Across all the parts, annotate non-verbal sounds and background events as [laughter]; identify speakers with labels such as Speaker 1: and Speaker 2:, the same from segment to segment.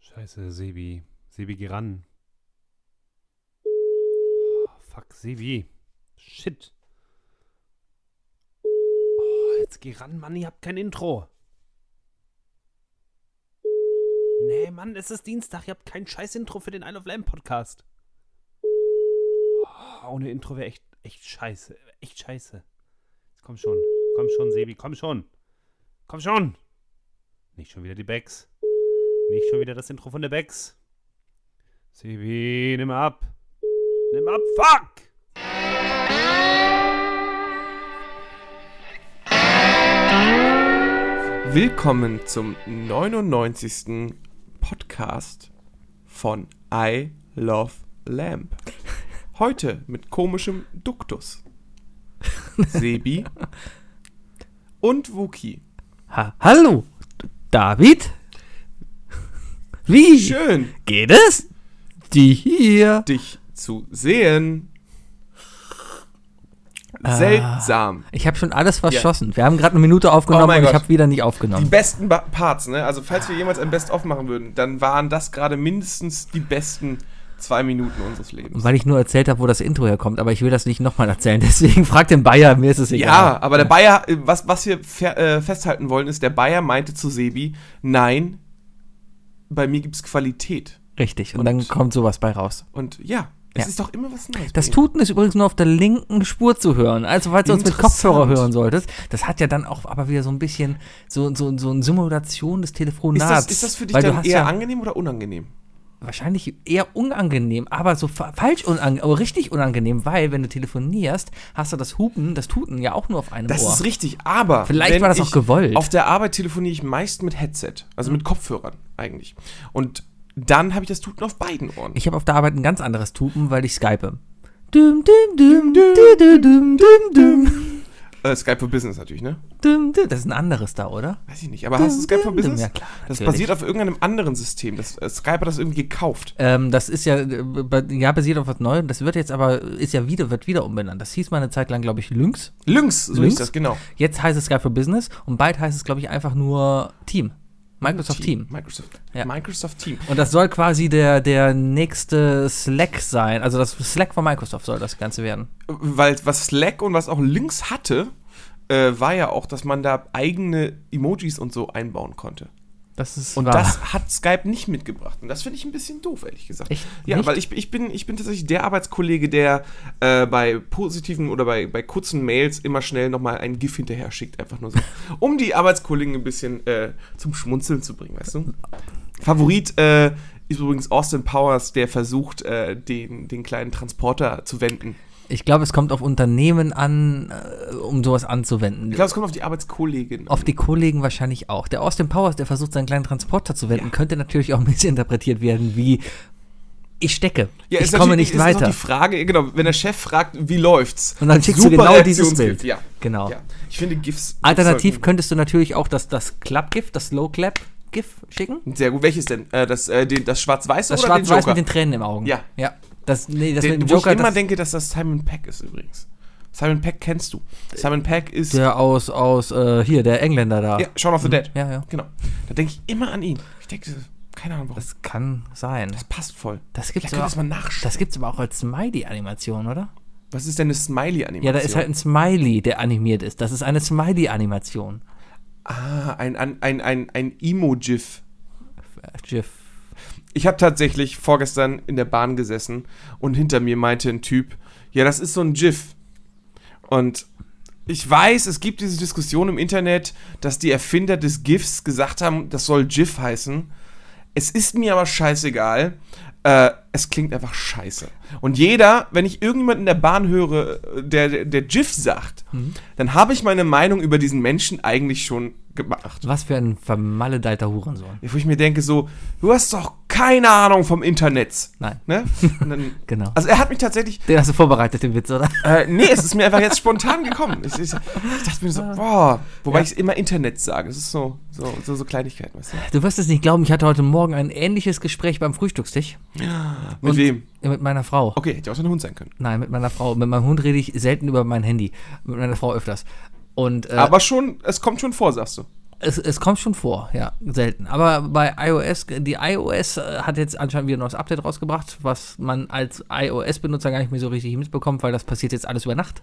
Speaker 1: Scheiße, Sebi. Sebi, geh ran. Oh, fuck, Sebi. Shit. Oh, jetzt geh ran, Mann, ihr habt kein Intro. Nee, Mann, es ist Dienstag, ihr habt kein scheiß Intro für den Isle of Lamb Podcast. Oh, ohne Intro wäre echt, echt scheiße. Echt scheiße. Jetzt komm schon. Komm schon, Sebi, komm schon. Komm schon. Nicht schon wieder die Bags. Nicht schon wieder das Intro von der Bags. Sebi, nimm ab. Nimm ab, fuck!
Speaker 2: Willkommen zum 99. Podcast von I Love Lamp. Heute mit komischem Duktus. Sebi und Wookie.
Speaker 3: Ha Hallo, David? Wie
Speaker 2: Schön,
Speaker 3: geht es? Die hier.
Speaker 2: dich zu sehen. Seltsam.
Speaker 3: Ich habe schon alles verschossen. Wir haben gerade eine Minute aufgenommen
Speaker 2: Oh mein
Speaker 3: und ich
Speaker 2: Gott.
Speaker 3: habe wieder nicht
Speaker 2: Die
Speaker 3: aufgenommen.
Speaker 2: besten Ba- Parts, ne? Also, falls wir jemals ein Best-of machen würden, dann waren das gerade mindestens die besten zwei Minuten unseres Lebens.
Speaker 3: Weil ich nur erzählt habe, wo das Intro herkommt, aber ich will das nicht nochmal erzählen. [laughs] Deswegen fragt den Bayer, mir ist es egal.
Speaker 2: Ja, aber der Bayer, äh, was, was wir fe- äh, festhalten wollen, ist, der Bayer meinte zu Sebi, nein, bei mir gibt's Qualität.
Speaker 3: Richtig, und, dann
Speaker 2: Und-
Speaker 3: kommt sowas bei raus.
Speaker 2: Und ja, es
Speaker 3: Ja.
Speaker 2: ist doch immer was Neues.
Speaker 3: Das
Speaker 2: bei ihm.
Speaker 3: Tuten ist übrigens nur auf der linken Spur zu hören. Also, falls du uns mit
Speaker 2: Interessant.
Speaker 3: Kopfhörer hören solltest, das hat ja dann auch aber wieder so ein bisschen so, so, so eine Simulation des
Speaker 2: ist
Speaker 3: Telefonats.
Speaker 2: das, ist das für dich
Speaker 3: Weil du
Speaker 2: dann
Speaker 3: hast
Speaker 2: eher
Speaker 3: ja-
Speaker 2: angenehm oder unangenehm?
Speaker 3: wahrscheinlich eher unangenehm, aber so fa falsch unangenehm, aber richtig unangenehm, weil wenn du telefonierst, hast du das Hupen, das Tuten ja auch nur auf einem
Speaker 2: Das
Speaker 3: Ohr.
Speaker 2: ist richtig, aber.
Speaker 3: Vielleicht
Speaker 2: wenn
Speaker 3: war das auch
Speaker 2: ich-
Speaker 3: gewollt. Mhm.
Speaker 2: Auf der Arbeit telefoniere ich meist mit Headset, also mit Kopfhörern eigentlich. Und dann habe ich das Tuten auf beiden Ohren.
Speaker 3: ich habe auf der Arbeit ein ganz anderes Tupen, weil ich skype. Dum, dum, dum, dum, dum, dum, dum,
Speaker 2: äh, Skype for Business natürlich, ne?
Speaker 3: dum, dum. Das ist ein anderes da, oder?
Speaker 2: Weiß ich nicht. Aber hast du Skype for
Speaker 3: Dum, dum, dum.
Speaker 2: Business?
Speaker 3: Ja, klar,
Speaker 2: das
Speaker 3: natürlich.
Speaker 2: basiert auf irgendeinem anderen System. Das, äh, Skype hat das irgendwie gekauft.
Speaker 3: Ähm, das ist ja, äh, ba- ja basiert auf was Neues. Das wird jetzt aber, ist ja wieder, wird wieder umbenannt. Das hieß mal eine Zeit lang, glaube ich, Lynx.
Speaker 2: Lynx, so
Speaker 3: Lynx?
Speaker 2: hieß das, genau.
Speaker 3: Jetzt heißt es Skype for Business und bald heißt es, glaube ich, einfach nur Team. Microsoft Team.
Speaker 2: Microsoft,
Speaker 3: Ja.
Speaker 2: Microsoft Team.
Speaker 3: Und das soll quasi der, der nächste Slack sein. Also das Slack von Microsoft soll das Ganze werden.
Speaker 2: Weil was Slack und was auch Lynx hatte, äh, war ja auch, dass man da eigene Emojis und so einbauen konnte.
Speaker 3: Das ist
Speaker 2: Und
Speaker 3: wahr.
Speaker 2: das hat Skype nicht mitgebracht. Und das finde ich ein bisschen doof, ehrlich gesagt.
Speaker 3: Echt?
Speaker 2: Ja,
Speaker 3: Nicht?
Speaker 2: weil ich, ich, bin, ich bin tatsächlich der Arbeitskollege, der äh, bei positiven oder bei, bei kurzen Mails immer schnell nochmal ein GIF hinterher schickt, einfach
Speaker 3: [laughs]
Speaker 2: nur so. um die Arbeitskollegen ein bisschen äh, zum Schmunzeln zu bringen, weißt du? Favorit äh, ist übrigens Austin Powers, der versucht, äh, den, den kleinen Transporter zu wenden.
Speaker 3: ich glaube, es kommt auf Unternehmen an, äh, um sowas anzuwenden.
Speaker 2: Ich glaube, es kommt auf die Arbeitskollegen.
Speaker 3: auf die Kollegen wahrscheinlich auch. Der Austin Powers, der versucht, seinen kleinen Transporter zu wenden, könnte natürlich auch missinterpretiert werden wie ich stecke,
Speaker 2: Ja,
Speaker 3: ich
Speaker 2: ist
Speaker 3: komme
Speaker 2: natürlich- ist-
Speaker 3: nicht
Speaker 2: ist auch
Speaker 3: weiter.
Speaker 2: die Frage, genau, wenn der Chef fragt, wie läuft's?
Speaker 3: Und dann schickst du
Speaker 2: Super
Speaker 3: genau dieses
Speaker 2: Reaktionsbild,
Speaker 3: Bild.
Speaker 2: Ja.
Speaker 3: Genau.
Speaker 2: Ja. Ich finde GIFs.
Speaker 3: Alternativ
Speaker 2: sollten-
Speaker 3: könntest du natürlich auch das, das Clap-GIF, das Low-Clap-GIF schicken.
Speaker 2: Sehr gut. Welches denn? Äh, das äh, den, das Schwarz-Weiß
Speaker 3: Das
Speaker 2: oder
Speaker 3: schwarz-weiß
Speaker 2: den Joker?
Speaker 3: mit den Tränen im Augen.
Speaker 2: Ja.
Speaker 3: ja. Das, nee, das mit dem
Speaker 2: wo
Speaker 3: Joker,
Speaker 2: ich immer
Speaker 3: das,
Speaker 2: denke, dass das Simon Peck ist übrigens. Simon Peck kennst du. Simon Peck ist
Speaker 3: der aus, aus äh, hier, der Engländer da.
Speaker 2: ja, Shaun of the Dead.
Speaker 3: Mhm. Ja, ja.
Speaker 2: Genau. Da denke ich immer an ihn. Ich denke, keine Ahnung warum. Das,
Speaker 3: Das kann sein.
Speaker 2: passt voll.
Speaker 3: Das
Speaker 2: Da
Speaker 3: gibt's
Speaker 2: könnte
Speaker 3: aber,
Speaker 2: es mal nachschauen.
Speaker 3: das gibt's aber auch als Smiley-Animation, oder?
Speaker 2: Was ist denn eine Smiley-Animation?
Speaker 3: Ja, da ist halt ein Smiley, der animiert ist. Das ist eine Smiley-Animation.
Speaker 2: Ah, ein, ein, ein, ein, ein Emo-GIF.
Speaker 3: Äh, GIF.
Speaker 2: Ich habe tatsächlich vorgestern in der Bahn gesessen und hinter mir meinte ein Typ, ja, das ist so ein GIF. Und ich weiß, es gibt diese Diskussion im Internet, dass die Erfinder des GIFs gesagt haben, das soll GIF heißen. Es ist mir aber scheißegal. Äh, es klingt einfach scheiße. Und jeder, wenn ich irgendjemanden in der Bahn höre, der, der, der GIF sagt, dann habe ich meine Meinung über diesen Menschen eigentlich schon gemacht.
Speaker 3: Was für ein vermaledeiter Hurensohn.
Speaker 2: Wo ich mir denke, so, du hast doch keine Ahnung vom Internet.
Speaker 3: Nein,
Speaker 2: Ne? Und dann,
Speaker 3: [laughs] genau.
Speaker 2: also er hat mich tatsächlich.
Speaker 3: Den hast du vorbereitet, den Witz, oder?
Speaker 2: Äh, nee, es ist mir einfach jetzt spontan gekommen. Ich, ich, ich dachte mir so, boah, wobei ich immer Internet sage. Das ist so, so, so, so Kleinigkeiten, weißt du?
Speaker 3: Du wirst es nicht glauben, ich hatte heute Morgen ein ähnliches Gespräch beim Frühstückstisch.
Speaker 2: Mit wem?
Speaker 3: Ja, Mit meiner Frau.
Speaker 2: Okay, hätte ja auch dein Hund sein können.
Speaker 3: Nein, mit meiner Frau. Mit meinem Hund rede ich selten über mein Handy. Mit meiner Frau öfters. Und, äh,
Speaker 2: Aber schon, es kommt schon vor, sagst du.
Speaker 3: Es, es kommt schon vor, ja, selten. Aber bei iOS, die iOS äh, hat jetzt anscheinend wieder ein neues Update rausgebracht, was man als iOS-Benutzer gar nicht mehr so richtig mitbekommt, weil das passiert jetzt alles über Nacht.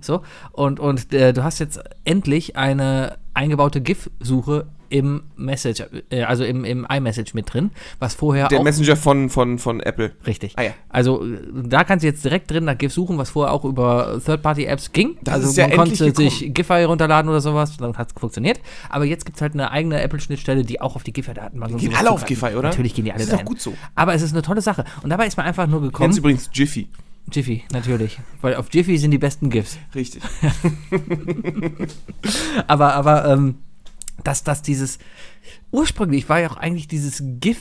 Speaker 3: So. Und, und äh, du hast jetzt endlich eine eingebaute GIF-Suche im Message, äh, also im, im iMessage mit drin, was vorher
Speaker 2: Der
Speaker 3: auch
Speaker 2: Messenger von, von, von Apple.
Speaker 3: Richtig.
Speaker 2: Ah ja.
Speaker 3: Also äh, da kannst du jetzt direkt drin nach GIF suchen, was vorher auch über Third-Party-Apps ging.
Speaker 2: Das
Speaker 3: also
Speaker 2: ist ja
Speaker 3: man
Speaker 2: endlich
Speaker 3: konnte sich
Speaker 2: gekommen.
Speaker 3: GIF-File runterladen oder sowas, dann hat es funktioniert. Aber jetzt gibt es halt eine eigene Apple-Schnittstelle, die auch auf die GIF-Datenbank
Speaker 2: Gehen alle auf Giffey, oder?
Speaker 3: Natürlich gehen die alle
Speaker 2: Das ist doch
Speaker 3: dahin.
Speaker 2: gut so.
Speaker 3: Aber es ist eine tolle Sache. Und dabei ist man einfach nur
Speaker 2: Nennt's
Speaker 3: gekommen.
Speaker 2: übrigens Jiffy.
Speaker 3: Jiffy, natürlich. Weil auf Jiffy sind die besten GIFs.
Speaker 2: Richtig.
Speaker 3: aber, aber, ähm, dass, dass dieses, ursprünglich war ja auch eigentlich dieses GIF,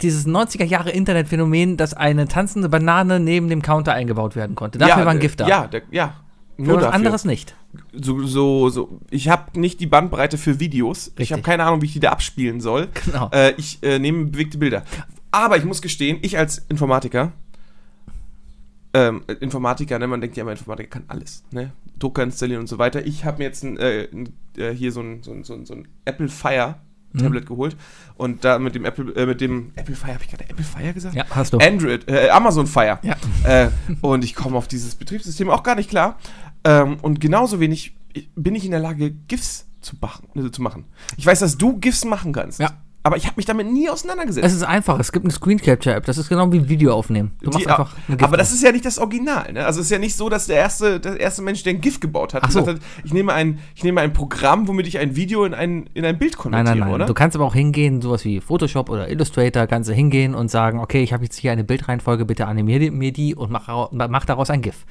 Speaker 3: dieses 90er Jahre Internetphänomen, dass eine tanzende Banane neben dem Counter eingebaut werden konnte. Dafür war ein
Speaker 2: äh,
Speaker 3: GIF da.
Speaker 2: Ja, der, ja.
Speaker 3: Für
Speaker 2: Nur
Speaker 3: was
Speaker 2: dafür.
Speaker 3: anderes nicht.
Speaker 2: So, so, so. Ich habe nicht die Bandbreite für Videos. Ich
Speaker 3: Richtig.
Speaker 2: habe keine Ahnung, wie ich die da abspielen soll.
Speaker 3: Genau.
Speaker 2: Äh, ich äh, nehme bewegte Bilder. Aber ich muss gestehen, ich als Informatiker, ähm, Informatiker, ne, man denkt ja immer, Informatiker kann alles, ne? Drucker installieren und so weiter. Ich habe mir jetzt ein, äh, ein, äh, hier so ein, so, ein, so, ein, so ein Apple Fire
Speaker 3: Mhm.
Speaker 2: Tablet geholt und da mit dem Apple, äh, mit dem Apple Fire, habe ich gerade Apple Fire gesagt?
Speaker 3: Ja, hast du.
Speaker 2: Android, äh, Amazon Fire.
Speaker 3: Ja.
Speaker 2: Äh, und ich komme auf dieses Betriebssystem auch gar nicht klar. Ähm, und genauso wenig bin ich in der Lage, GIFs zu, machen- äh, zu machen. Ich weiß, dass du GIFs machen kannst.
Speaker 3: Ja.
Speaker 2: Aber ich habe mich damit nie auseinandergesetzt.
Speaker 3: Es ist einfach, es gibt eine Screen Capture App, das ist genau wie Video aufnehmen. Du machst
Speaker 2: Die-
Speaker 3: einfach eine
Speaker 2: aber
Speaker 3: GIF
Speaker 2: das ist ja nicht das Original. Ne? Also es ist ja nicht so, dass der erste, der erste Mensch, der ein GIF gebaut hat,
Speaker 3: Ach so.
Speaker 2: gesagt hat, ich nehme, ein, ich nehme ein Programm, womit ich ein Video in ein, in ein Bild
Speaker 3: Nein,
Speaker 2: konvertiere,
Speaker 3: nein, nein.
Speaker 2: oder?
Speaker 3: Du kannst aber auch hingehen, sowas wie Photoshop oder Illustrator, kannst du hingehen und sagen, okay, ich habe jetzt hier eine Bildreihenfolge, bitte animier die- mir die und mach, rau- mach daraus ein GIF.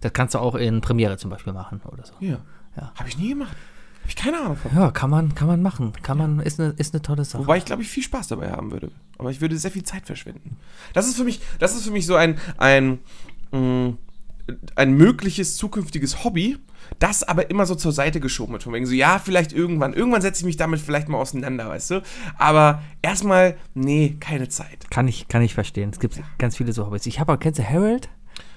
Speaker 3: Das kannst du auch in Premiere zum Beispiel machen oder so.
Speaker 2: ja.
Speaker 3: Ja.
Speaker 2: Habe ich nie gemacht. Habe ich keine Ahnung von.
Speaker 3: Ja, kann man, kann man machen. Kann man, ist eine ist ne tolle Sache.
Speaker 2: Wobei ich glaube ich viel Spaß dabei haben würde. Aber ich würde sehr viel Zeit verschwenden. Das ist für mich, das ist für mich so ein, ein, mh, ein mögliches zukünftiges Hobby, das aber immer so zur Seite geschoben wird. Von wegen so, ja, vielleicht irgendwann. Irgendwann setze ich mich damit vielleicht mal auseinander, weißt du? Aber erstmal, nee, keine Zeit.
Speaker 3: Kann ich, kann ich verstehen. Es gibt ganz viele so Hobbys. Ich habe auch, kennst du Harold?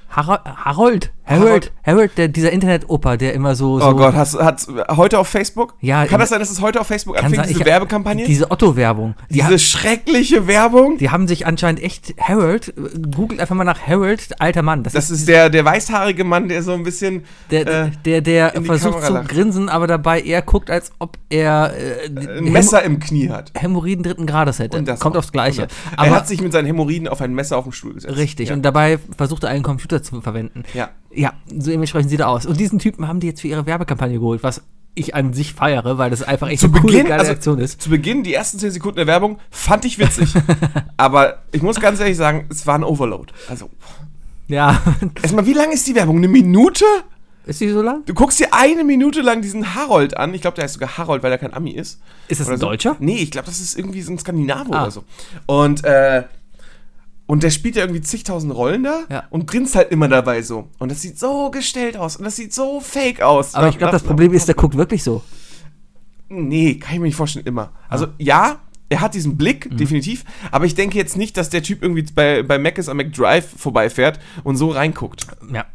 Speaker 3: Harold, Harold, Harold,
Speaker 2: Harold.
Speaker 3: Harold der, dieser Internet-Opa, der immer so, so
Speaker 2: Oh Gott, hast hat heute auf Facebook?
Speaker 3: Ja,
Speaker 2: Kann das sein, dass es heute auf Facebook
Speaker 3: kann
Speaker 2: anfängt,
Speaker 3: sein-
Speaker 2: diese
Speaker 3: ich-
Speaker 2: Werbekampagne?
Speaker 3: Diese Otto-Werbung. Die,
Speaker 2: diese
Speaker 3: ha-
Speaker 2: schreckliche Werbung?
Speaker 3: die haben sich anscheinend echt, Harold, äh, googelt einfach mal nach Harold, alter Mann. Das,
Speaker 2: Das ist der, der weißhaarige Mann, der so ein bisschen.
Speaker 3: der,
Speaker 2: äh,
Speaker 3: der, der
Speaker 2: in die
Speaker 3: versucht
Speaker 2: Kamera
Speaker 3: zu
Speaker 2: lacht.
Speaker 3: grinsen, aber dabei eher guckt, als ob er äh,
Speaker 2: ein Messer im Knie hat.
Speaker 3: Hämorrhoiden dritten Grades hätte.
Speaker 2: Und das
Speaker 3: Kommt
Speaker 2: auch.
Speaker 3: aufs Gleiche.
Speaker 2: er
Speaker 3: Aber
Speaker 2: hat sich mit seinen Hämorrhoiden auf ein Messer auf den Stuhl gesetzt.
Speaker 3: richtig.
Speaker 2: Ja.
Speaker 3: Und dabei versucht er einen Computer zu verwenden.
Speaker 2: ja.
Speaker 3: Ja, so dementsprechend sieht er aus. Und diesen Typen haben die jetzt für ihre Werbekampagne geholt, was ich an sich feiere, weil das einfach echt
Speaker 2: Zu
Speaker 3: eine coole,
Speaker 2: Beginn,
Speaker 3: geile
Speaker 2: also,
Speaker 3: Aktion ist.
Speaker 2: zu Beginn, die ersten 10 Sekunden der Werbung, fand ich witzig.
Speaker 3: [laughs]
Speaker 2: Aber ich muss ganz ehrlich sagen, es war ein Overload. Also,
Speaker 3: Ja, [laughs]
Speaker 2: erstmal, wie lang ist die Werbung? Eine Minute?
Speaker 3: ist die so lang?
Speaker 2: Du guckst dir eine Minute lang diesen Harold an. Ich glaube, der heißt sogar Harold, weil er kein Ami ist.
Speaker 3: Ist das
Speaker 2: Oder
Speaker 3: ein
Speaker 2: so.
Speaker 3: Deutscher?
Speaker 2: Nee, ich glaube, das ist irgendwie so ein Skandinavo
Speaker 3: Ah.
Speaker 2: oder so. Und, äh, und der spielt ja irgendwie zigtausend Rollen da
Speaker 3: Ja.
Speaker 2: und grinst halt immer dabei so. Und das sieht so gestellt aus und das sieht so fake aus.
Speaker 3: Aber ich glaube, das Problem ist, der guckt wirklich so.
Speaker 2: Nee, kann ich mir nicht vorstellen, immer. Also ja, er hat diesen Blick,
Speaker 3: Mhm.
Speaker 2: definitiv, aber ich denke jetzt nicht, dass der Typ irgendwie bei, bei Mac ist am McDrive vorbeifährt und so reinguckt.
Speaker 3: Ja.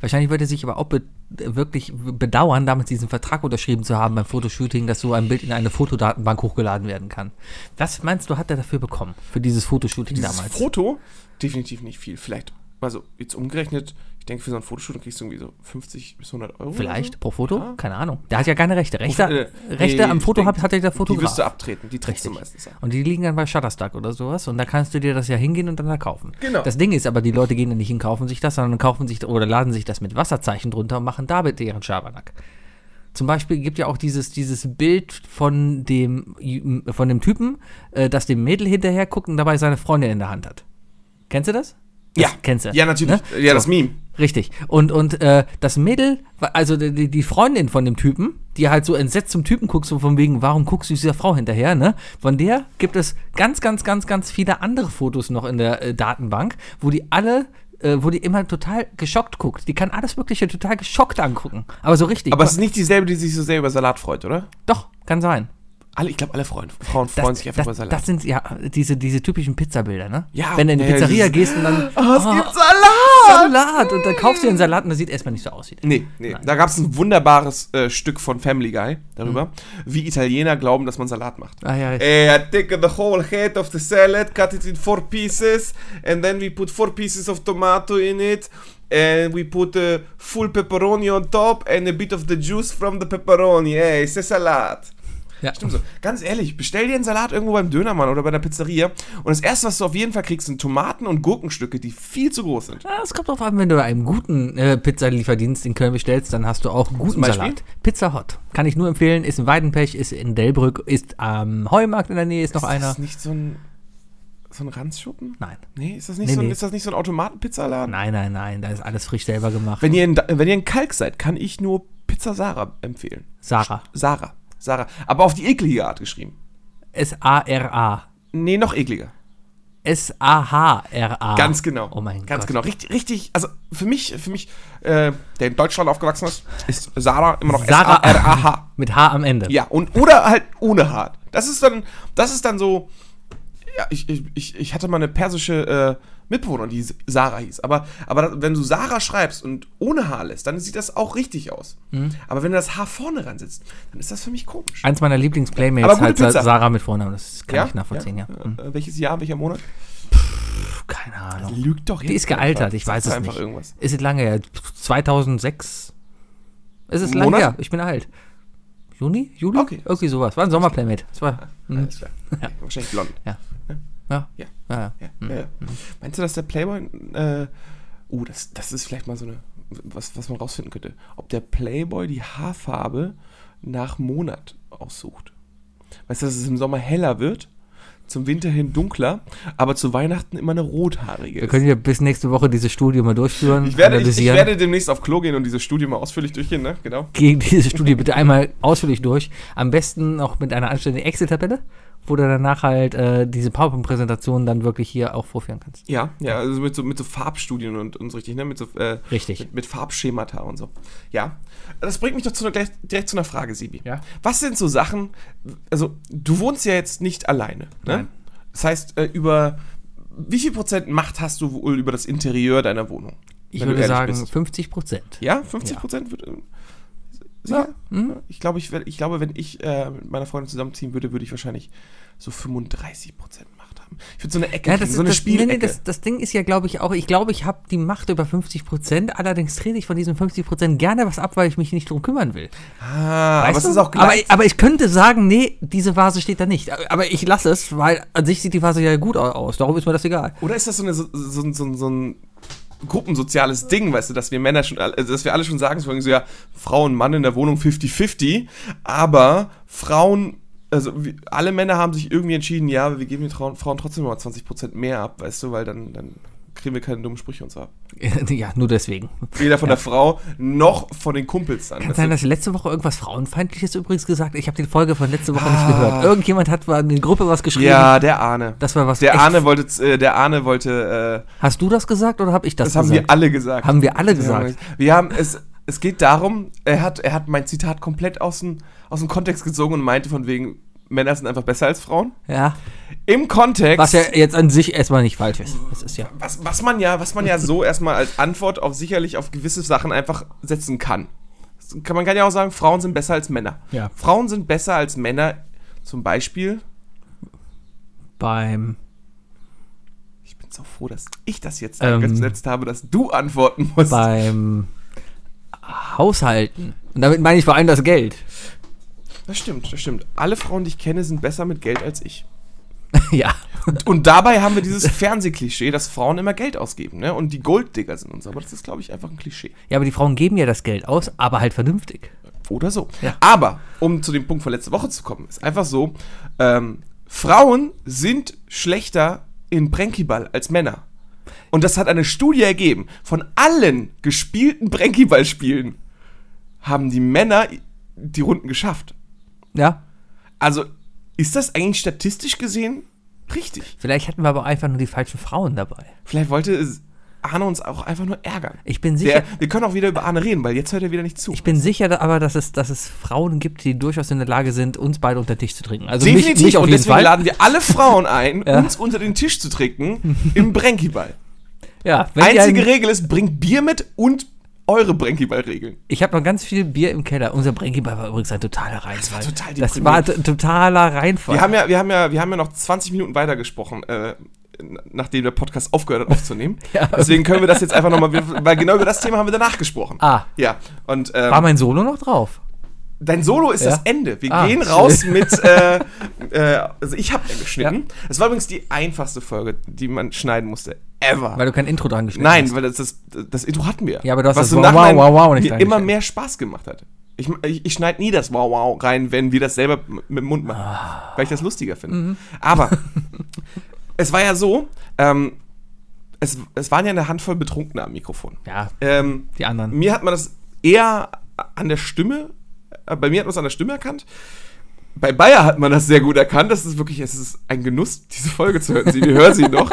Speaker 3: Wahrscheinlich würde er sich aber auch be wirklich bedauern, damals diesen Vertrag unterschrieben zu haben beim Fotoshooting, dass so ein Bild in eine Fotodatenbank hochgeladen werden kann. Was meinst du, hat er dafür bekommen? Für dieses Fotoshooting
Speaker 2: Dieses
Speaker 3: damals?
Speaker 2: Foto, definitiv nicht viel, vielleicht. Also jetzt umgerechnet, ich denke für so ein Fotoshooting kriegst du irgendwie so 50 bis 100 Euro.
Speaker 3: Vielleicht
Speaker 2: Oder
Speaker 3: pro Foto?
Speaker 2: Mhm. Ja.
Speaker 3: Keine Ahnung. Der hat ja keine Rechte.
Speaker 2: so.
Speaker 3: Rechte,
Speaker 2: Äh,
Speaker 3: Rechte
Speaker 2: nee,
Speaker 3: am
Speaker 2: ich
Speaker 3: Foto
Speaker 2: denk,
Speaker 3: hat, hat ja der
Speaker 2: Die
Speaker 3: Fotograf.
Speaker 2: wirst du abtreten, die trägst du meistens ab.
Speaker 3: Und die liegen dann bei Shutterstock oder sowas und da kannst du dir das ja hingehen und dann da kaufen.
Speaker 2: Genau.
Speaker 3: Das Ding ist aber, die Leute gehen ja nicht hin, kaufen sich das, sondern kaufen sich oder laden sich das mit Wasserzeichen drunter und machen damit deren Schabernack. Zum Beispiel gibt ja auch dieses, dieses Bild von dem, von dem Typen, äh, das dem Mädel hinterher guckt und dabei seine Freundin in der Hand hat. Kennst du das?
Speaker 2: Ja,
Speaker 3: kennst du,
Speaker 2: Ja, natürlich.
Speaker 3: ne?
Speaker 2: Ja,
Speaker 3: So.
Speaker 2: das Meme.
Speaker 3: Richtig. Und, und äh, das Mädel, wa- also die- die, die Freundin von dem Typen, die halt so entsetzt zum Typen guckt, so von wegen, warum guckst du dieser Frau hinterher, ne? Von der gibt es ganz, ganz, ganz, ganz viele andere Fotos noch in der äh, Datenbank, wo die alle, äh, wo die immer total geschockt guckt. Die kann alles Mögliche total geschockt angucken. Aber so richtig.
Speaker 2: Aber es ist nicht dieselbe, die sich so sehr über Salat freut, oder?
Speaker 3: Doch, kann sein.
Speaker 2: Alle, ich glaube, alle Frauen, Frauen freuen
Speaker 3: Das,
Speaker 2: sich einfach über
Speaker 3: das,
Speaker 2: Salat.
Speaker 3: das sind ja diese, diese typischen Pizzabilder, ne?
Speaker 2: Ja,
Speaker 3: Wenn du in die
Speaker 2: ja, ja,
Speaker 3: Pizzeria
Speaker 2: dieses-
Speaker 3: gehst und dann.
Speaker 2: Oh, es gibt Salat!
Speaker 3: Salat! Und dann kaufst du dir einen Salat und der sieht erstmal nicht so aus wie der.
Speaker 2: Nee, nee.
Speaker 3: Nein.
Speaker 2: Da gab es ein wunderbares äh, Stück von Family Guy darüber, wie Italiener glauben, dass man Salat macht.
Speaker 3: Hm. Ah, ja, ja.
Speaker 2: Eh, I take the whole head of the salad, cut it in four pieces, and then we put four pieces of tomato in it, and we put a full pepperoni on top and a bit of the juice from the pepperoni. Hey, it's a Salat.
Speaker 3: ja.
Speaker 2: Stimmt so. Ganz ehrlich, bestell dir einen Salat irgendwo beim Dönermann oder bei der Pizzeria und das erste, was du auf jeden Fall kriegst, sind Tomaten und Gurkenstücke, die viel zu groß sind.
Speaker 3: Ja, Es kommt drauf an, wenn du bei einem guten äh, Pizzalieferdienst in Köln bestellst, dann hast du auch guten
Speaker 2: Beispiel?
Speaker 3: Salat. Pizza Hot. Kann ich nur empfehlen. Ist in Weidenpech, ist in Delbrück, ist am Heumarkt in der Nähe, ist noch
Speaker 2: Ist
Speaker 3: einer.
Speaker 2: das nicht so ein, so ein Ranzschuppen?
Speaker 3: Nein.
Speaker 2: Nee, ist das nicht,
Speaker 3: Nee,
Speaker 2: so, ein,
Speaker 3: nee.
Speaker 2: Ist das nicht so ein Automatenpizzaladen?
Speaker 3: Nein, nein, nein. Da ist alles frisch selber gemacht.
Speaker 2: Wenn ihr, in, wenn ihr in Kalk seid, kann ich nur Pizza Sarah empfehlen.
Speaker 3: Sarah.
Speaker 2: Sarah. Sarah. Aber auf die eklige Art geschrieben.
Speaker 3: S-A-R-A.
Speaker 2: Nee, noch ekliger.
Speaker 3: S-A-H-R-A.
Speaker 2: Ganz genau.
Speaker 3: Oh mein
Speaker 2: Ganz
Speaker 3: Gott.
Speaker 2: genau. Richtig, richtig, also für mich, für mich, äh, der in Deutschland aufgewachsen ist, ist Sarah immer noch
Speaker 3: Sarah.
Speaker 2: S-A-R-A-H.
Speaker 3: Mit H am Ende.
Speaker 2: Ja, und oder halt ohne Haar. Das ist dann, das ist dann so. Ja, ich, ich- ich, ich hatte mal eine persische äh, Mitbewohnerin, die Sarah hieß. Aber, aber wenn du Sarah schreibst und ohne Haar lässt, dann sieht das auch richtig aus.
Speaker 3: Mhm.
Speaker 2: Aber wenn du das Haar vorne ran sitzt, dann ist das für mich komisch.
Speaker 3: Eins meiner
Speaker 2: Aber
Speaker 3: Lieblings-Playmates
Speaker 2: gute
Speaker 3: halt Sa-
Speaker 2: Pizza.
Speaker 3: Sarah mit Vornamen. Das kann
Speaker 2: Ja?
Speaker 3: ich nachvollziehen, ja. Hm,
Speaker 2: Äh, welches Jahr, welcher Monat?
Speaker 3: Puh, keine Ahnung.
Speaker 2: Lügt doch jetzt.
Speaker 3: Die ist gealtert, ich
Speaker 2: Sag
Speaker 3: weiß
Speaker 2: doch
Speaker 3: es
Speaker 2: einfach
Speaker 3: nicht.
Speaker 2: irgendwas.
Speaker 3: Ist es lange her? 2006? Ist es lange
Speaker 2: Monat?
Speaker 3: her? Ich bin alt. Juni? Juli?
Speaker 2: Okay. Ah,
Speaker 3: Irgendwie sowas. War ein Sommerplaymate. Das war, hm,
Speaker 2: Alles klar. Okay, Wahrscheinlich blond.
Speaker 3: ja.
Speaker 2: Ja.
Speaker 3: Ja. ja.
Speaker 2: Ja. Ja, ja.
Speaker 3: Mhm.
Speaker 2: Meinst du, dass der Playboy. Äh, oh, das, das ist vielleicht mal so eine. Was, was man rausfinden könnte. Ob der Playboy die Haarfarbe nach Monat aussucht. Weißt du, dass es im Sommer heller wird, zum Winter hin dunkler, aber zu Weihnachten immer eine rothaarige
Speaker 3: Wir
Speaker 2: ist.
Speaker 3: können ja bis nächste Woche diese Studie mal durchführen.
Speaker 2: Ich werde, ich, ich
Speaker 3: analysieren.
Speaker 2: werde demnächst auf Klo gehen und diese Studie mal ausführlich durchgehen, ne? Genau.
Speaker 3: Gegen diese Studie bitte einmal ausführlich durch. Am besten noch mit einer anständigen Excel-Tabelle, wo du danach halt äh, diese PowerPoint-Präsentation dann wirklich hier auch vorführen kannst.
Speaker 2: Ja, ja, also mit so, mit so Farbstudien und, und so richtig, ne? Mit so, äh,
Speaker 3: Richtig.
Speaker 2: Mit, mit Farbschemata und so. Ja. Das bringt mich doch zu einer, gleich, direkt zu einer Frage, Sibi.
Speaker 3: Ja.
Speaker 2: Was sind so Sachen, also du wohnst ja jetzt nicht alleine, ne? Das heißt, äh, über wie viel Prozent Macht hast du wohl über das Interieur deiner Wohnung?
Speaker 3: Ich
Speaker 2: wenn du
Speaker 3: würde
Speaker 2: ehrlich
Speaker 3: sagen
Speaker 2: bist?
Speaker 3: 50 Prozent.
Speaker 2: Ja, 50 Prozent wird. äh, Sicher?
Speaker 3: hm.
Speaker 2: Ich, glaube, ich, werd- ich glaube, wenn ich äh, mit meiner Freundin zusammenziehen würde, würde ich wahrscheinlich so 35 Prozent Macht haben. Ich würde so eine Ecke,
Speaker 3: Ja,
Speaker 2: kriegen,
Speaker 3: das,
Speaker 2: so eine
Speaker 3: das, nee,
Speaker 2: Spielecke.
Speaker 3: nee, das, das Ding ist ja, glaube ich, auch, ich glaube, ich habe die Macht über 50 Prozent, allerdings trete ich von diesen 50 Prozent gerne was ab, weil ich mich nicht drum kümmern will.
Speaker 2: ah, aber
Speaker 3: Weißt
Speaker 2: es
Speaker 3: du?
Speaker 2: ist auch
Speaker 3: aber, aber ich könnte sagen, nee, diese Vase steht da nicht. Aber ich lasse es, weil an sich sieht die Vase ja gut au- aus, darum ist mir das egal.
Speaker 2: [laughs] Oder ist das so, eine, so, so, so, ein- so ein gruppensoziales Ding, weißt du, dass wir Männer schon, alle- also dass wir alle schon sagen, so, irgendwie so ja, Frau und Mann in der Wohnung 50-50, aber Frauen, also wie, alle Männer haben sich irgendwie entschieden, ja, wir geben den Frauen, Frauen trotzdem mal 20% mehr ab, weißt du, weil dann, dann kriegen wir keine dummen Sprüche und so ab.
Speaker 3: ja, nur deswegen.
Speaker 2: Weder von der Frau noch von den Kumpels dann.
Speaker 3: Kann
Speaker 2: weißt du.
Speaker 3: sein, dass ich letzte Woche irgendwas Frauenfeindliches übrigens gesagt Ich habe die Folge von letzte Woche nicht gehört. Irgendjemand hat mal in der Gruppe was geschrieben.
Speaker 2: Ah. ja, der Arne.
Speaker 3: Das war was
Speaker 2: der
Speaker 3: echt-
Speaker 2: Arne wollte, äh, der Arne wollte, äh,
Speaker 3: Hast du das gesagt oder habe ich das,
Speaker 2: das haben wir
Speaker 3: gesagt?
Speaker 2: alle gesagt.
Speaker 3: haben wir alle
Speaker 2: [laughs] Wir haben
Speaker 3: gesagt.
Speaker 2: gesagt- Wir haben es. Es geht darum, er hat, er hat mein Zitat komplett aus dem, aus dem Kontext gezogen und meinte von wegen, Männer sind einfach besser als Frauen.
Speaker 3: Ja.
Speaker 2: Im Kontext,
Speaker 3: Was ja jetzt an sich erstmal nicht falsch ist. Das ist ja.
Speaker 2: was, was man ja, was man ja so [laughs] erstmal als Antwort auf sicherlich auf gewisse Sachen einfach setzen kann. Das kann. Man kann ja auch sagen, Frauen sind besser als Männer.
Speaker 3: Ja.
Speaker 2: Frauen sind besser als Männer, zum Beispiel.
Speaker 3: Beim.
Speaker 2: Ich bin so froh, dass ich das jetzt
Speaker 3: Ähm.
Speaker 2: gesetzt habe, dass du antworten musst.
Speaker 3: Beim. Haushalten. Und damit meine ich vor allem das
Speaker 2: [laughs]
Speaker 3: Geld.
Speaker 2: Das stimmt, das stimmt. Alle Frauen, die ich kenne, sind besser mit Geld als ich.
Speaker 3: ja.
Speaker 2: Und dabei haben wir dieses Fernsehklischee, dass Frauen immer Geld ausgeben, ne? Und die Golddigger sind und so. Aber das ist, glaube ich, einfach ein Klischee.
Speaker 3: Ja, aber die Frauen geben ja das Geld aus, aber halt vernünftig.
Speaker 2: Oder so.
Speaker 3: Ja.
Speaker 2: Aber, um zu dem Punkt von letzter Woche zu kommen, ist einfach so, ähm, Frauen sind schlechter in Brenkiball als Männer. Und das hat eine Studie ergeben. Von allen gespielten Brenkiballspielen haben die Männer die Runden geschafft.
Speaker 3: Ja.
Speaker 2: Also, ist das eigentlich statistisch gesehen richtig?
Speaker 3: Vielleicht hatten wir aber einfach nur die falschen Frauen dabei.
Speaker 2: Vielleicht wollte es Arne uns auch einfach nur ärgern.
Speaker 3: Ich bin sicher.
Speaker 2: Der, wir können auch wieder über Arne reden, weil jetzt hört er wieder nicht zu.
Speaker 3: Ich bin sicher da- aber, dass es, dass es Frauen gibt, die durchaus in der Lage sind, uns beide unter den Tisch zu trinken. Also mich, mich auf
Speaker 2: und
Speaker 3: jeden
Speaker 2: deswegen
Speaker 3: Fall.
Speaker 2: laden wir alle Frauen ein,
Speaker 3: Ja. [laughs]
Speaker 2: uns unter den Tisch zu trinken im Brenkiball.
Speaker 3: Ja, wenn ihr
Speaker 2: Einzige
Speaker 3: ein-
Speaker 2: Regel ist, bringt Bier mit und eure Brenkyball-Regeln.
Speaker 3: Ich habe noch ganz viel Bier im Keller. Unser Brenkieber war übrigens ein totaler Reinfall. Das war
Speaker 2: total
Speaker 3: Das war
Speaker 2: deprimierend.
Speaker 3: t- totaler Reinfall.
Speaker 2: Wir haben ja, wir haben ja, wir haben ja noch 20 Minuten weitergesprochen, äh, nachdem der Podcast aufgehört hat aufzunehmen.
Speaker 3: [laughs] Ja.
Speaker 2: Deswegen können wir das jetzt einfach nochmal, weil genau über das Thema haben wir danach gesprochen.
Speaker 3: Ah.
Speaker 2: Ja, und
Speaker 3: war
Speaker 2: ähm,
Speaker 3: mein Solo noch drauf?
Speaker 2: dein Solo ist
Speaker 3: Ja.
Speaker 2: das Ende. Wir
Speaker 3: Ah,
Speaker 2: gehen
Speaker 3: schön. [laughs]
Speaker 2: raus mit, äh, äh, also ich habe geschnitten. Es war übrigens die einfachste Folge, die man schneiden musste, ever.
Speaker 3: Weil du kein Intro dran geschnitten
Speaker 2: Nein,
Speaker 3: hast.
Speaker 2: weil das, das, das Intro hatten wir.
Speaker 3: Ja, aber du hast
Speaker 2: Was
Speaker 3: das
Speaker 2: im
Speaker 3: Wow,
Speaker 2: Nachhinein
Speaker 3: Wow, Wow, Wow nicht
Speaker 2: mir
Speaker 3: reingeschnitten.
Speaker 2: immer mehr Spaß gemacht hat. Ich, ich, ich schneide nie das Wow Wow rein, wenn wir das selber m- mit dem Mund machen.
Speaker 3: Ah.
Speaker 2: Weil ich das lustiger finde.
Speaker 3: Mhm. [laughs]
Speaker 2: Aber es war ja so, ähm, es, es waren ja eine Handvoll Betrunkene am Mikrofon.
Speaker 3: Ja,
Speaker 2: Ähm,
Speaker 3: die anderen.
Speaker 2: mir hat man das eher an der Stimme, äh, bei mir hat man es an der Stimme erkannt. Bei Bayer hat man das sehr gut erkannt. Das ist wirklich, es ist ein Genuss, diese Folge zu hören. Sie, wir hören sie
Speaker 3: [laughs]
Speaker 2: noch.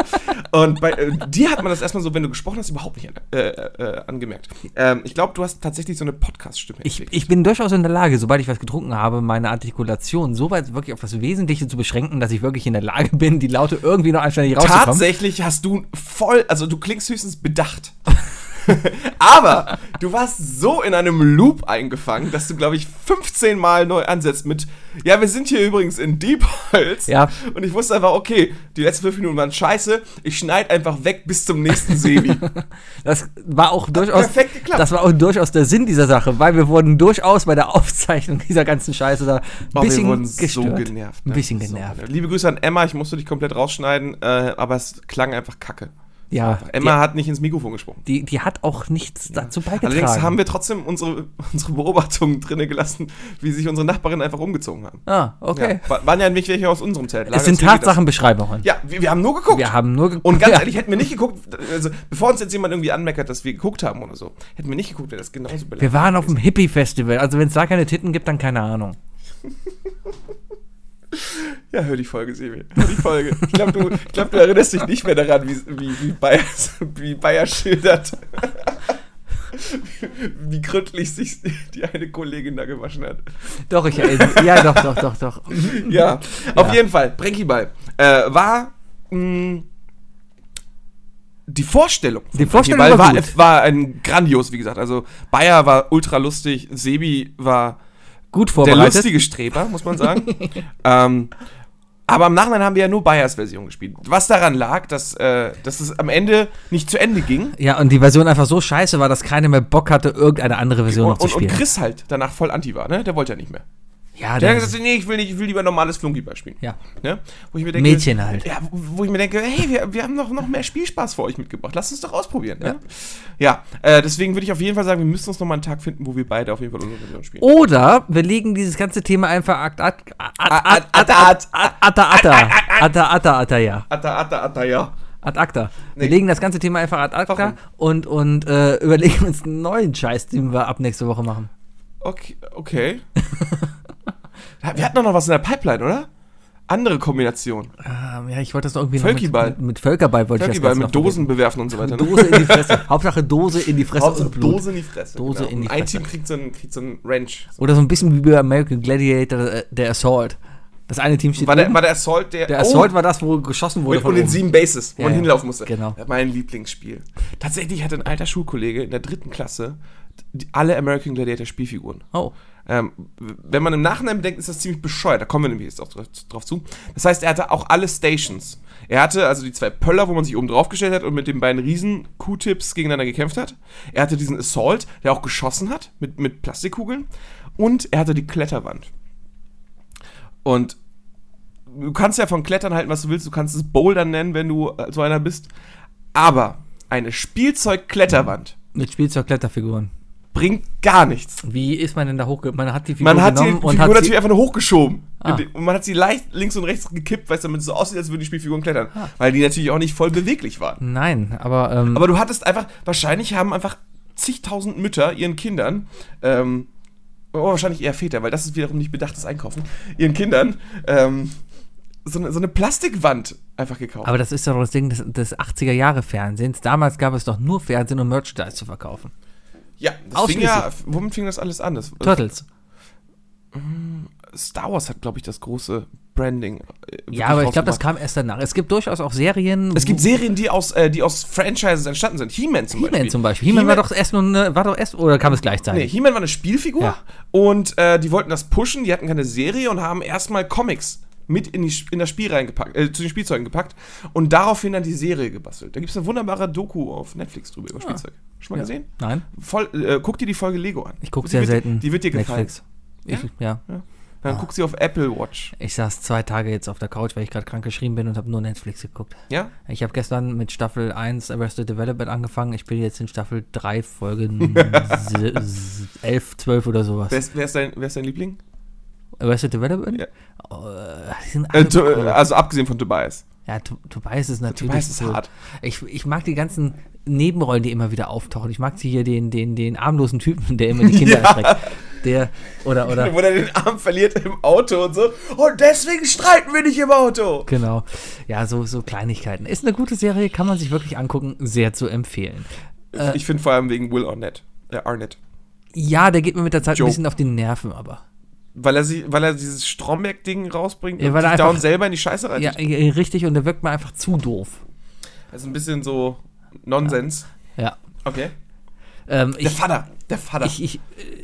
Speaker 2: Und bei äh, dir hat man das erstmal so, wenn du gesprochen hast, überhaupt nicht an, äh, äh, angemerkt. Ähm, ich glaube, du hast tatsächlich so eine Podcast-Stimme.
Speaker 3: Ich,
Speaker 2: entwickelt.
Speaker 3: ich bin durchaus in der Lage, sobald ich was getrunken habe, meine Artikulation so weit wirklich auf das Wesentliche zu beschränken, dass ich wirklich in der Lage bin, die Laute irgendwie noch anständig rauszukommen.
Speaker 2: tatsächlich hast du voll, also du klingst höchstens bedacht. [laughs] Aber du warst so in einem Loop eingefangen, dass du, glaube ich, 15 Mal neu ansetzt mit, ja, wir sind hier übrigens in Diepholz.
Speaker 3: Ja.
Speaker 2: Und ich wusste einfach, okay, die letzten fünf Minuten waren scheiße, ich schneide einfach weg bis zum nächsten [laughs] Sebi.
Speaker 3: Das war auch durchaus.
Speaker 2: perfekt geklappt.
Speaker 3: Das war auch durchaus der Sinn dieser Sache, weil wir wurden durchaus bei der Aufzeichnung dieser ganzen Scheiße da ein
Speaker 2: Oh,
Speaker 3: bisschen
Speaker 2: wir wurden
Speaker 3: gestört.
Speaker 2: so genervt.
Speaker 3: Ein
Speaker 2: ne?
Speaker 3: bisschen
Speaker 2: So
Speaker 3: genervt.
Speaker 2: Liebe Grüße an Emma, ich musste dich komplett rausschneiden, äh, aber es klang einfach kacke.
Speaker 3: ja.
Speaker 2: Emma hat nicht ins Mikrofon gesprochen.
Speaker 3: Die, die, die hat auch nichts dazu beigetragen.
Speaker 2: Allerdings haben wir trotzdem unsere, [laughs] unsere Beobachtungen drinne gelassen, wie sich unsere Nachbarinnen einfach umgezogen haben.
Speaker 3: Ah, okay.
Speaker 2: Ja, wa- waren ja nicht welche aus unserem Zelt.
Speaker 3: Es sind Tatsachenbeschreibungen.
Speaker 2: Ja, wir, wir haben nur geguckt.
Speaker 3: Wir haben nur geguckt.
Speaker 2: und ganz
Speaker 3: [laughs] ja.
Speaker 2: ehrlich, hätten wir nicht geguckt, also bevor uns jetzt jemand irgendwie anmeckert, dass wir geguckt haben oder so, hätten wir nicht geguckt, wäre das genauso beleidigt.
Speaker 3: Wir waren auf dem Hippie-Festival. Also, wenn es da keine Titten gibt, dann keine Ahnung.
Speaker 2: Ja, hör die Folge, Sebi. Hör die Folge. Ich glaube, du, ich glaub, du erinnerst dich nicht mehr daran, wie, wie, wie, Bayer, [laughs] wie Bayer schildert, [laughs] wie gründlich sich die eine Kollegin da gewaschen hat.
Speaker 3: Doch, ich erinnere Ja, doch, doch, doch, doch.
Speaker 2: ja, auf
Speaker 3: Ja.
Speaker 2: jeden Fall. Brenkyball äh, war mh, die Vorstellung. von
Speaker 3: Die Vorstellung
Speaker 2: Brenkyball
Speaker 3: war
Speaker 2: war,
Speaker 3: gut.
Speaker 2: war ein grandios, wie gesagt. Also Bayer war ultra lustig, Sebi war
Speaker 3: Gut
Speaker 2: der
Speaker 3: vorbereitet.
Speaker 2: lustige Streber, muss man
Speaker 3: [laughs]
Speaker 2: sagen. ähm, aber im Nachhinein haben wir ja nur Bayers Version gespielt. Was daran lag, dass, äh, dass es am Ende nicht zu Ende ging.
Speaker 3: Ja, und die Version einfach so scheiße war, dass keiner mehr Bock hatte, irgendeine andere Version noch
Speaker 2: Und,
Speaker 3: zu
Speaker 2: und, und
Speaker 3: spielen.
Speaker 2: Chris halt danach voll anti war, ne? Der wollte ja nicht mehr.
Speaker 3: ja,
Speaker 2: Der hat
Speaker 3: dann-
Speaker 2: gesagt, nee, ich will, nicht, ich will lieber normales Flunkyball spielen.
Speaker 3: ja.
Speaker 2: Ne? Wo ich mir denke,
Speaker 3: Mädchen halt.
Speaker 2: Ja, wo wo ich mir denke, hey, wir, wir haben noch, noch mehr Spielspaß für euch mitgebracht. Lasst uns doch ausprobieren. Ne? Ja, äh, deswegen würde ich auf jeden Fall sagen, wir müssen uns noch mal einen Tag finden, wo wir beide auf jeden Fall unsere Version
Speaker 3: Oh.
Speaker 2: spielen.
Speaker 3: Oder wir legen dieses ganze Thema einfach ad ad ad ad ad ad ad ad ad ja.
Speaker 2: Atta, atta, atta, ja.
Speaker 3: Ad acta. Wir
Speaker 2: Nee.
Speaker 3: legen das ganze Thema einfach ad acta
Speaker 2: Warum?
Speaker 3: und, und äh, überlegen uns einen neuen Scheiß, den wir ab nächste Woche machen.
Speaker 2: Okay.
Speaker 3: [laughs]
Speaker 2: okay. wir hatten doch noch was in der Pipeline, oder? Andere Kombination.
Speaker 3: Ähm, ja, ich wollte das noch irgendwie
Speaker 2: Völkiball.
Speaker 3: noch mit, mit, mit Völkerball wollte ich das
Speaker 2: Turkeyball
Speaker 3: Ganze
Speaker 2: mit
Speaker 3: noch
Speaker 2: Dosen bewerfen und so weiter. Ne?
Speaker 3: probieren. Dose in die Fresse. [laughs] Hauptsache Dose in die Fresse
Speaker 2: Hauptsache
Speaker 3: und Blut.
Speaker 2: Dose in die Fresse.
Speaker 3: Dose in die
Speaker 2: Und Ein
Speaker 3: Fresse.
Speaker 2: Team kriegt so einen, kriegt so einen Wrench.
Speaker 3: Oder so ein bisschen wie bei American Gladiator äh, der Assault. Das eine Team steht
Speaker 2: War der,
Speaker 3: oben.
Speaker 2: war der Assault der.
Speaker 3: der
Speaker 2: Oh,
Speaker 3: Assault war das, wo geschossen wurde
Speaker 2: Mit, und den
Speaker 3: oben.
Speaker 2: sieben Bases, wo
Speaker 3: Ja,
Speaker 2: man
Speaker 3: ja.
Speaker 2: hinlaufen musste.
Speaker 3: Genau.
Speaker 2: Mein Lieblingsspiel. Tatsächlich hatte ein alter Schulkollege in der dritten Klasse die, alle American Gladiator Spielfiguren.
Speaker 3: Oh.
Speaker 2: Ähm, w- wenn man im Nachhinein bedenkt, ist das ziemlich bescheuert. Da kommen wir nämlich jetzt auch drauf, drauf zu. Das heißt, er hatte auch alle Stations. Er hatte also die zwei Pöller, wo man sich oben drauf gestellt hat und mit den beiden riesen Q-Tips gegeneinander gekämpft hat. Er hatte diesen Assault, der auch geschossen hat mit, mit Plastikkugeln. Und er hatte die Kletterwand. Und du kannst ja von Klettern halten, was du willst. Du kannst es Bouldern nennen, wenn du äh, so einer bist. Aber eine Spielzeug-Kletterwand
Speaker 3: Mit Spielzeug-Kletterfiguren.
Speaker 2: bringt gar nichts.
Speaker 3: Wie ist man denn da hochge... Man hat die Figur
Speaker 2: Man hat die
Speaker 3: Genau genommen
Speaker 2: Figur
Speaker 3: und hat
Speaker 2: natürlich
Speaker 3: sie...
Speaker 2: einfach nur hochgeschoben.
Speaker 3: Ah.
Speaker 2: Und man hat sie leicht links und rechts gekippt, weil es damit so aussieht, als würden die Spielfiguren klettern.
Speaker 3: Ah.
Speaker 2: Weil die natürlich auch nicht voll beweglich waren.
Speaker 3: Nein, aber... Ähm,
Speaker 2: Aber du hattest einfach, wahrscheinlich haben einfach zigtausend Mütter ihren Kindern, ähm, oh, wahrscheinlich eher Väter, weil das ist wiederum nicht bedachtes Einkaufen, ihren Kindern ähm, so, eine, so eine Plastikwand einfach gekauft.
Speaker 3: Aber das ist doch das Ding des, des 80er-Jahre-Fernsehens. Damals gab es doch nur Fernsehen, um Merchandise zu verkaufen.
Speaker 2: ja, das fing
Speaker 3: ausschließlich.
Speaker 2: ja, womit fing das alles an? Das,
Speaker 3: Turtles.
Speaker 2: Star Wars hat, glaube ich, das große Branding. äh, wirklich
Speaker 3: Ja, aber ich glaube, das
Speaker 2: rausgemacht.
Speaker 3: kam erst danach. Es gibt durchaus auch Serien.
Speaker 2: Es gibt
Speaker 3: wo-
Speaker 2: Serien, die aus, äh, die aus Franchises entstanden sind. He-Man zum
Speaker 3: He-Man
Speaker 2: Beispiel.
Speaker 3: zum Beispiel. He-Man war doch erst nur eine, war doch erst, oder kam es
Speaker 2: Nee,
Speaker 3: gleichzeitig?
Speaker 2: He-Man war eine Spielfigur
Speaker 3: Ja.
Speaker 2: und äh, die wollten das pushen, die hatten keine Serie und haben erstmal Comics mit in, die, Sp- in das Spiel reingepackt, äh, zu den Spielzeugen gepackt und daraufhin dann die Serie gebastelt. Da gibt es eine wunderbare Doku auf Netflix drüber
Speaker 3: Ah.
Speaker 2: über Spielzeug. Schon mal gesehen?
Speaker 3: Nein,
Speaker 2: Voll, äh, guck dir die Folge Lego an.
Speaker 3: ich gucke
Speaker 2: Die
Speaker 3: sehr
Speaker 2: wird-
Speaker 3: selten.
Speaker 2: Die wird dir gefallen.
Speaker 3: Netflix. Ah. Ich, ja.
Speaker 2: Dann guck sie auf Apple Watch.
Speaker 3: Ich saß zwei Tage jetzt auf der Couch, weil ich gerade krank geschrieben bin und habe nur Netflix geguckt.
Speaker 2: Ja?
Speaker 3: Ich habe gestern mit Staffel 1 Arrested Development angefangen. Ich bin jetzt in Staffel
Speaker 2: [laughs]
Speaker 3: 3 Folgen se- s- 11, 12 oder sowas.
Speaker 2: Wer ist, wer ist, dein, wer ist dein Liebling?
Speaker 3: Arrested Development?
Speaker 2: Ja.
Speaker 3: Oh, äh, die sind
Speaker 2: Äh,
Speaker 3: alle
Speaker 2: to,
Speaker 3: cool.
Speaker 2: äh, also abgesehen von Tobias.
Speaker 3: ja, Tu- Tobias ist natürlich
Speaker 2: Tobias ist
Speaker 3: cool.
Speaker 2: hart.
Speaker 3: Ich, ich mag die ganzen Nebenrollen, die immer wieder auftauchen. Ich mag sie hier den, den, den armlosen Typen,
Speaker 2: [laughs]
Speaker 3: der immer die Kinder
Speaker 2: Ja.
Speaker 3: erschreckt. Der, oder,
Speaker 2: [laughs]
Speaker 3: oder,
Speaker 2: Wo er den Arm verliert im Auto und so. Und deswegen streiten wir nicht im Auto.
Speaker 3: Genau. Ja, so, so Kleinigkeiten. Ist eine gute Serie, kann man sich wirklich angucken, sehr zu empfehlen. Äh.
Speaker 2: ich finde vor allem wegen Will Arnett. Äh, Arnett.
Speaker 3: Ja, der geht mir mit der Zeit
Speaker 2: Jo.
Speaker 3: ein bisschen auf die Nerven, aber.
Speaker 2: Weil er, sie, weil er dieses Stromberg-Ding rausbringt
Speaker 3: Ja,
Speaker 2: und
Speaker 3: weil er
Speaker 2: sich dauernd
Speaker 3: einfach-
Speaker 2: selber in die Scheiße reitet.
Speaker 3: Ja, ja, richtig, und der wirkt mir einfach zu doof.
Speaker 2: Also ein bisschen so Nonsens.
Speaker 3: Ja.
Speaker 2: Okay.
Speaker 3: Ähm,
Speaker 2: Der
Speaker 3: ich,
Speaker 2: Vater. Der Vater.
Speaker 3: ich, äh, ich,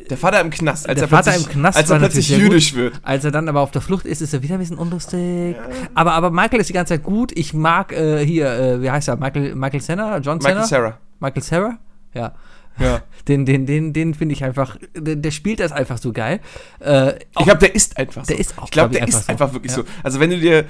Speaker 2: der Vater im Knast. Als
Speaker 3: der
Speaker 2: er
Speaker 3: Vater
Speaker 2: plötzlich,
Speaker 3: im Knast
Speaker 2: Als er
Speaker 3: war
Speaker 2: plötzlich
Speaker 3: natürlich
Speaker 2: jüdisch
Speaker 3: sehr
Speaker 2: wird.
Speaker 3: als er dann aber auf der Flucht ist, ist er wieder ein bisschen unlustig. Aber, aber Michael ist die ganze Zeit gut. Ich mag äh, hier, äh, wie heißt er? Michael, Michael Senna? John Senna?
Speaker 2: Michael Sarah.
Speaker 3: Michael Sarah? Ja.
Speaker 2: Ja.
Speaker 3: Den, den, den, den finde ich einfach, der, der spielt das einfach so geil. Äh,
Speaker 2: Ich glaube, der ist einfach so.
Speaker 3: Der ist auch,
Speaker 2: ich glaube,
Speaker 3: glaub ich,
Speaker 2: der ist
Speaker 3: einfach so.
Speaker 2: einfach wirklich
Speaker 3: Ja.
Speaker 2: so. Also wenn du dir,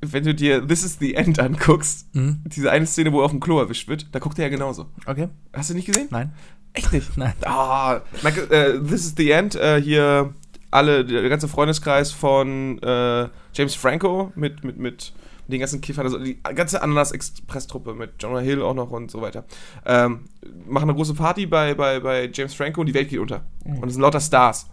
Speaker 2: wenn du dir This is the End anguckst,
Speaker 3: Mhm.
Speaker 2: diese eine Szene, wo er auf dem Klo erwischt wird, da guckt er ja genauso.
Speaker 3: okay.
Speaker 2: Hast du nicht gesehen?
Speaker 3: Nein.
Speaker 2: Echt nicht?
Speaker 3: Nein.
Speaker 2: Ah, Michael, äh, This is the End, äh, hier alle, der ganze Freundeskreis von äh, James Franco mit, mit, mit den ganzen Kiffern, also die ganze Ananas-Express-Truppe mit Jonah Hill auch noch und so weiter, ähm, machen eine große Party bei, bei, bei James Franco und die Welt geht unter. Und es sind lauter Stars.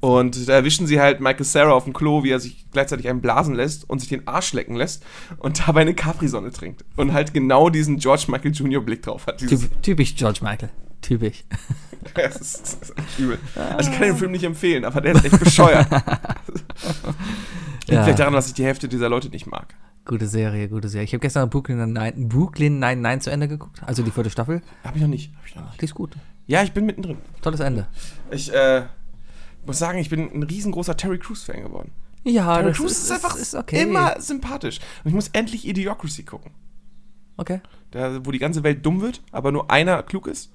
Speaker 2: Und da erwischen sie halt Michael Sarah auf dem Klo, wie er sich gleichzeitig einen blasen lässt und sich den Arsch lecken lässt und dabei eine Capri-Sonne trinkt. Und halt genau diesen George Michael Jr. Blick drauf hat. Dieses,
Speaker 3: Typ, typisch George Michael. Typisch.
Speaker 2: [laughs] das ist, das ist echt übel. Also ich kann
Speaker 3: Ah.
Speaker 2: den Film nicht empfehlen, aber der ist echt
Speaker 3: [laughs]
Speaker 2: bescheuert. Liegt
Speaker 3: Ja.
Speaker 2: vielleicht daran, dass ich die Hälfte dieser Leute nicht mag.
Speaker 3: Gute Serie, gute Serie. Ich habe gestern Brooklyn Nine, Brooklyn Nine Nine zu Ende geguckt, also die vierte Staffel.
Speaker 2: Hab ich noch nicht. Hab ich noch nicht.
Speaker 3: Die ist gut.
Speaker 2: Ja, ich bin mittendrin.
Speaker 3: Tolles Ende.
Speaker 2: Ich äh, muss sagen, ich bin ein riesengroßer Terry Crews-Fan geworden.
Speaker 3: Ja,
Speaker 2: Terry Crews ist, einfach immer sympathisch. Und ich muss endlich Idiocracy gucken.
Speaker 3: Okay.
Speaker 2: Da, wo die ganze Welt dumm wird, aber nur einer klug ist.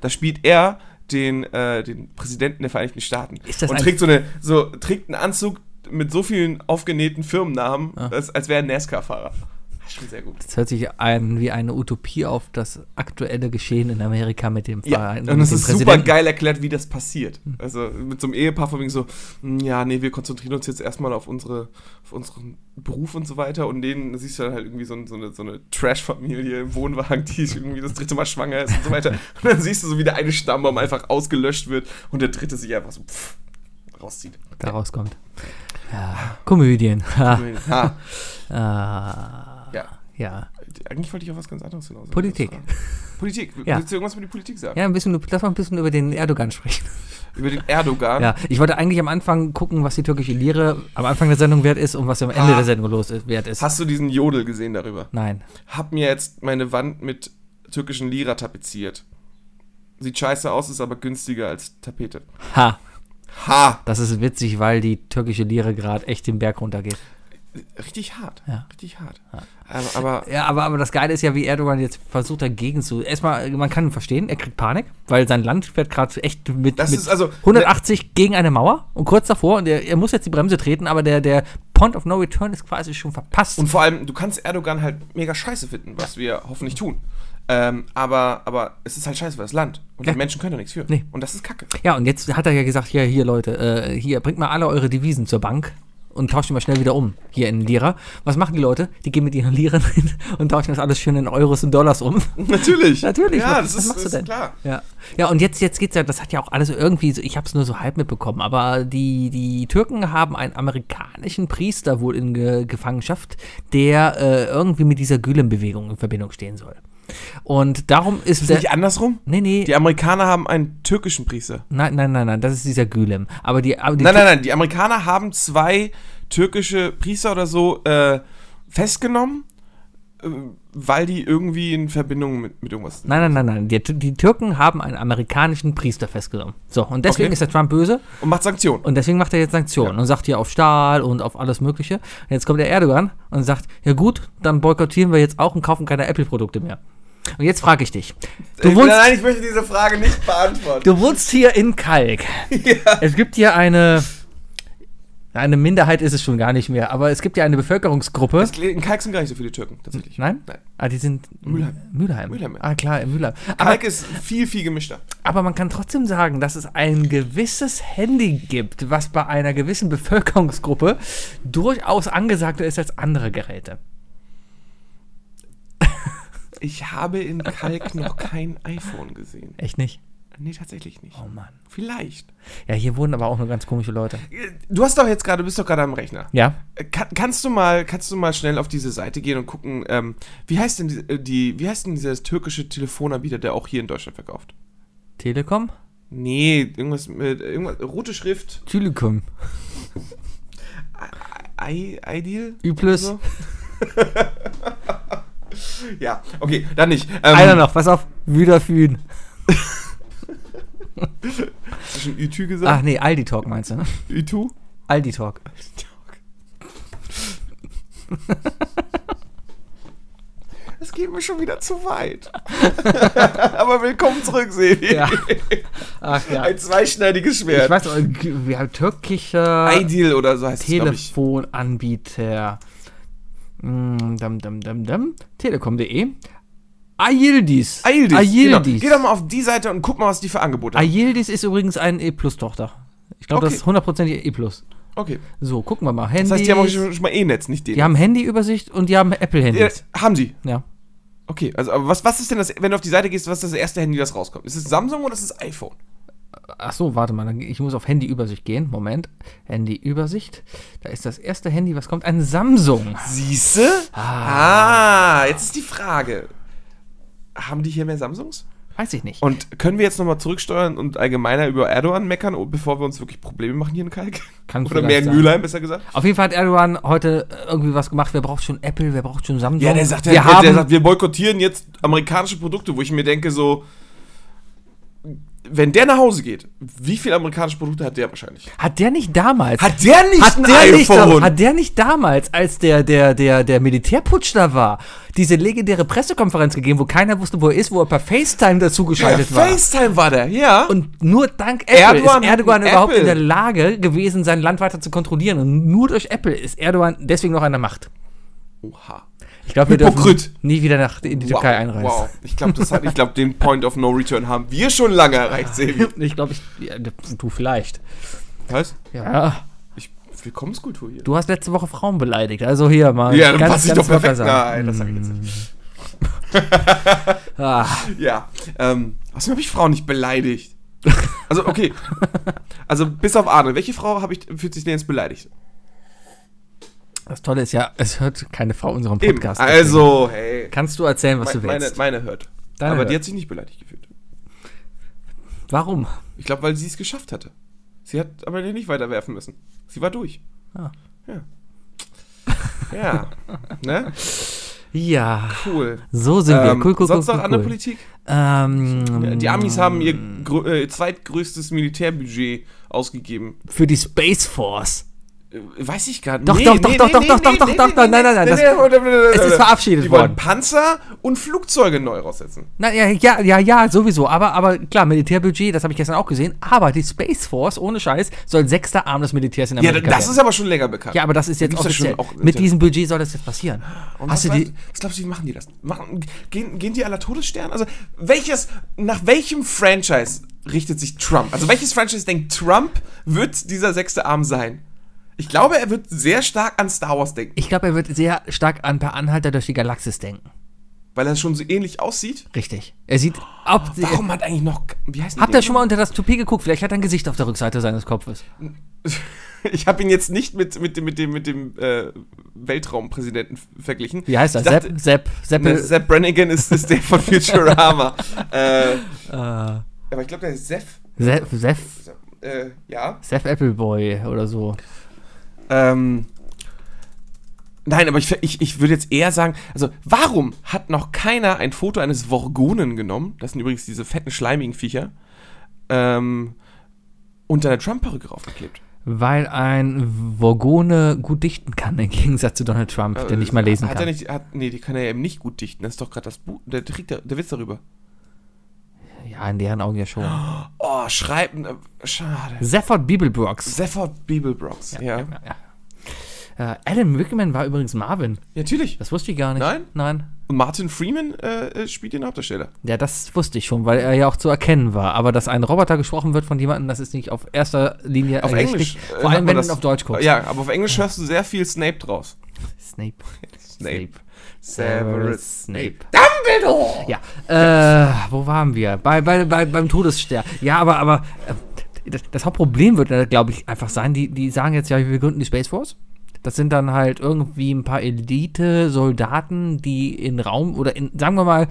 Speaker 2: Da spielt er den, äh, den Präsidenten der Vereinigten Staaten.
Speaker 3: Ist das
Speaker 2: und
Speaker 3: ein-
Speaker 2: trägt so eine, so, trägt einen Anzug mit so vielen aufgenähten Firmennamen,
Speaker 3: Ah.
Speaker 2: als, als wäre er ein NASCAR-Fahrer. Schon sehr gut.
Speaker 3: Das hört sich ein, wie eine Utopie auf das aktuelle Geschehen in Amerika mit dem
Speaker 2: Ja,
Speaker 3: Verein.
Speaker 2: und
Speaker 3: mit
Speaker 2: es
Speaker 3: dem
Speaker 2: ist super
Speaker 3: Ah, Präsidenten. Hm.
Speaker 2: geil erklärt, wie das passiert. Also mit so einem Ehepaar von wegen so, "Mm, ja, nee, wir konzentrieren uns jetzt erstmal auf unsere, auf unseren Beruf und so weiter. Und denen siehst du dann halt irgendwie so, ein- so eine, so eine Trash-Familie im Wohnwagen, die irgendwie das dritte Mal schwanger ist und so
Speaker 3: [laughs]
Speaker 2: weiter. Und dann siehst du so, wie der eine Stammbaum einfach ausgelöscht wird und der dritte sich einfach so pff, rauszieht.
Speaker 3: Da rauskommt. Ja. Komödien. [laughs]
Speaker 2: Ha.
Speaker 3: ah,
Speaker 2: ah, Ja.
Speaker 3: ja.
Speaker 2: Eigentlich wollte ich auf was ganz anderes hinaus.
Speaker 3: Politik.
Speaker 2: Politik.
Speaker 3: Ja.
Speaker 2: Willst du irgendwas über die Politik sagen?
Speaker 3: Ja, ein bisschen, lass mal ein bisschen über den Erdogan sprechen.
Speaker 2: Über den Erdogan.
Speaker 3: Ja, ich wollte eigentlich am Anfang gucken, was die türkische Lehre am Anfang der Sendung wert ist und was am Ende
Speaker 2: Ah.
Speaker 3: der Sendung los ist, wert ist.
Speaker 2: Hast du diesen Jodel gesehen darüber?
Speaker 3: Nein.
Speaker 2: hab mir jetzt meine Wand mit türkischen Lira tapeziert. Sieht scheiße aus, ist aber günstiger als Tapete.
Speaker 3: Ha.
Speaker 2: Ha!
Speaker 3: Das ist witzig, weil die türkische Lire gerade echt den Berg runtergeht.
Speaker 2: Richtig hart.
Speaker 3: Ja.
Speaker 2: Richtig hart. Aber, aber
Speaker 3: Ja, aber, aber das Geile ist ja, wie Erdogan jetzt versucht dagegen zu. Erstmal, man kann ihn verstehen, er kriegt Panik, weil sein Land fährt gerade echt mit,
Speaker 2: Das
Speaker 3: mit
Speaker 2: ist also-
Speaker 3: 180 gegen eine Mauer und kurz davor und er, er muss jetzt die Bremse treten, aber der, der Point of No Return ist quasi schon verpasst.
Speaker 2: und vor allem, du kannst Erdogan halt mega scheiße finden, was wir hoffentlich tun. Ähm, aber, aber es ist halt scheiße für das Land. Und
Speaker 3: Ja.
Speaker 2: die Menschen können da nichts für.
Speaker 3: Nee.
Speaker 2: Und das ist kacke. [laughs]
Speaker 3: ja, und jetzt hat er ja gesagt: Hier, hier Leute, äh, hier, bringt mal alle eure Devisen zur Bank. Und tauscht die mal schnell wieder um, hier in Lira. Was machen die Leute? Die gehen mit ihren Liren [laughs] hin und tauschen das alles schön in Euros und Dollars um.
Speaker 2: Natürlich.
Speaker 3: Natürlich,
Speaker 2: Ja,
Speaker 3: was-
Speaker 2: das
Speaker 3: was
Speaker 2: ist,
Speaker 3: machst du
Speaker 2: ist
Speaker 3: denn?
Speaker 2: klar.
Speaker 3: Ja. ja, und jetzt, jetzt geht's ja, das hat ja auch alles irgendwie so, ich habe es nur so halb mitbekommen, aber die, die Türken haben einen amerikanischen Priester wohl in Ge Gefangenschaft, der äh, irgendwie mit dieser Gülen-Bewegung in Verbindung stehen soll. Und darum ist,
Speaker 2: Ist
Speaker 3: der.
Speaker 2: nicht andersrum?
Speaker 3: nee, nee,
Speaker 2: Die Amerikaner haben einen türkischen Priester.
Speaker 3: nein, nein, nein, nein, das ist dieser Gülem. Aber die, aber die
Speaker 2: Nein, nein, nein. Die Amerikaner haben zwei türkische Priester oder so äh, festgenommen, äh, weil die irgendwie in Verbindung mit, mit irgendwas sind.
Speaker 3: Nein, nein, nein, nein. Die, die Türken haben einen amerikanischen Priester festgenommen. So, und deswegen
Speaker 2: Okay.
Speaker 3: ist der Trump böse
Speaker 2: Und macht Sanktionen.
Speaker 3: und deswegen macht er jetzt Sanktionen und sagt hier auf Stahl und auf alles Mögliche. Und jetzt kommt der Erdogan und sagt, ja gut, dann boykottieren wir jetzt auch und kaufen keine Apple-Produkte mehr. Und jetzt frage ich dich. Du
Speaker 2: Ich-
Speaker 3: wohnst,
Speaker 2: Äh, nein, ich möchte diese Frage nicht beantworten.
Speaker 3: Du wohnst hier
Speaker 2: [laughs]
Speaker 3: in Kalk. Es gibt hier eine. Eine Minderheit ist es schon gar nicht mehr, aber es gibt ja eine Bevölkerungsgruppe.
Speaker 2: Es kle- In Kalk sind gar nicht so viele Türken, tatsächlich.
Speaker 3: Nein?
Speaker 2: Nein.
Speaker 3: Ah, die sind.
Speaker 2: Mülheim.
Speaker 3: Mülheim.
Speaker 2: Mülheim, ja.
Speaker 3: Ah, klar, in Mülheim. Aber,
Speaker 2: Kalk ist viel, viel gemischter.
Speaker 3: aber man kann trotzdem sagen, dass es ein gewisses Handy gibt, was bei einer gewissen Bevölkerungsgruppe durchaus angesagter ist als andere Geräte.
Speaker 2: Ich habe in Kalk noch kein iPhone gesehen.
Speaker 3: Echt nicht?
Speaker 2: Nee, tatsächlich nicht.
Speaker 3: Oh Mann.
Speaker 2: Vielleicht.
Speaker 3: Ja, hier wohnen aber auch nur ganz komische Leute.
Speaker 2: Du hast doch jetzt gerade, bist doch gerade am Rechner.
Speaker 3: Ja.
Speaker 2: Äh, Kann, kannst du mal, kannst du mal schnell auf diese Seite gehen und gucken, ähm, wie heißt denn die, äh, die, wie heißt denn dieser türkische Telefonanbieter, der auch hier in Deutschland verkauft?
Speaker 3: Telekom?
Speaker 2: Nee, irgendwas mit, irgendwas, rote Schrift,
Speaker 3: Telekom.
Speaker 2: I, Ideal?
Speaker 3: Übles.
Speaker 2: So? ja, okay, dann nicht. Ähm,
Speaker 3: Einer noch, pass auf. Wiederfühlen.
Speaker 2: Zwischen Ü2
Speaker 3: Ach
Speaker 2: gesagt.
Speaker 3: nee, Aldi Talk meinst du, ne?
Speaker 2: Ü2?
Speaker 3: Aldi Talk.
Speaker 2: Es geht mir schon wieder zu weit. [laughs] Aber willkommen zurück, Sevi.
Speaker 3: Ja. [laughs] Ach ja.
Speaker 2: Ein zweischneidiges
Speaker 3: Ich
Speaker 2: Schwert.
Speaker 3: weiß, äh, g- wir haben türkischer
Speaker 2: Ideal oder so heißt es, glaube
Speaker 3: Telefonanbieter. Mm, Dam, dam, dam, dam. Telekom.de. Ayildis.
Speaker 2: ich. Aildis. Genau.
Speaker 3: Ayildis.
Speaker 2: Geh doch mal auf die Seite und guck mal, was die für Angebote haben.
Speaker 3: Ayildis ist übrigens ein E-Plus-Tochter. Ich glaube, das
Speaker 2: Okay.
Speaker 3: ist hundertprozentig E-Plus.
Speaker 2: Okay.
Speaker 3: So, gucken wir mal. Handys,
Speaker 2: Das heißt, die haben auch schon schon mal E-Netz, nicht den.
Speaker 3: die haben Handyübersicht und die haben
Speaker 2: ja,
Speaker 3: Apple-Handys.
Speaker 2: Äh, haben sie.
Speaker 3: Ja.
Speaker 2: Okay, also aber was, was ist denn das, wenn du auf die Seite gehst, was ist das erste Handy, das rauskommt? Ist es Samsung oder ist es iPhone?
Speaker 3: Ach so, warte mal. dann- Ich muss auf Handyübersicht gehen. Moment. Handyübersicht. Da ist das erste Handy, was kommt? Ein Samsung.
Speaker 2: Siehste? Ah. jetzt ist die Frage. Haben die hier mehr Samsungs?
Speaker 3: Weiß ich nicht.
Speaker 2: Und können wir jetzt nochmal zurücksteuern und allgemeiner über Erdogan meckern, oh, bevor wir uns wirklich Probleme machen hier in Kalk?
Speaker 3: Kann
Speaker 2: Oder mehr
Speaker 3: vielleicht
Speaker 2: in
Speaker 3: sein.
Speaker 2: Mülheim, besser gesagt?
Speaker 3: Auf jeden Fall hat Erdogan heute äh, irgendwie was gemacht. Wer braucht schon Apple? Wer braucht schon Samsung?
Speaker 2: Ja, der sagt,
Speaker 3: wir
Speaker 2: der, der,
Speaker 3: haben,
Speaker 2: der sagt, wir boykottieren jetzt amerikanische Produkte, wo ich mir denke, so, wenn der nach Hause geht, wie viele amerikanische Produkte hat der wahrscheinlich?
Speaker 3: hat der nicht damals?
Speaker 2: Hat der nicht
Speaker 3: hat der nicht, dam- hat der nicht damals, als der, der, der, der Militärputsch da war, diese legendäre Pressekonferenz gegeben, wo keiner wusste, wo er ist, wo er per FaceTime dazu
Speaker 2: Ja,
Speaker 3: geschaltet war?
Speaker 2: FaceTime war der, ja.
Speaker 3: Und nur dank Apple
Speaker 2: Erdogan
Speaker 3: ist Erdogan
Speaker 2: und
Speaker 3: überhaupt
Speaker 2: Apple.
Speaker 3: in der Lage gewesen, sein Land weiter zu kontrollieren. Und nur durch Apple ist Erdogan deswegen noch an der Macht.
Speaker 2: Oha.
Speaker 3: Ich glaube, wir
Speaker 2: Hypokrit.
Speaker 3: dürfen nie wieder nach, in die Türkei einreisen.
Speaker 2: Wow, ich glaube, glaub, den Point of No Return haben wir schon lange erreicht, Sebi.
Speaker 3: Ich glaube, ich, ja, du vielleicht.
Speaker 2: Was?
Speaker 3: ja.
Speaker 2: Ich, Willkommenskultur hier.
Speaker 3: Du hast letzte Woche Frauen beleidigt, also hier mal.
Speaker 2: ja, dann passe ich doch perfekt. Nein,
Speaker 3: Nein.
Speaker 2: das sag ich jetzt nicht.
Speaker 3: Ah,
Speaker 2: Ja, ähm, außerdem habe ich Frauen nicht beleidigt. Also,
Speaker 3: [laughs]
Speaker 2: okay. Also, bis auf Adel. Welche Frau hab ich, fühlt sich denn jetzt beleidigt?
Speaker 3: das Tolle ist ja, es hört keine Frau unseren Podcast. deswegen
Speaker 2: Also, hey.
Speaker 3: Kannst du erzählen, was
Speaker 2: Me-
Speaker 3: du
Speaker 2: meine,
Speaker 3: willst?
Speaker 2: meine hört.
Speaker 3: Deine
Speaker 2: Aber die
Speaker 3: hört.
Speaker 2: hat sich nicht beleidigt gefühlt.
Speaker 3: Warum?
Speaker 2: Ich glaube, weil sie es geschafft hatte. Sie hat aber den nicht weiterwerfen müssen. Sie war durch.
Speaker 3: Ah.
Speaker 2: Ja. Ja. ne?
Speaker 3: Ja,
Speaker 2: Cool.
Speaker 3: so sind wir.
Speaker 2: Ähm,
Speaker 3: Cool, cool, cool.
Speaker 2: sonst noch
Speaker 3: cool,
Speaker 2: andere
Speaker 3: cool.
Speaker 2: Politik?
Speaker 3: Ähm,
Speaker 2: Die Amis haben ihr grö- äh, zweitgrößtes Militärbudget ausgegeben.
Speaker 3: Für die Space Force.
Speaker 2: Äh, Weiß ich gar nicht.
Speaker 3: Doch, doch, doch, doch, doch, doch, doch, doch, doch, nein, nein, nein, das-
Speaker 2: Es
Speaker 3: es ist verabschiedet
Speaker 2: Die wollen
Speaker 3: worden.
Speaker 2: Panzer und Flugzeuge neu raussetzen.
Speaker 3: Na, ja, ja, ja, ja, sowieso. Aber, aber klar, Militärbudget, das habe ich gestern auch gesehen. Aber die Space Force, ohne Scheiß, soll sechster Arm des Militärs in
Speaker 2: Ja, d-
Speaker 3: Amerika
Speaker 2: das
Speaker 3: werden.
Speaker 2: ist aber schon länger bekannt.
Speaker 3: ja, aber das ist jetzt
Speaker 2: Gibt's das schon
Speaker 3: offiziell.
Speaker 2: auch im
Speaker 3: Mit
Speaker 2: Internet?
Speaker 3: diesem Budget soll das jetzt passieren.
Speaker 2: Und
Speaker 3: Hast du
Speaker 2: was
Speaker 3: die,
Speaker 2: meinst- Was glaubst du, wie machen die das? Machen, gehen, gehen die aller Todesstern? Also, welches, nach welchem Franchise richtet sich Trump? Also, welches Franchise denkt Trump, wird dieser sechste Arm sein? Ich glaube, er wird sehr stark an Star Wars denken,
Speaker 3: Ich glaube, er wird sehr stark an Per Anhalter durch die Galaxis denken.
Speaker 2: weil er schon so ähnlich aussieht.
Speaker 3: Richtig. Er sieht. Ob,
Speaker 2: Warum hat eigentlich noch. Wie heißt
Speaker 3: habt ihr schon mal unter das Toupet geguckt? Vielleicht hat er ein Gesicht auf der Rückseite seines Kopfes.
Speaker 2: [laughs] Ich habe ihn jetzt nicht mit, mit dem, mit dem, mit dem äh, Weltraumpräsidenten f- verglichen.
Speaker 3: Wie heißt er?
Speaker 2: Ich dachte,
Speaker 3: Sepp? Sepp? Sepp?
Speaker 2: Ne, Sepp Brannigan ist, ist der [laughs] von Futurama. äh, aber ich glaube, der ist Sepp.
Speaker 3: Sepp? Sepp?
Speaker 2: Äh, ja.
Speaker 3: Sepp Appleboy oder so.
Speaker 2: Ähm, Nein, aber ich, ich, ich würde jetzt eher sagen, also warum hat noch keiner ein Foto eines Worgonen genommen? Das sind übrigens diese fetten, schleimigen Viecher. Ähm, und eine Trump-Perücke raufgeklebt.
Speaker 3: Weil ein Vorgone gut dichten kann, im Gegensatz zu Donald Trump, der nicht mal lesen
Speaker 2: hat
Speaker 3: kann.
Speaker 2: Er nicht, hat, nee, die kann er eben nicht gut dichten. Das ist doch gerade das Buch, der, Trick, der, der Witz darüber.
Speaker 3: ja, in deren Augen ja schon.
Speaker 2: Oh, schreiben, äh, schade.
Speaker 3: Sefford Bibelbrooks.
Speaker 2: Sefford Bibelbrocks, ja. ja.
Speaker 3: Ja, ja. Äh, Alan Rickman war übrigens Marvin.
Speaker 2: natürlich.
Speaker 3: Das wusste ich gar nicht.
Speaker 2: Nein?
Speaker 3: Nein.
Speaker 2: Und Martin Freeman äh, äh, spielt den Hauptdarsteller.
Speaker 3: Ja, das wusste ich schon, weil er ja auch zu erkennen war. Aber dass ein Roboter gesprochen wird von jemandem, das ist nicht auf erster Linie
Speaker 2: Auf Englisch.
Speaker 3: ersichtlich.
Speaker 2: äh,
Speaker 3: Vor
Speaker 2: hat
Speaker 3: allem,
Speaker 2: man
Speaker 3: wenn
Speaker 2: das-
Speaker 3: du auf Deutsch guckst.
Speaker 2: Ja, aber auf Englisch hörst du sehr viel Snape draus.
Speaker 3: Snape.
Speaker 2: Snape.
Speaker 3: Severus Snape.
Speaker 2: Dumbledore!
Speaker 3: Ja, äh, wo waren wir? Bei, bei, bei, beim Todesstern. Ja, aber, aber äh, das, das Hauptproblem wird, glaube ich, einfach sein, die, die sagen jetzt, ja, wir gründen die Space Force. Das sind dann halt irgendwie ein paar Elite-Soldaten, die in Raum oder in, sagen wir mal,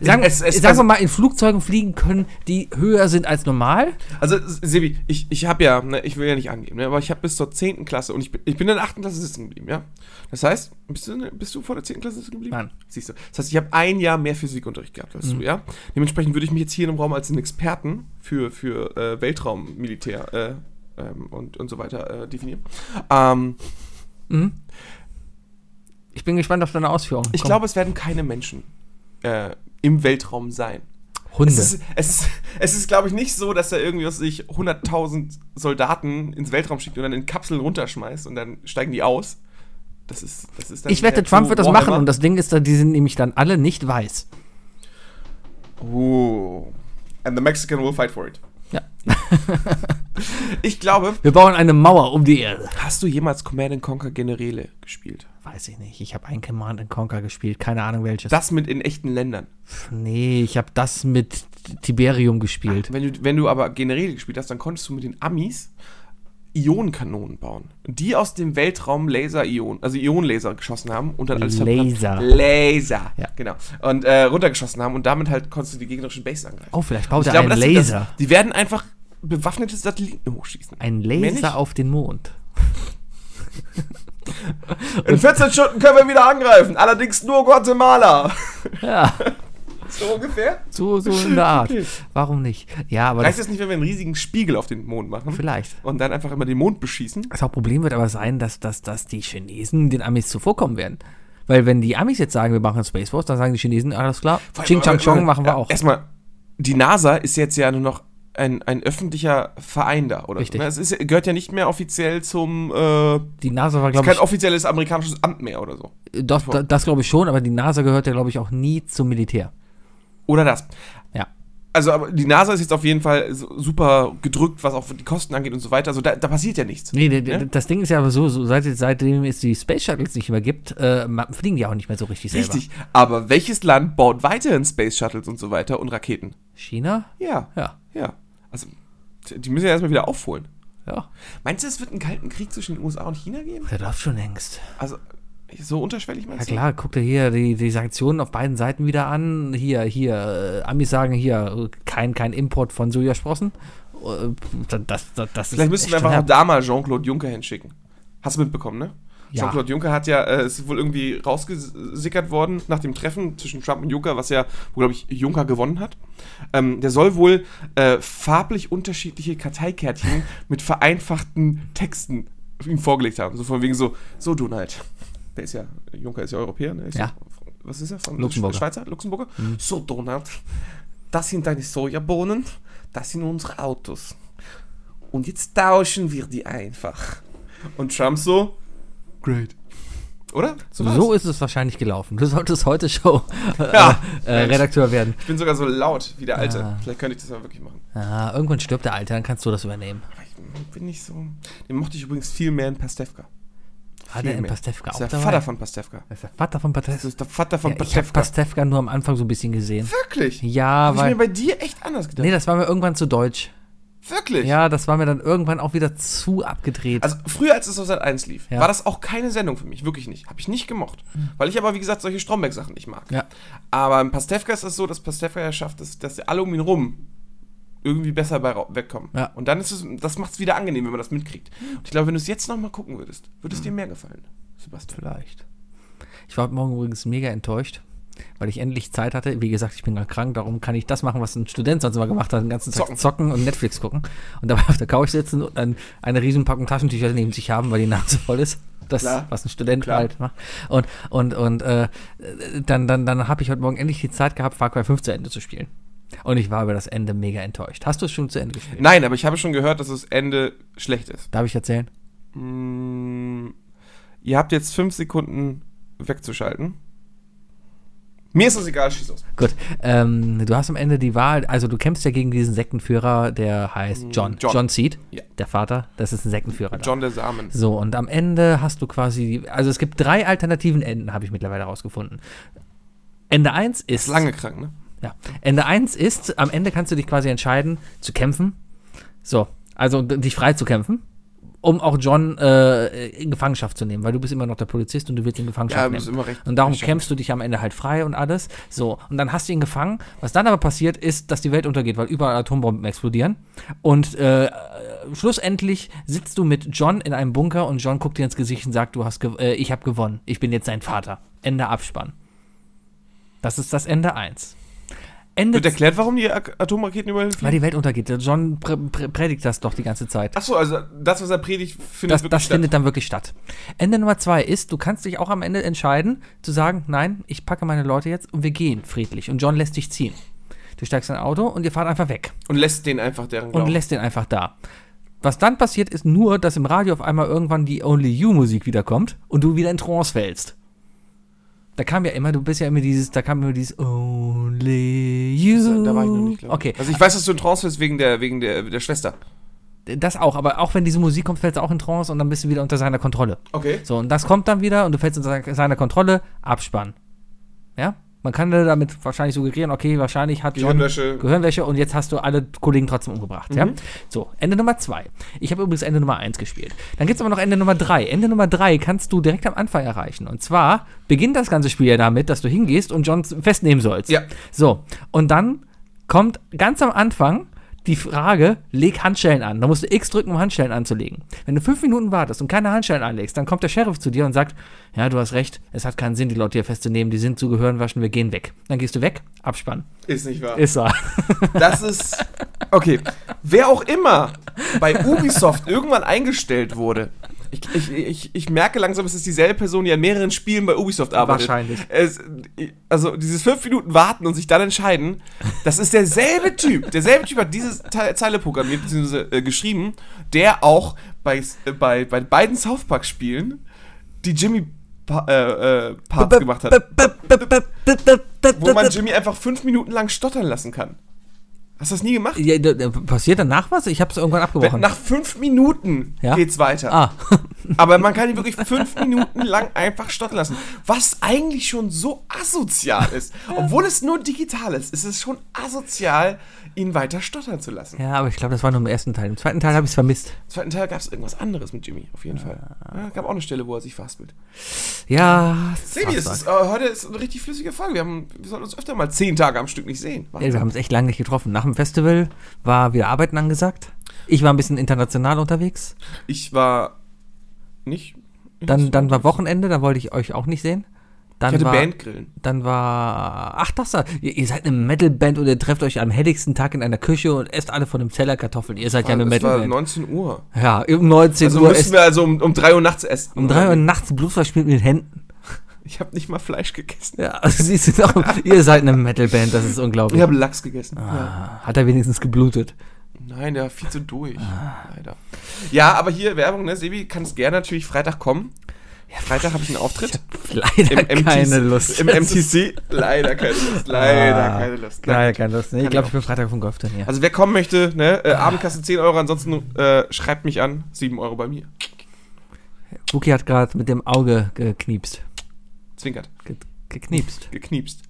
Speaker 3: sagen,
Speaker 2: Es- es-
Speaker 3: sagen
Speaker 2: also-
Speaker 3: wir mal, in Flugzeugen fliegen können, die höher sind als normal.
Speaker 2: Also, Sebi, ich, ich habe ja, ne, ich will ja nicht angeben, ne, aber ich habe bis zur 10. Klasse und ich bin, ich bin in der 8. Klasse sitzen geblieben, ja. Das heißt, bist du, bist du vor der 10. Klasse sitzen geblieben?
Speaker 3: Nein. Mhm.
Speaker 2: Siehst du. Das heißt, ich habe ein Jahr mehr Physikunterricht gehabt als du, ja. Dementsprechend würde ich mich jetzt hier in einem Raum als einen Experten für, für äh, Weltraum, Militär äh, ähm, und, und so weiter äh, definieren. Ähm,
Speaker 3: Ich bin gespannt auf deine Ausführungen.
Speaker 2: ich
Speaker 3: Komm.
Speaker 2: glaube, es werden keine Menschen äh, im Weltraum sein.
Speaker 3: Hunde.
Speaker 2: Es ist, es ist, es ist glaube ich, nicht so, dass er irgendwie was weiß ich 100.000 Soldaten ins Weltraum schickt und dann in Kapseln runterschmeißt und dann steigen die aus. Das ist, das ist dann
Speaker 3: ich wette,
Speaker 2: der
Speaker 3: Trump
Speaker 2: True
Speaker 3: wird das
Speaker 2: Warhammer.
Speaker 3: machen und das Ding ist, dann, die sind nämlich dann alle nicht weiß.
Speaker 2: Oh. And the Mexican will fight for it.
Speaker 3: Ja.
Speaker 2: [laughs] Ich glaube.
Speaker 3: Wir bauen eine Mauer um die Erde.
Speaker 2: Hast du jemals Command and Conquer Generäle gespielt?
Speaker 3: Weiß ich nicht. Ich habe ein Command and Conquer gespielt. Keine Ahnung welches.
Speaker 2: Das mit in echten Ländern.
Speaker 3: Pff, nee, ich habe das mit Tiberium gespielt.
Speaker 2: Wenn du, wenn du aber Generäle gespielt hast, dann konntest du mit den Amis Ionenkanonen bauen, die aus dem Weltraum Laser-Ion, also Ionenlaser geschossen haben und dann alles verbrannt-
Speaker 3: Laser.
Speaker 2: Laser.
Speaker 3: Ja.
Speaker 2: Genau. Und äh, runtergeschossen haben und damit halt konntest du die gegnerischen Base angreifen.
Speaker 3: Oh, vielleicht baut
Speaker 2: Ich
Speaker 3: er
Speaker 2: glaube,
Speaker 3: einen
Speaker 2: das sind das-
Speaker 3: Laser.
Speaker 2: Die werden einfach bewaffnete Satelliten hochschießen.
Speaker 3: Ein
Speaker 2: Mehr nicht.
Speaker 3: Laser auf
Speaker 2: [laughs]
Speaker 3: den Mond.
Speaker 2: In 14 Stunden können wir wieder angreifen, allerdings nur Guatemala.
Speaker 3: Ja,
Speaker 2: so ungefähr.
Speaker 3: [laughs] so, so in der Art. Warum nicht? Ja, aber
Speaker 2: Reicht
Speaker 3: das,
Speaker 2: es nicht, wenn wir einen riesigen Spiegel auf den Mond machen
Speaker 3: vielleicht.
Speaker 2: und dann einfach immer den Mond beschießen?
Speaker 3: Das Hauptproblem wird aber sein, dass, dass, dass die Chinesen den Amis zuvorkommen werden. Weil wenn die Amis jetzt sagen, wir machen Space Force, dann sagen die Chinesen, "Ah, alles klar, Ching Chang
Speaker 2: äh,
Speaker 3: Chong machen wir
Speaker 2: halt Ja,
Speaker 3: auch.
Speaker 2: Erstmal, die NASA ist jetzt ja nur noch ein, ein öffentlicher Verein da, oder?
Speaker 3: Richtig.
Speaker 2: So, ne? Es ist, gehört ja nicht mehr offiziell zum. Äh,
Speaker 3: Die NASA war,
Speaker 2: ist
Speaker 3: glaube
Speaker 2: kein
Speaker 3: ich,
Speaker 2: offizielles amerikanisches Amt mehr oder so.
Speaker 3: doch, da- das glaube ich schon, aber die NASA gehört ja, glaube ich, auch nie zum Militär.
Speaker 2: Oder das.
Speaker 3: Ja.
Speaker 2: Also, aber die NASA ist jetzt auf jeden Fall so super gedrückt, was auch die Kosten angeht und so weiter. Also, da, da passiert ja nichts.
Speaker 3: Nee, d- d-
Speaker 2: Ja?
Speaker 3: das Ding ist ja aber so, so seit, seitdem es die Space Shuttles nicht mehr gibt, äh, ma- fliegen die auch nicht mehr so richtig selber.
Speaker 2: Richtig. Aber welches Land baut weiterhin Space Shuttles und so weiter und Raketen?
Speaker 3: China?
Speaker 2: Ja.
Speaker 3: Ja.
Speaker 2: Ja. Also, die müssen ja erstmal wieder aufholen.
Speaker 3: Ja.
Speaker 2: Meinst du, es wird einen kalten Krieg zwischen den USA und China geben?
Speaker 3: Der läuft schon längst.
Speaker 2: Also, so unterschwellig
Speaker 3: Ja
Speaker 2: meinst du?
Speaker 3: klar, guck dir hier die, die Sanktionen auf beiden Seiten wieder an. Hier, hier, äh, Amis sagen hier, äh, kein, kein Import von Sojasprossen. Äh, Das, das, das
Speaker 2: Vielleicht müssen wir einfach auch da mal Jean-Claude Juncker hinschicken. Hast du mitbekommen, ne?
Speaker 3: Ja.
Speaker 2: Jean-Claude Juncker hat ja, äh, ist wohl irgendwie rausgesickert worden nach dem Treffen zwischen Trump und Juncker, was ja, wo glaube ich, Juncker gewonnen hat. Ähm, der soll wohl äh, farblich unterschiedliche Karteikärtchen mit vereinfachten Texten ihm vorgelegt haben. So von wegen so, so Donald. Der ist ja, Juncker ist ja Europäer, ne? Ist
Speaker 3: Ja.
Speaker 2: Was ist er? Von
Speaker 3: Luxemburger. Mhm.
Speaker 2: Schweizer? Luxemburger? So Donald, das sind deine Sojabohnen, das sind unsere Autos. Und jetzt tauschen wir die einfach. Und Trump so, great. Oder? So war's.
Speaker 3: So ist es wahrscheinlich gelaufen. Du solltest heute Show äh,
Speaker 2: Ja.
Speaker 3: äh, Redakteur werden.
Speaker 2: Ich bin sogar so laut wie der Alte.
Speaker 3: Ah.
Speaker 2: Vielleicht könnte ich das mal wirklich machen.
Speaker 3: Ah, irgendwann stirbt der Alte, dann kannst du das übernehmen.
Speaker 2: Aber Ah, ich bin nicht so. Den mochte ich übrigens viel mehr in Pastewka.
Speaker 3: Hat
Speaker 2: Viel
Speaker 3: er Ah, in
Speaker 2: mehr.
Speaker 3: Pastewka
Speaker 2: Das
Speaker 3: auch
Speaker 2: ist der
Speaker 3: dabei?
Speaker 2: Vater von Pastewka.
Speaker 3: Das ist der Vater von
Speaker 2: Das
Speaker 3: Pastewka.
Speaker 2: ist der Vater von
Speaker 3: Ja, ich habe
Speaker 2: Pastewka.
Speaker 3: Pastewka nur am Anfang so ein bisschen gesehen.
Speaker 2: Wirklich?
Speaker 3: Ja,
Speaker 2: Habe ich mir
Speaker 3: weil.
Speaker 2: bei dir echt anders gedacht.
Speaker 3: Nee, das war mir irgendwann zu deutsch.
Speaker 2: Wirklich?
Speaker 3: Ja, das war mir dann irgendwann auch wieder zu abgedreht.
Speaker 2: Also früher, als es auf Sat 1 lief,
Speaker 3: Ja. Hm.
Speaker 2: war das auch keine Sendung für mich, wirklich nicht. Habe ich nicht gemocht. Weil ich aber, wie gesagt, solche Stromberg-Sachen nicht mag.
Speaker 3: Ja.
Speaker 2: Aber im Pastewka ist es so, dass Pastewka ja schafft, dass, dass alle um ihn rum irgendwie besser bei ra- wegkommen.
Speaker 3: Ja.
Speaker 2: Und
Speaker 3: Hm.
Speaker 2: dann ist es, das macht es wieder angenehm, wenn man das mitkriegt. Und ich glaube, wenn du es jetzt nochmal gucken würdest, würde es dir mehr gefallen. Sebastian.
Speaker 3: Vielleicht. Ich war heute Morgen übrigens mega enttäuscht, weil ich endlich Zeit hatte. Wie gesagt, ich bin gerade krank, darum kann ich das machen, was ein Student sonst immer gemacht hat, den ganzen Tag
Speaker 2: Zocken.
Speaker 3: zocken, und Netflix gucken und dabei auf der Couch sitzen und dann eine Riesenpackung Taschentücher neben sich haben, weil die Nase voll ist. Das,
Speaker 2: Klar.
Speaker 3: was ein Student
Speaker 2: Klar.
Speaker 3: halt macht. Und, und, und äh, dann, dann, dann habe ich heute Morgen endlich die Zeit gehabt, Far Cry 5 zu Ende zu spielen. Und ich war über das Ende mega enttäuscht. Hast du es schon zu Ende gespielt?
Speaker 2: Nein, aber ich habe schon gehört, dass das Ende schlecht ist.
Speaker 3: Darf ich erzählen? Hm.
Speaker 2: Mm, ihr habt jetzt fünf Sekunden wegzuschalten. Mir ist das egal, schieß los.
Speaker 3: Gut, ähm, du hast am Ende die Wahl, also du kämpfst ja gegen diesen Sektenführer, der heißt John.
Speaker 2: Mm, John.
Speaker 3: John, Seed,
Speaker 2: Ja.
Speaker 3: der Vater, das ist ein Sektenführer. da.
Speaker 2: John der Samen.
Speaker 3: So, und am Ende hast du quasi, also es gibt drei alternativen Enden, habe ich mittlerweile rausgefunden. Ende 1 ist.
Speaker 2: Ist lange krank, ne?
Speaker 3: Ja. Ende 1 ist, am Ende kannst du dich quasi entscheiden, zu kämpfen. So, also d- dich frei zu kämpfen, um auch John äh, in Gefangenschaft zu nehmen, weil du bist immer noch der Polizist und du willst ihn in Gefangenschaft
Speaker 2: Ja, du
Speaker 3: nehmen.
Speaker 2: bist immer recht.
Speaker 3: Und darum
Speaker 2: recht
Speaker 3: kämpfst du dich am Ende halt frei und alles. So, und dann hast du ihn gefangen. Was dann aber passiert, ist, dass die Welt untergeht, weil überall Atombomben explodieren. Und äh, schlussendlich sitzt du mit John in einem Bunker und John guckt dir ins Gesicht und sagt, du hast ge äh, ich habe gewonnen. Ich bin jetzt sein Vater. Ende Abspann. Das ist das Ende 1. Ende
Speaker 2: Wird erklärt, warum die Ak- Atomraketen überall
Speaker 3: weil
Speaker 2: fliegen?
Speaker 3: die Welt untergeht. Der John prä prä predigt das doch die ganze Zeit.
Speaker 2: Achso, also das, was er predigt, findet
Speaker 3: Das,
Speaker 2: wirklich
Speaker 3: das
Speaker 2: statt.
Speaker 3: findet dann wirklich statt. Ende Nummer zwei ist, du kannst dich auch am Ende entscheiden, zu sagen, nein, ich packe meine Leute jetzt und wir gehen friedlich. Und John lässt dich ziehen. Du steigst in ein Auto und ihr fahrt einfach weg
Speaker 2: und lässt den einfach deren
Speaker 3: und
Speaker 2: Glauben.
Speaker 3: lässt den einfach da. Was dann passiert, ist nur, dass im Radio auf einmal irgendwann die Only You Musik wiederkommt und du wieder in Trance fällst. Da kam ja immer, du bist ja immer dieses, da kam immer dieses Only You.
Speaker 2: da war ich noch nicht, glaub ich.
Speaker 3: Okay,
Speaker 2: Also ich weiß, dass du in Trance bist wegen der, wegen der, der Schwester.
Speaker 3: das auch, aber auch wenn diese Musik kommt, fällst du auch in Trance und dann bist du wieder unter seiner Kontrolle.
Speaker 2: Okay.
Speaker 3: So, und das kommt dann wieder und du fällst unter seiner Kontrolle, Abspann. Ja? Man kann damit wahrscheinlich suggerieren, okay, wahrscheinlich hat John
Speaker 2: Gehirnwäsche.
Speaker 3: Gehirnwäsche und jetzt hast du alle Kollegen trotzdem umgebracht. Ja? So, Ende Nummer zwei. Ich habe übrigens Ende Nummer eins gespielt. Dann gibt es aber noch Ende Nummer drei. Ende Nummer drei kannst du direkt am Anfang erreichen. Und zwar beginnt das ganze Spiel ja damit, dass du hingehst und John festnehmen sollst.
Speaker 2: Ja.
Speaker 3: So, und dann kommt ganz am Anfang die Frage, leg Handschellen an. Da musst du X drücken, um Handschellen anzulegen. Wenn du fünf Minuten wartest und keine Handschellen anlegst, dann kommt der Sheriff zu dir und sagt, ja, du hast recht, es hat keinen Sinn, die Leute hier festzunehmen, die sind zu Gehirn waschen, wir gehen weg. Dann gehst du weg, abspannen.
Speaker 2: Ist nicht wahr.
Speaker 3: Ist er.
Speaker 2: Das ist. Okay. Wer auch immer bei Ubisoft irgendwann eingestellt wurde. Ich, ich, ich, ich merke langsam, es ist dieselbe Person, die an mehreren Spielen bei Ubisoft arbeitet.
Speaker 3: Wahrscheinlich.
Speaker 2: Es, also dieses fünf Minuten warten und sich dann entscheiden, das ist derselbe Typ. Derselbe Typ hat diese Te Zeile programmiert bzw. Äh, geschrieben, der auch bei, s- äh, bei, bei beiden South Park-Spielen die Jimmy pa äh, äh, Parts gemacht hat. Wo man Jimmy einfach fünf Minuten lang stottern lassen kann. Hast du das nie gemacht?
Speaker 3: Ja, da- da passiert danach was? Ich habe es irgendwann
Speaker 2: Wenn,
Speaker 3: abgebrochen.
Speaker 2: nach fünf Minuten
Speaker 3: Ja?
Speaker 2: geht's weiter.
Speaker 3: ah, [laughs]
Speaker 2: Aber man kann ihn wirklich fünf Minuten lang einfach stottern lassen. Was eigentlich schon so asozial ist. Obwohl es nur digital ist, ist es schon asozial, ihn weiter stottern zu lassen.
Speaker 3: ja, aber ich glaube, das war nur im ersten Teil. Im zweiten Teil habe ich es vermisst.
Speaker 2: Im zweiten Teil gab es irgendwas anderes mit Jimmy, auf jeden Fall. Ja, gab auch eine Stelle, wo er sich verhaspelt.
Speaker 3: Ja,
Speaker 2: Sebi, es ist, äh, heute ist eine richtig flüssige Folge. Wir, haben, wir sollten uns öfter mal zehn Tage am Stück nicht sehen.
Speaker 3: Ja, wir haben es echt lange nicht getroffen. Nach dem Festival war wieder Arbeiten angesagt. Ich war ein bisschen international unterwegs.
Speaker 2: Ich war nicht.
Speaker 3: Dann, dann war Wochenende, da wollte ich euch auch nicht sehen. Dann
Speaker 2: ich hatte
Speaker 3: war,
Speaker 2: Bandgrillen.
Speaker 3: Dann war. Ach, das da. Ihr, ihr seid eine Metalband und ihr trefft euch am helligsten Tag in einer Küche und esst alle von einem Teller Kartoffeln. Ihr seid ja eine
Speaker 2: es Ah, war
Speaker 3: Metalband.
Speaker 2: 19 Uhr.
Speaker 3: Ja, um 19
Speaker 2: Also
Speaker 3: Uhr
Speaker 2: müssen
Speaker 3: essen.
Speaker 2: wir also um, um 3 Uhr nachts essen.
Speaker 3: Um 3 Uhr nachts Blut verspielt mit den Händen.
Speaker 2: Ich habe nicht mal Fleisch gegessen.
Speaker 3: Ja, [laughs] also siehst du doch, [laughs] ihr seid eine Metalband, das ist
Speaker 2: Ich
Speaker 3: unglaublich.
Speaker 2: habe Lachs gegessen. Ja.
Speaker 3: Ah, Hat er wenigstens geblutet.
Speaker 2: Nein, der war viel zu durch.
Speaker 3: Ah.
Speaker 2: Leider. Ja, aber hier Werbung, ne? Sebi, kannst gerne natürlich Freitag kommen. Freitag habe ich einen Auftritt.
Speaker 3: Leider keine Lust.
Speaker 2: Im
Speaker 3: [laughs]
Speaker 2: MTC. Leider keine Lust.
Speaker 3: Ah.
Speaker 2: Leider keine Lust.
Speaker 3: Leider keine Lust. Nee, ich
Speaker 2: Kann
Speaker 3: glaube,
Speaker 2: ich
Speaker 3: ich bin Freitag vom Golfturnier.
Speaker 2: Also wer kommen möchte, ne?
Speaker 3: Ah.
Speaker 2: Äh, Abendkasse 10 Euro, ansonsten äh, schreibt mich an. 7 Euro bei mir.
Speaker 3: Buki hat gerade mit dem Auge gekniepst.
Speaker 2: Zwinkert.
Speaker 3: Ge gekniepst.
Speaker 2: Gekniepst.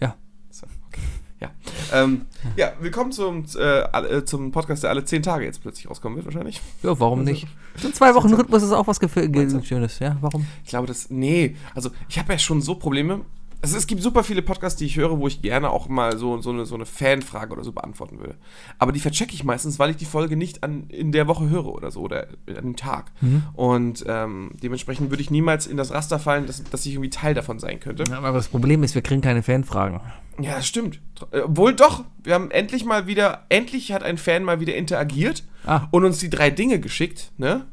Speaker 3: Ja.
Speaker 2: So, okay. Ja. Ähm, ja, willkommen zum, äh, alle- äh, zum Podcast, der alle 10 Tage jetzt plötzlich rauskommen wird, wahrscheinlich.
Speaker 3: Ja, warum nicht? So ein zwei Wochen Rhythmus ist auch was Gefä- Ge Schönes, ja? Warum?
Speaker 2: Ich glaube, das. Nee, also ich habe ja schon so Probleme, Also es gibt super viele Podcasts, die ich höre, wo ich gerne auch mal so, so, eine, so eine Fanfrage oder so beantworten würde. Aber die verchecke ich meistens, weil ich die Folge nicht an, in der Woche höre oder so oder an dem Tag. Und ähm, dementsprechend würde ich niemals in das Raster fallen, dass, dass ich irgendwie Teil davon sein könnte.
Speaker 3: Ja, Aber das Problem ist, wir kriegen keine Fanfragen.
Speaker 2: Ja, das stimmt. Tr- äh, Obwohl doch, wir haben endlich mal wieder, endlich hat ein Fan mal wieder interagiert
Speaker 3: Ah.
Speaker 2: und uns die drei Dinge geschickt, ne?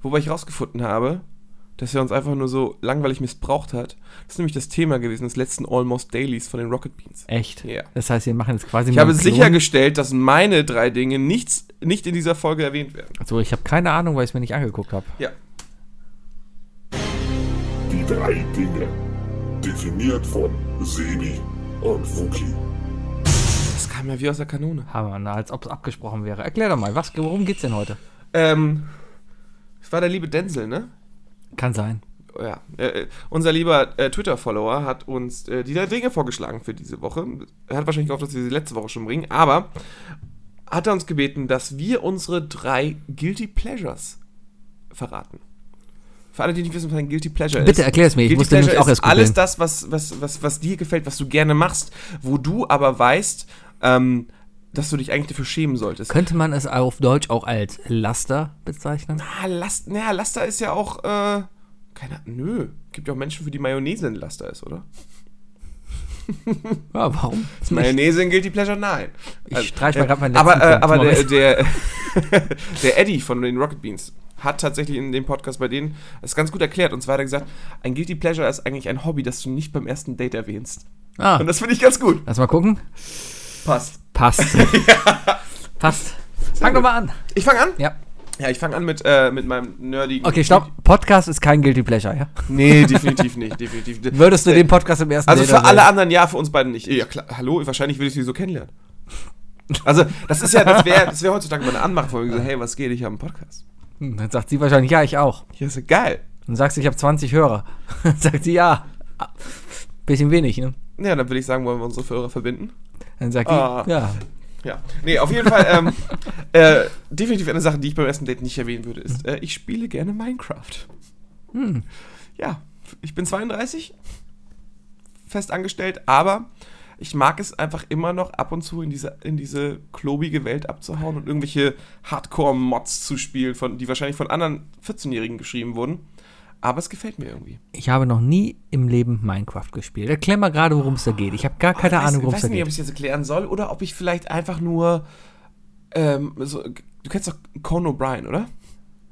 Speaker 2: Wobei ich rausgefunden habe, dass er uns einfach nur so langweilig missbraucht hat. Das ist nämlich das Thema gewesen des letzten Almost Dailies von den Rocket Beans.
Speaker 3: Echt?
Speaker 2: Ja.
Speaker 3: Das heißt, wir machen jetzt quasi
Speaker 2: Ich
Speaker 3: mal
Speaker 2: habe
Speaker 3: einen Klon.
Speaker 2: sichergestellt, dass meine drei Dinge nichts, nicht in dieser Folge erwähnt werden.
Speaker 3: So, ich habe keine Ahnung, weil ich es mir nicht angeguckt habe.
Speaker 2: Ja.
Speaker 4: Die drei Dinge. Definiert von Sebi und Wookie.
Speaker 2: Das kam ja wie aus der Kanone.
Speaker 3: Hammer, na, als ob es abgesprochen wäre. Erklär doch mal, was, worum geht's denn heute?
Speaker 2: Ähm, es war der liebe Denzel, ne?
Speaker 3: Kann sein.
Speaker 2: ja, äh, unser lieber äh, Twitter-Follower hat uns äh, die drei Dinge vorgeschlagen für diese Woche. Er hat wahrscheinlich gehofft, dass wir sie letzte Woche schon bringen, aber hat er uns gebeten, dass wir unsere drei Guilty Pleasures verraten. Für alle, die nicht wissen, was ein Guilty Pleasure ist.
Speaker 3: Bitte erklär es mir, ich
Speaker 2: Guilty
Speaker 3: musste nämlich
Speaker 2: Pleasure
Speaker 3: auch erst
Speaker 2: ist alles
Speaker 3: googeln.
Speaker 2: das, was, was, was, was dir gefällt, was du gerne machst, wo du aber weißt, ähm, dass du dich eigentlich dafür schämen solltest.
Speaker 3: Könnte man es auf Deutsch auch als Laster bezeichnen?
Speaker 2: Ah, Last, naja, Laster ist ja auch, äh, keine Ahnung, nö. Gibt ja auch Menschen, für die Mayonnaise ein Laster ist, oder?
Speaker 3: Ja, warum?
Speaker 2: Ist Mayonnaise ein Guilty Pleasure? Nein.
Speaker 3: Ich streich mal grad meinen letzten
Speaker 2: Aber, äh,
Speaker 3: Punkt.
Speaker 2: aber der,
Speaker 3: Moment.
Speaker 2: der, der [laughs] Eddie von den Rocket Beans hat tatsächlich in dem Podcast bei denen es ganz gut erklärt. Und zwar hat er gesagt, ein Guilty Pleasure ist eigentlich ein Hobby, das du nicht beim ersten Date erwähnst.
Speaker 3: Ah,
Speaker 2: Und das finde ich ganz gut.
Speaker 3: lass mal gucken.
Speaker 2: Passt. [laughs]
Speaker 3: Passt. Passt. Fang
Speaker 2: gut.
Speaker 3: doch mal an.
Speaker 2: Ich fange an?
Speaker 3: Ja.
Speaker 2: Ja, ich fange an mit, äh, mit meinem nerdigen...
Speaker 3: Okay, stopp. Podcast ist kein Guilty Pleasure, ja?
Speaker 2: Nee, definitiv nicht. Definitiv.
Speaker 3: [laughs] Würdest du den Podcast im ersten
Speaker 2: Also
Speaker 3: Date
Speaker 2: für alle
Speaker 3: erzählen?
Speaker 2: anderen ja, für uns beiden nicht. Ja, klar, hallo, wahrscheinlich würde ich sie so kennenlernen. Also, das ist ja, das wäre das wär heutzutage mal eine Anmachfolge. So, hey, was geht? Ich habe einen Podcast.
Speaker 3: Hm, Dann sagt sie wahrscheinlich, ja, ich auch.
Speaker 2: Ja, ist ja geil.
Speaker 3: Dann sagst du, ich habe 20 Hörer. [laughs] Dann sagt sie, ja. Ah, Bisschen wenig, ne?
Speaker 2: Ja, dann würde ich sagen, wollen wir unsere Hörer verbinden.
Speaker 3: Dann sagt
Speaker 2: Ah.
Speaker 3: die, ja.
Speaker 2: Ja. Nee, auf jeden Fall, ähm, äh, definitiv eine Sache, die ich beim ersten Date nicht erwähnen würde, ist, äh, ich spiele gerne Minecraft.
Speaker 3: Hm.
Speaker 2: Ja, ich bin 32, fest angestellt, aber ich mag es einfach immer noch ab und zu in diese, in diese klobige Welt abzuhauen und irgendwelche Hardcore-Mods zu spielen, von, die wahrscheinlich von anderen 14-Jährigen geschrieben wurden. Aber es gefällt mir irgendwie.
Speaker 3: Ich habe noch nie im Leben Minecraft gespielt. Erklär mal gerade, worum es da geht. Ich habe gar keine
Speaker 2: weiß,
Speaker 3: Ahnung, worum
Speaker 2: Ich
Speaker 3: es
Speaker 2: weiß
Speaker 3: da
Speaker 2: nicht, ob
Speaker 3: geht.
Speaker 2: ich es jetzt erklären soll oder ob ich vielleicht einfach nur. Ähm, so, du kennst doch Conan O'Brien, oder?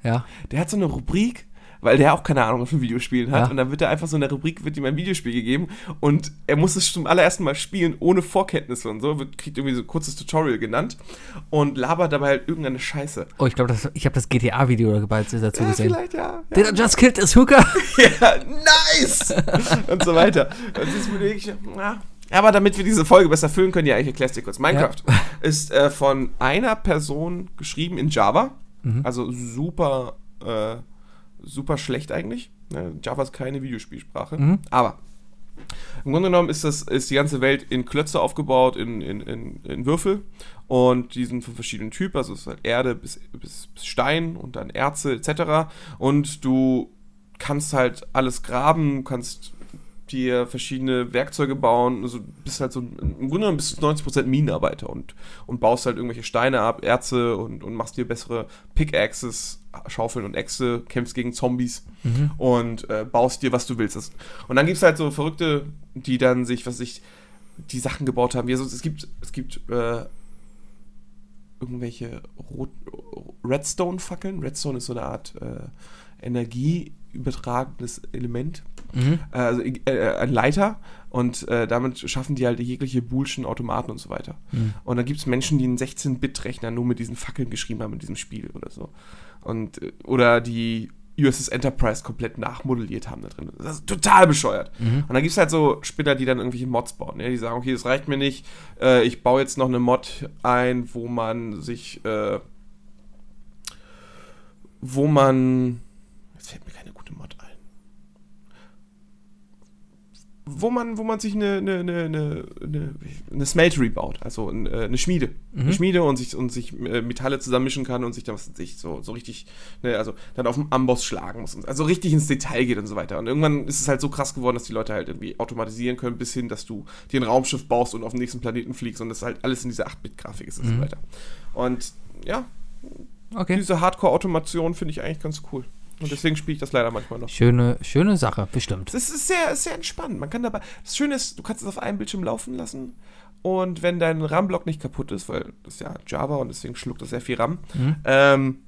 Speaker 3: Ja.
Speaker 2: Der hat so eine Rubrik, weil der auch keine Ahnung von Videospielen hat.
Speaker 3: Ja.
Speaker 2: Und dann wird er einfach so eine Rubrik, wird ihm ein Videospiel gegeben. Und er muss es zum allerersten Mal spielen, ohne Vorkenntnisse und so. Wird, kriegt irgendwie so ein kurzes Tutorial genannt. Und labert dabei halt irgendeine Scheiße.
Speaker 3: Oh, ich glaube, das- ich habe das GTA-Video dabei dazu
Speaker 2: Ja,
Speaker 3: gesehen.
Speaker 2: vielleicht, ja. ja.
Speaker 3: Did I just killed his
Speaker 2: [laughs]
Speaker 3: hooker?
Speaker 2: Ja, nice! und so weiter. Und das ist mir wirklich, na. Aber damit wir diese Folge besser füllen können, ja, ich erkläre es dir kurz. Minecraft ist äh, von einer Person geschrieben in Java. Also super, äh, super schlecht eigentlich. Ne, Java ist keine Videospielsprache. Aber im Grunde genommen ist, das, ist die ganze Welt in Klötze aufgebaut, in, in, in, in Würfel. Und die sind von verschiedenen Typen, also es ist halt Erde bis, bis, bis Stein und dann Erze etc. Und du kannst halt alles graben, kannst dir verschiedene Werkzeuge bauen, also bist halt so, im Grunde genommen bist du 90% Minenarbeiter und, und baust halt irgendwelche Steine ab, Erze und, und machst dir bessere Pickaxes, Schaufeln und Äxte, kämpfst gegen Zombies und äh, baust dir, was du willst. Das, und dann gibt es halt so Verrückte, die dann sich, was weiß ich, die Sachen gebaut haben. Wie, also es gibt, es gibt äh, irgendwelche Rot Redstone-Fackeln. Redstone ist so eine Art äh, energieübertragendes Element. Äh, Also äh, äh, ein Leiter und äh, damit schaffen die halt jegliche Boolschen Automaten und so weiter. Und dann gibt es Menschen, die einen 16-Bit-Rechner nur mit diesen Fackeln geschrieben haben in diesem Spiel oder so. Und, äh, oder die USS Enterprise komplett nachmodelliert haben da drin. Das ist total bescheuert. Und dann gibt es halt so Spinner, die dann irgendwelche Mods bauen. Ja? Die sagen, okay, das reicht mir nicht. Äh, ich baue jetzt noch eine Mod ein, wo man sich, äh, wo man, jetzt fällt mir keine gute Mod ein, wo man, wo man sich eine, eine, eine, eine, eine- eine Smeltery baut, also ein, äh, eine Schmiede. Eine Schmiede und sich, und sich äh, Metalle zusammenmischen kann und sich dann was sich so, so richtig, ne, also dann auf dem Amboss schlagen muss. Und, also richtig ins Detail geht und so weiter. Und irgendwann ist es halt so krass geworden, dass die Leute halt irgendwie automatisieren können, bis hin, dass du dir ein Raumschiff baust und auf den nächsten Planeten fliegst und das halt alles in dieser 8-Bit-Grafik ist und so weiter. Und ja,
Speaker 3: Okay.
Speaker 2: diese Hardcore-Automation finde ich eigentlich ganz cool. Und deswegen spiele ich das leider manchmal noch.
Speaker 3: Schöne, schöne Sache, bestimmt.
Speaker 2: Das ist sehr, ist sehr entspannt. Man kann dabei. Das Schöne ist, du kannst es auf einem Bildschirm laufen lassen. Und wenn dein RAM-Block nicht kaputt ist, weil das ist ja Java und deswegen schluckt das sehr viel RAM,
Speaker 3: Mhm.
Speaker 2: ähm,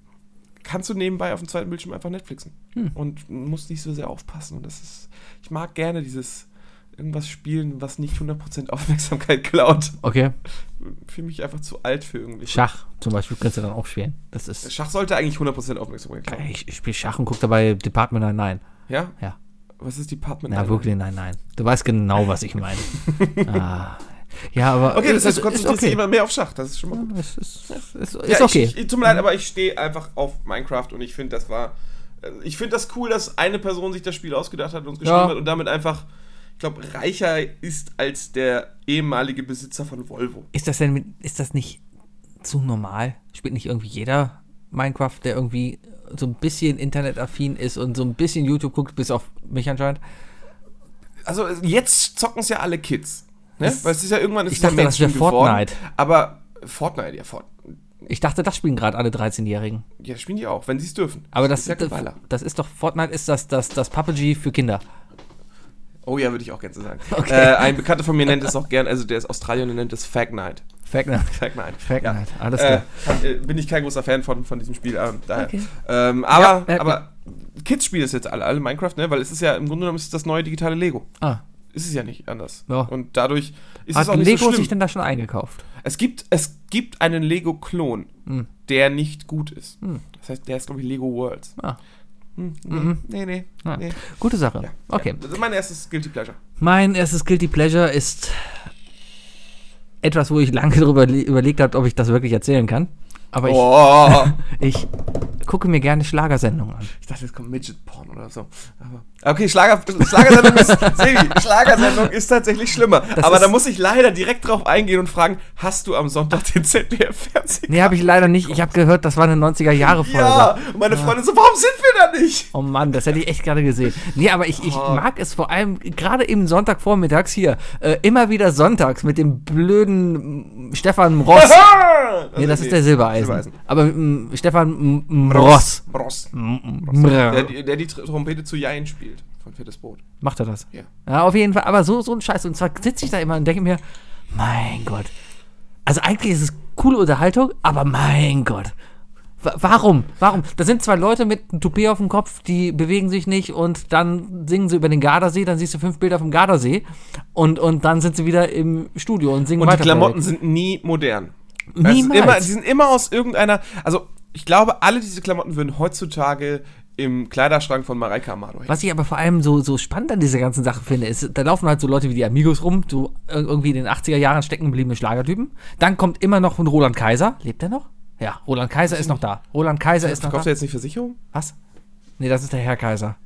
Speaker 2: kannst du nebenbei auf dem zweiten Bildschirm einfach Netflixen.
Speaker 3: Hm.
Speaker 2: Und musst nicht so sehr aufpassen. Und das ist. Ich mag gerne dieses irgendwas spielen, was nicht 100% Aufmerksamkeit klaut.
Speaker 3: Okay.
Speaker 2: Fühle mich einfach zu alt für irgendwie.
Speaker 3: Schach zum Beispiel kannst du dann auch spielen. Das ist.
Speaker 2: Schach sollte eigentlich 100% Aufmerksamkeit klauen.
Speaker 3: Ich, ich spiele Schach und gucke dabei Department 99.
Speaker 2: Ja?
Speaker 3: Ja.
Speaker 2: Was ist Department?
Speaker 3: Na, wirklich, nein, nein. Du weißt genau, was
Speaker 2: [laughs]
Speaker 3: ich meine. ah. Ja, aber.
Speaker 2: Okay, das heißt, du
Speaker 3: ist-
Speaker 2: konzentrierst
Speaker 3: ist
Speaker 2: dich
Speaker 3: Also, okay.
Speaker 2: immer mehr auf Schach. Das ist schon mal gut.
Speaker 3: Es ist, es ist,
Speaker 2: Ja,
Speaker 3: ist okay.
Speaker 2: Ich, ich, tut mir leid, aber ich stehe einfach auf Minecraft und ich finde, das war. äh, Ich finde das cool, dass eine Person sich das Spiel ausgedacht hat und uns geschrieben
Speaker 3: Ja.
Speaker 2: hat und damit einfach, ich glaube, reicher ist als der ehemalige Besitzer von Volvo.
Speaker 3: Ist das denn mit, ist das nicht zu normal? Spielt nicht irgendwie jeder Minecraft, der irgendwie so ein bisschen internetaffin ist und so ein bisschen YouTube guckt, bis auf mich anscheinend?
Speaker 2: Also äh, jetzt zocken es ja alle Kids. Ne?
Speaker 3: Das-
Speaker 2: Weil es ist ja irgendwann ist
Speaker 3: ich
Speaker 2: es ja
Speaker 3: dachte, das wär
Speaker 2: Mainstream geworden.
Speaker 3: Fortnite.
Speaker 2: Aber Fortnite, ja, Fortnite.
Speaker 3: Ich dachte, das spielen gerade alle 13-Jährigen.
Speaker 2: Ja, spielen die auch, wenn sie es dürfen.
Speaker 3: Aber das,
Speaker 2: ist ja
Speaker 3: das,
Speaker 2: Geballer.
Speaker 3: das ist doch, Fortnite ist das, das, das PUBG für Kinder.
Speaker 2: Oh ja, würde ich auch gerne so sagen.
Speaker 3: [laughs] Okay.
Speaker 2: Äh, ein Bekannter von mir nennt es auch gern, also der ist Australier und der nennt es Fag Night. [laughs]
Speaker 3: Fagner.
Speaker 2: Fag Night.
Speaker 3: Fagner, alles
Speaker 2: Äh,
Speaker 3: klar.
Speaker 2: äh, bin ich kein großer Fan von, von diesem Spiel. Ähm, daher.
Speaker 3: Okay.
Speaker 2: Ähm, aber
Speaker 3: Ja, ja,
Speaker 2: aber Kids spielen es jetzt alle, alle Minecraft, ne? Weil es ist ja im Grunde genommen ist es das neue digitale Lego.
Speaker 3: ah,
Speaker 2: Ist es ja nicht anders.
Speaker 3: Ja.
Speaker 2: Und dadurch ist es auch
Speaker 3: hat
Speaker 2: nicht
Speaker 3: Lego
Speaker 2: so
Speaker 3: sich
Speaker 2: schlimm.
Speaker 3: denn da schon eingekauft?
Speaker 2: Es gibt, es gibt einen Lego-Klon,
Speaker 3: Hm.
Speaker 2: der nicht gut ist. Das heißt, der ist, glaube ich, Lego Worlds.
Speaker 3: Ah.
Speaker 2: Hm, nee, nee, nee,
Speaker 3: Ah.
Speaker 2: nee.
Speaker 3: Gute Sache.
Speaker 2: Ja.
Speaker 3: Okay.
Speaker 2: Ja, das ist mein erstes Guilty Pleasure.
Speaker 3: Mein erstes Guilty Pleasure ist etwas, wo ich lange [laughs] darüber le- überlegt habe, ob ich das wirklich erzählen kann. Aber ich,
Speaker 2: Oh.
Speaker 3: ich gucke mir gerne Schlagersendungen an.
Speaker 2: Ich dachte, jetzt kommt Midget-Porn oder so. Aber okay, Schlager, Schlagersendung, [laughs] ist, Sebi, Schlagersendung ist tatsächlich schlimmer. Aber da
Speaker 3: ist-
Speaker 2: muss ich leider direkt drauf eingehen und fragen, hast du am Sonntag den ZDF-Fernsehen?
Speaker 3: Nee, habe ich leider nicht. Ich habe gehört, das war eine 90er-Jahre-Folge.
Speaker 2: Ja, und meine Freundin so, warum sind wir da nicht?
Speaker 3: Oh Mann, das hätte ich echt gerne gesehen. Nee, aber ich, ich
Speaker 2: Oh.
Speaker 3: mag es vor allem gerade eben Sonntagvormittags hier. Äh, immer wieder sonntags mit dem blöden mm, Stefan Ross.
Speaker 2: [laughs]
Speaker 3: Nee, das ist der Silbereisen.
Speaker 2: Silbereisen.
Speaker 3: Aber mm, Stefan M- M- Ross.
Speaker 2: Ross. Der,
Speaker 3: Mr.
Speaker 2: der die Tr- Trompete zu Jein spielt. Von Fettes Brot.
Speaker 3: Macht er das?
Speaker 2: Ja.
Speaker 3: Ja, auf jeden Fall. Aber so, so ein Scheiß. Und zwar sitze ich da immer und denke mir, mein Gott. Also eigentlich ist es coole Unterhaltung, aber mein Gott. Wa- Warum? Warum? Da sind zwei Leute mit einem Toupet auf dem Kopf, die bewegen sich nicht und dann singen sie über den Gardasee, dann siehst du fünf Bilder vom Gardasee und, und dann sind sie wieder im Studio und singen
Speaker 2: Und die
Speaker 3: weiter.
Speaker 2: Klamotten sind nie modern. Das ist
Speaker 3: Niemals.
Speaker 2: Immer, die sind immer aus irgendeiner. Also, ich glaube, alle diese Klamotten würden heutzutage im Kleiderschrank von Mareike Amado hängen.
Speaker 3: Was ich aber vor allem so, so spannend an dieser ganzen Sache finde, ist, da laufen halt so Leute wie die Amigos rum, so ir- irgendwie in den 80er Jahren stecken gebliebene Schlagertypen. Dann kommt immer noch von Roland Kaiser. Lebt er noch? Ja, Roland Kaiser ist noch da. Roland Kaiser ist noch
Speaker 2: Verkaufst du
Speaker 3: da.
Speaker 2: jetzt nicht Versicherung?
Speaker 3: Was? Nee, das ist der Herr Kaiser.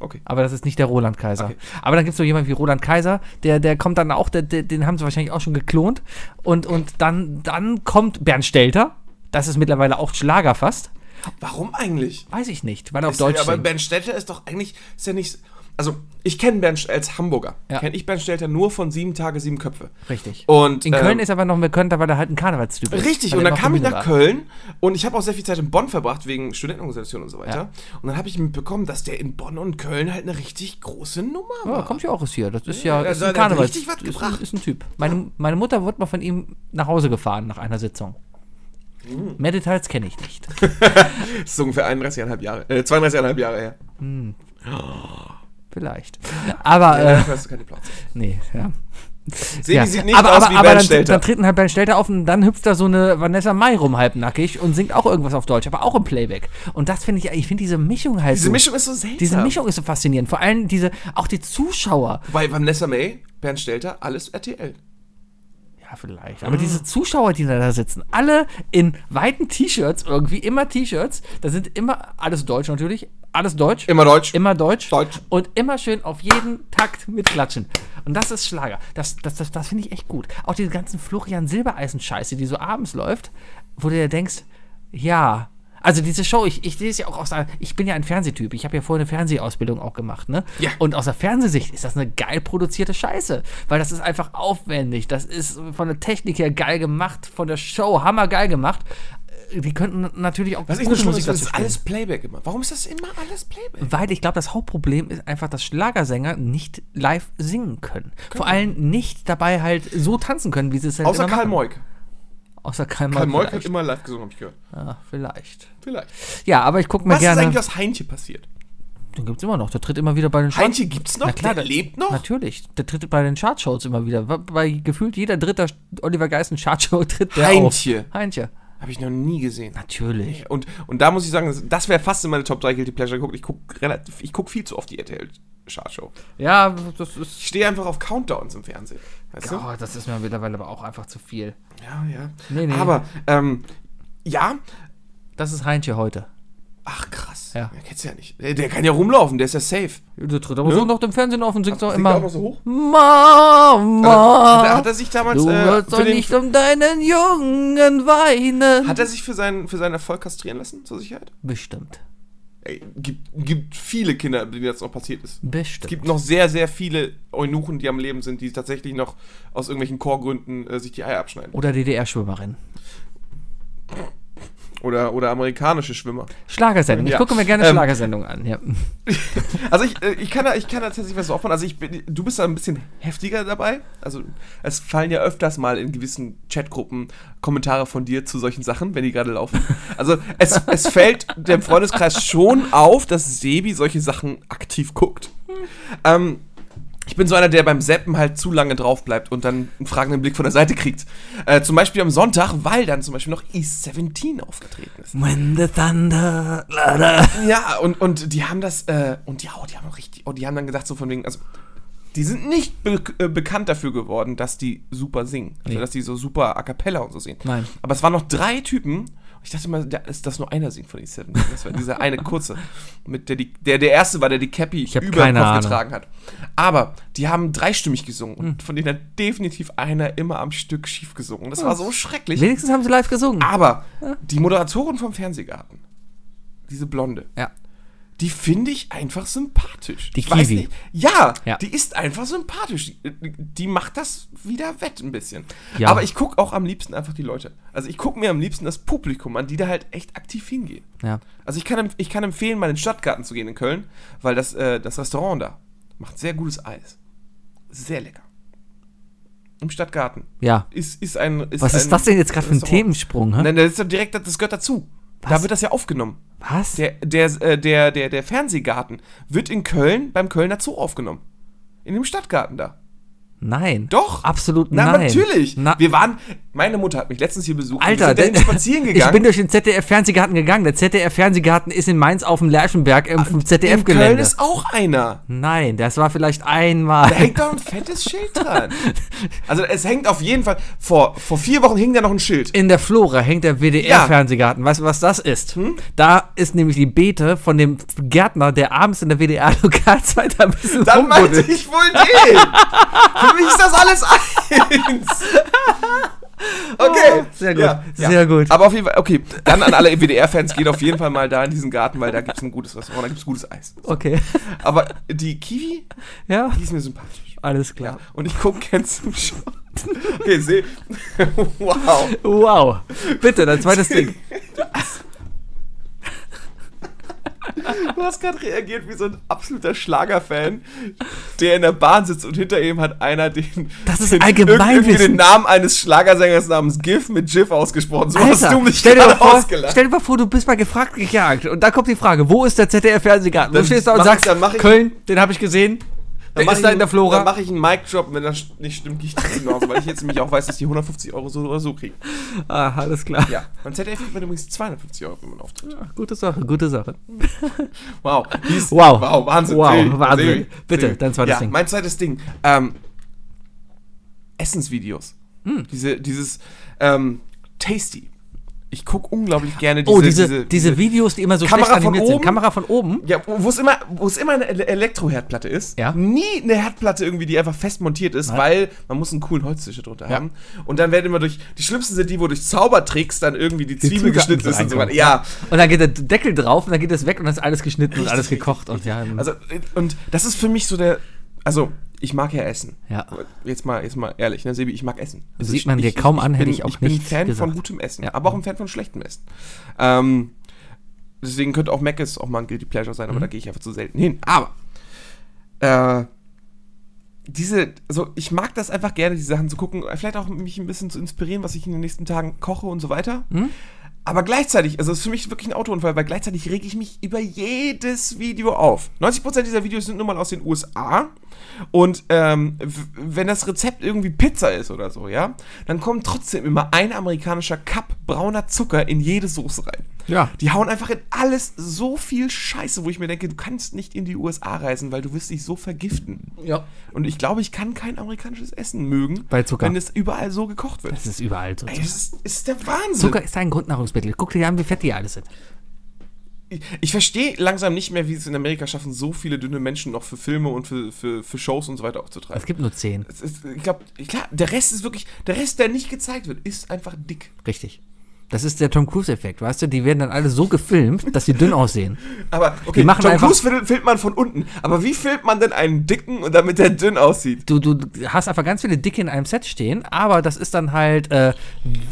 Speaker 2: Okay.
Speaker 3: Aber das ist nicht der Roland Kaiser. Aber dann gibt es so jemanden wie Roland Kaiser, der, der kommt dann auch, der, der, den haben sie wahrscheinlich auch schon geklont. Und, und dann, dann kommt Bernd Stelter. Das ist mittlerweile auch Schlager fast.
Speaker 2: Warum eigentlich?
Speaker 3: Weiß ich nicht, weil er auf Deutsch
Speaker 2: Ja, aber
Speaker 3: singt.
Speaker 2: Bernd Stelter ist doch eigentlich, ist ja nicht. Also, ich kenne Bernd Sch- als Hamburger.
Speaker 3: Ja.
Speaker 2: Kenne ich Bernd Stelter nur von sieben Tage, sieben Köpfe.
Speaker 3: Richtig.
Speaker 2: Und,
Speaker 3: In Köln
Speaker 2: ähm,
Speaker 3: ist er aber noch mehr Kölner, weil er halt ein Karnevalstyp ist.
Speaker 2: Richtig,
Speaker 3: Weil
Speaker 2: und
Speaker 3: er
Speaker 2: dann
Speaker 3: noch
Speaker 2: kam ich
Speaker 3: Berliner
Speaker 2: nach
Speaker 3: war.
Speaker 2: Köln und ich habe auch sehr viel Zeit in Bonn verbracht wegen Studentenorganisation und so weiter. Und dann habe ich mitbekommen, dass der in Bonn und Köln halt eine richtig große Nummer
Speaker 3: Ja,
Speaker 2: war.
Speaker 3: kommt ja auch aus hier. Das ist ja,
Speaker 2: Ah. Ja,
Speaker 3: ist
Speaker 2: da
Speaker 3: ein
Speaker 2: hat er
Speaker 3: Karneval.
Speaker 2: richtig was
Speaker 3: ist,
Speaker 2: gebracht.
Speaker 3: Ein, ist ein Typ. Meine, meine Mutter wurde mal von ihm nach Hause gefahren nach einer Sitzung.
Speaker 2: Hm.
Speaker 3: Mehr Details kenne ich nicht.
Speaker 2: Das ist ungefähr 31,5 Jahre, äh, 32,5 Jahre her.
Speaker 3: Vielleicht. Aber, äh,
Speaker 2: Dafür hast du keine
Speaker 3: [laughs]
Speaker 2: Platz.
Speaker 3: nee, ja.
Speaker 2: Sebi
Speaker 3: ja.
Speaker 2: sieht nicht
Speaker 3: aber,
Speaker 2: aus
Speaker 3: aber,
Speaker 2: wie
Speaker 3: aber
Speaker 2: Bernd
Speaker 3: dann,
Speaker 2: Stelter.
Speaker 3: dann treten halt Bernd Stelter auf und dann hüpft da so eine Vanessa Mai rum halbnackig und singt auch irgendwas auf Deutsch, aber auch im Playback. Und das finde ich, ich finde diese Mischung halt
Speaker 2: Diese
Speaker 3: so,
Speaker 2: Mischung ist so seltsam.
Speaker 3: diese Mischung ist so faszinierend. Vor allem diese, auch die Zuschauer.
Speaker 2: Bei Vanessa May, Bernd Stelter, alles RTL.
Speaker 3: Ja, vielleicht. Aber diese Zuschauer, die da sitzen, alle in weiten T-Shirts, irgendwie immer T-Shirts, da sind immer alles Deutsch natürlich, alles Deutsch.
Speaker 2: Immer Deutsch.
Speaker 3: Immer Deutsch.
Speaker 2: Deutsch.
Speaker 3: Und immer schön auf jeden Takt mitklatschen. Und das ist Schlager. Das, das, das, das finde ich echt gut. Auch diese ganzen Florian Silbereisen-Scheiße, die so abends läuft, wo du dir denkst, ja. Also diese Show, ich, ich sehe es ja auch aus der, ich bin ja ein Fernsehtyp, ich habe ja vorher eine Fernsehausbildung auch gemacht, ne?
Speaker 2: Ja.
Speaker 3: Und aus der Fernsehsicht ist das eine geil produzierte Scheiße, weil das ist einfach aufwendig, das ist von der Technik her geil gemacht, von der Show hammergeil gemacht. Äh, Die könnten natürlich auch
Speaker 2: Was ich
Speaker 3: gute
Speaker 2: nur schon ist, das
Speaker 3: dazu
Speaker 2: ist
Speaker 3: spielen.
Speaker 2: alles Playback immer. Warum ist das immer alles Playback?
Speaker 3: Weil ich glaube, das Hauptproblem ist einfach, dass Schlagersänger nicht live singen können. Vor allem nicht dabei halt so tanzen können, wie sie es halt
Speaker 2: Außer
Speaker 3: immer
Speaker 2: Karl
Speaker 3: machen.
Speaker 2: Moik.
Speaker 3: Außer Karl Moik.
Speaker 2: Karl Moik hat
Speaker 3: vielleicht.
Speaker 2: immer live gesungen, habe ich gehört.
Speaker 3: Ja, vielleicht.
Speaker 2: Vielleicht.
Speaker 3: Ja, aber ich gucke mir
Speaker 2: Was ist
Speaker 3: gerne.
Speaker 2: eigentlich aus Heinche passiert?
Speaker 3: Den gibt's immer noch. Der tritt immer wieder bei den Chart-
Speaker 2: Heinche gibt's noch?
Speaker 3: Na klar,
Speaker 2: der
Speaker 3: der-
Speaker 2: lebt noch?
Speaker 3: Natürlich. Der tritt bei den Chartshows immer wieder. Wa- Bei gefühlt jeder dritter Oliver Geissen Chartshow [laughs] tritt der
Speaker 2: Heintje.
Speaker 3: auf. Heintje.
Speaker 2: Habe ich noch nie gesehen.
Speaker 3: Natürlich.
Speaker 2: Und, und da muss ich sagen, das, das wäre fast in meine Top 3 Guilty Pleasure geguckt. Ich gucke relativ, ich guck viel zu oft die RTL Chartshow.
Speaker 3: Ja, das ist.
Speaker 2: Ich stehe einfach auf Countdowns im Fernsehen. Weißt du?
Speaker 3: Oh, das ist mir mittlerweile aber auch einfach zu viel.
Speaker 2: Ja, ja.
Speaker 3: Nee, nee.
Speaker 2: Aber, ähm, ja.
Speaker 3: Das ist Heintje heute.
Speaker 2: Ach, krass.
Speaker 3: Ja.
Speaker 2: Der kennt's ja nicht. Der, der kann ja rumlaufen, der ist ja safe.
Speaker 3: Der tritt aber so noch im Fernsehen auf und singt auch
Speaker 2: Singt
Speaker 3: immer.
Speaker 2: er auch noch so hoch? Hat er,
Speaker 3: Mama!
Speaker 2: hat er sich damals
Speaker 3: Du
Speaker 2: äh,
Speaker 3: wirst
Speaker 2: für
Speaker 3: doch
Speaker 2: den,
Speaker 3: nicht um deinen Jungen weinen.
Speaker 2: hat er sich für seinen, für seinen Erfolg kastrieren lassen, zur Sicherheit?
Speaker 3: Bestimmt.
Speaker 2: Ey, gibt, gibt viele Kinder, denen das noch passiert ist. Es
Speaker 3: Bestimmt.
Speaker 2: gibt noch sehr, sehr viele Eunuchen, die am Leben sind, die tatsächlich noch aus irgendwelchen Chorgründen äh, sich die Eier abschneiden.
Speaker 3: Oder DDR-Schwimmerin.
Speaker 2: Oder, oder amerikanische Schwimmer.
Speaker 3: Schlagersendung. Ich
Speaker 2: Ja.
Speaker 3: gucke mir gerne
Speaker 2: Ähm,
Speaker 3: Schlagersendungen an. Ja.
Speaker 2: [laughs] Also ich, äh, ich kann da, ich kann da tatsächlich was aufmachen. Also ich bin, du bist da ein bisschen heftiger dabei. Also es fallen ja öfters mal in gewissen Chatgruppen Kommentare von dir zu solchen Sachen, wenn die gerade laufen. Also es, es fällt dem Freundeskreis schon auf, dass Sebi solche Sachen aktiv guckt. Ähm, ich bin so einer, der beim Seppen halt zu lange drauf bleibt und dann einen fragenden Blick von der Seite kriegt. Äh, zum Beispiel am Sonntag, weil dann zum Beispiel noch East 17 aufgetreten ist.
Speaker 3: [laughs] When the thunder.
Speaker 2: [laughs] Ja, und, und die haben das, äh, und ja, oh, die haben auch richtig, oh, die haben dann gesagt, so von wegen, also, die sind nicht be äh, bekannt dafür geworden, dass die super singen. Also,
Speaker 3: Nee.
Speaker 2: dass die so super a cappella und so singen.
Speaker 3: Nein.
Speaker 2: Aber es waren noch drei Typen. Ich dachte mal, da ist das nur einer singt von den Seven. Das war dieser eine kurze. Mit der, die, der, der erste war, der die Cappy
Speaker 3: hab
Speaker 2: über den
Speaker 3: keine
Speaker 2: Kopf
Speaker 3: Ahnung. Hm.
Speaker 2: getragen hat. Aber die haben dreistimmig gesungen und von denen hat definitiv einer immer am Stück schief gesungen.
Speaker 3: Oh.
Speaker 2: Das war so schrecklich.
Speaker 3: Wenigstens haben sie live gesungen.
Speaker 2: Aber die Moderatorin vom Fernsehgarten, diese Blonde,
Speaker 3: Ja.
Speaker 2: die finde ich einfach sympathisch.
Speaker 3: Die
Speaker 2: ich weiß
Speaker 3: Kiwi.
Speaker 2: nicht. Ja,
Speaker 3: Ja.
Speaker 2: die ist einfach sympathisch. Die, die macht das wieder wett ein bisschen.
Speaker 3: Ja.
Speaker 2: Aber ich gucke auch am liebsten einfach die Leute. Also ich gucke mir am liebsten das Publikum an, die da halt echt aktiv hingehen.
Speaker 3: ja.
Speaker 2: Also ich kann, empf- ich kann empfehlen, mal in den Stadtgarten zu gehen in Köln, weil das, äh, das Restaurant da macht sehr gutes Eis. Sehr lecker. Im Stadtgarten.
Speaker 3: Ja.
Speaker 2: Ist, ist ein, ist
Speaker 3: Was
Speaker 2: ein
Speaker 3: ist Ähm, das denn jetzt gerade für ein Themensprung? Hä?
Speaker 2: Nein, das ist doch direkt, das gehört dazu. Da
Speaker 3: Ne? Was?
Speaker 2: wird das ja aufgenommen.
Speaker 3: Was?
Speaker 2: Der, der, äh, der, der, der Fernsehgarten wird in Köln beim Kölner Zoo aufgenommen. In dem Stadtgarten da.
Speaker 3: nein.
Speaker 2: Doch.
Speaker 3: Absolut
Speaker 2: Na,
Speaker 3: nein.
Speaker 2: natürlich.
Speaker 3: Na,
Speaker 2: Wir waren, meine Mutter hat mich letztens hier besucht. und
Speaker 3: Alter,
Speaker 2: wir sind
Speaker 3: der-
Speaker 2: da spazieren
Speaker 3: [laughs] ich bin
Speaker 2: gegangen.
Speaker 3: durch den ZDF-Fernsehgarten gegangen. Der ZDF-Fernsehgarten ist in Mainz auf dem Lerchenberg ähm, im
Speaker 2: in Köln
Speaker 3: ZDF-Gelände.
Speaker 2: ist auch einer.
Speaker 3: Nein, das war vielleicht
Speaker 2: Da
Speaker 3: einmal.
Speaker 2: hängt doch ein fettes Schild
Speaker 3: [laughs]
Speaker 2: dran. Also es hängt auf jeden Fall. Vor, vor vier Wochen hing da noch ein Schild.
Speaker 3: In der Flora hängt der WDR-Fernsehgarten. Weißt du, was das ist?
Speaker 2: Hm?
Speaker 3: Da ist nämlich die Beete von dem Gärtner, der abends in der [laughs] WDR-Lokalzeit ein bisschen
Speaker 2: Dann meinte
Speaker 3: rumbuddelt.
Speaker 2: ich wohl den. Für mich ist das alles eins. Okay.
Speaker 3: Oh, Sehr gut, sehr gut.
Speaker 2: Aber auf jeden Fall, okay, dann an alle WDR-Fans, geht auf jeden Fall mal da in diesen Garten, weil da gibt es ein gutes Restaurant, da gibt es gutes Eis.
Speaker 3: Okay. [laughs]
Speaker 2: Aber die Kiwi,
Speaker 3: Ja,
Speaker 2: die ist mir sympathisch.
Speaker 3: alles
Speaker 2: Ja.
Speaker 3: klar.
Speaker 2: Und ich gucke gern zum Schauen. Okay, seh. [laughs] Wow.
Speaker 3: Wow. Bitte, dein
Speaker 2: [laughs]
Speaker 3: zweites Ding.
Speaker 2: Du hast gerade reagiert wie so ein absoluter Schlagerfan, der in der Bahn sitzt und hinter ihm hat einer den,
Speaker 3: Das ist
Speaker 2: den,
Speaker 3: Allgemeinwissen.
Speaker 2: irgendwie den Namen eines Schlagersängers namens GIF mit GIF ausgesprochen. So hast du mich
Speaker 3: stell, dir mal
Speaker 2: gerade
Speaker 3: vor,
Speaker 2: ausgelacht.
Speaker 3: stell dir mal vor, du bist mal gefragt gejagt. Und da kommt die Frage, wo ist der ZDF-Fernsehgarten? Du
Speaker 2: Dann
Speaker 3: stehst da und
Speaker 2: mach ich-
Speaker 3: sagst,
Speaker 2: dann mach ich-
Speaker 3: Köln, den habe ich gesehen. Der
Speaker 2: mach
Speaker 3: ist da
Speaker 2: ich
Speaker 3: in der
Speaker 2: einen- Dann
Speaker 3: Flora.
Speaker 2: mache ich einen Mic-Drop, wenn das nicht stimmt, gehe ich das genauso, weil ich jetzt nämlich auch weiß, dass die 150 Euro so oder so kriegen.
Speaker 3: Ah, alles klar.
Speaker 2: Ja. Beim ZDF kriegt man übrigens 250 Euro, wenn man auftritt.
Speaker 3: Gute Sache, gute Sache.
Speaker 2: Wow. Wie ist-
Speaker 3: Wow.
Speaker 2: Wow, Wahnsinn.
Speaker 3: Wow,
Speaker 2: Sebi,
Speaker 3: Wahnsinn.
Speaker 2: Sebi,
Speaker 3: Bitte,
Speaker 2: Sebi.
Speaker 3: dein zweites
Speaker 2: ja,
Speaker 3: Ding.
Speaker 2: Mein zweites Ding. Ähm, Essensvideos.
Speaker 3: Hm.
Speaker 2: Diese, dieses ähm, Tasty. Ich gucke unglaublich gerne diese,
Speaker 3: oh, diese, diese, Videos, die immer so
Speaker 2: Kamera
Speaker 3: schlecht
Speaker 2: von
Speaker 3: animiert sind.
Speaker 2: oben?
Speaker 3: Kamera von oben.
Speaker 2: ja, wo es immer, wo es immer eine Ele- Elektroherdplatte ist,
Speaker 3: Ja.
Speaker 2: nie eine Herdplatte irgendwie, die einfach fest montiert ist,
Speaker 3: Nein.
Speaker 2: weil man muss einen coolen Holztisch drunter haben. Und dann werden immer durch, die schlimmsten sind die, wo durch Zaubertricks dann irgendwie die, Zwiebel
Speaker 3: Zwiebel
Speaker 2: geschnitten ist und so weiter.
Speaker 3: reinkommen.
Speaker 2: Ja,
Speaker 3: Und dann geht der Deckel drauf und dann geht das weg und dann ist alles geschnitten und alles gekocht. Und ja,
Speaker 2: also, äh, und das ist für mich so der, also, ich mag ja Essen.
Speaker 3: Ja.
Speaker 2: Jetzt mal, jetzt mal ehrlich, ne, Sebi, ich mag Essen.
Speaker 3: Sieht man dir kaum an,
Speaker 2: bin,
Speaker 3: hätte ich auch
Speaker 2: Ich bin ein
Speaker 3: nichts
Speaker 2: Fan von
Speaker 3: gesagt.
Speaker 2: gutem Essen,
Speaker 3: Ja.
Speaker 2: aber auch ein Fan von schlechtem Essen. Ähm, deswegen könnte auch Mc's auch mal ein Guilty Pleasure
Speaker 3: Mhm.
Speaker 2: sein, aber da gehe ich einfach zu selten hin. Aber, äh, diese, also ich mag das einfach gerne, die Sachen zu gucken, vielleicht auch mich ein bisschen zu inspirieren, was ich in den nächsten Tagen koche und so weiter.
Speaker 3: Hm?
Speaker 2: Aber gleichzeitig, also es ist für mich wirklich ein Autounfall, weil gleichzeitig reg ich mich über jedes Video auf. 90% dieser Videos sind nun mal aus den USA. Und ähm, w- wenn das Rezept irgendwie Pizza ist oder so, ja, dann kommt trotzdem immer ein amerikanischer Cup brauner Zucker in jede Soße rein.
Speaker 3: Ja.
Speaker 2: Die hauen einfach in alles so viel Scheiße, wo ich mir denke, du kannst nicht in die USA reisen, weil du wirst dich so vergiften.
Speaker 3: ja.
Speaker 2: Und ich glaube, ich kann kein amerikanisches Essen mögen,
Speaker 3: Weil Zucker.
Speaker 2: wenn es überall so gekocht wird.
Speaker 1: Das ist überall so.
Speaker 2: Ey, das ist, ist der Wahnsinn.
Speaker 3: Zucker ist ein Grundnahrungsmittel. Guck dir an, wie fett die alle sind.
Speaker 2: Ich- Ich verstehe langsam nicht mehr, wie sie es in Amerika schaffen, so viele dünne Menschen noch für Filme und für, für, für Shows und so weiter
Speaker 3: Es
Speaker 2: aufzutreiben.
Speaker 3: gibt nur 10.
Speaker 2: Es ist, ich glaube, klar, der Rest ist wirklich, der Rest, der nicht gezeigt wird, ist einfach dick.
Speaker 3: Richtig. Das ist der Tom Cruise-Effekt, weißt du? Die werden dann alle so gefilmt, dass sie dünn aussehen.
Speaker 2: Aber okay,
Speaker 3: Die machen
Speaker 2: Tom
Speaker 3: einfach-
Speaker 2: Cruise filmt, filmt man von unten. Aber wie filmt man denn einen dicken, und damit der dünn aussieht?
Speaker 3: Du, du hast einfach ganz viele Dicke in einem Set stehen, aber das ist dann halt äh,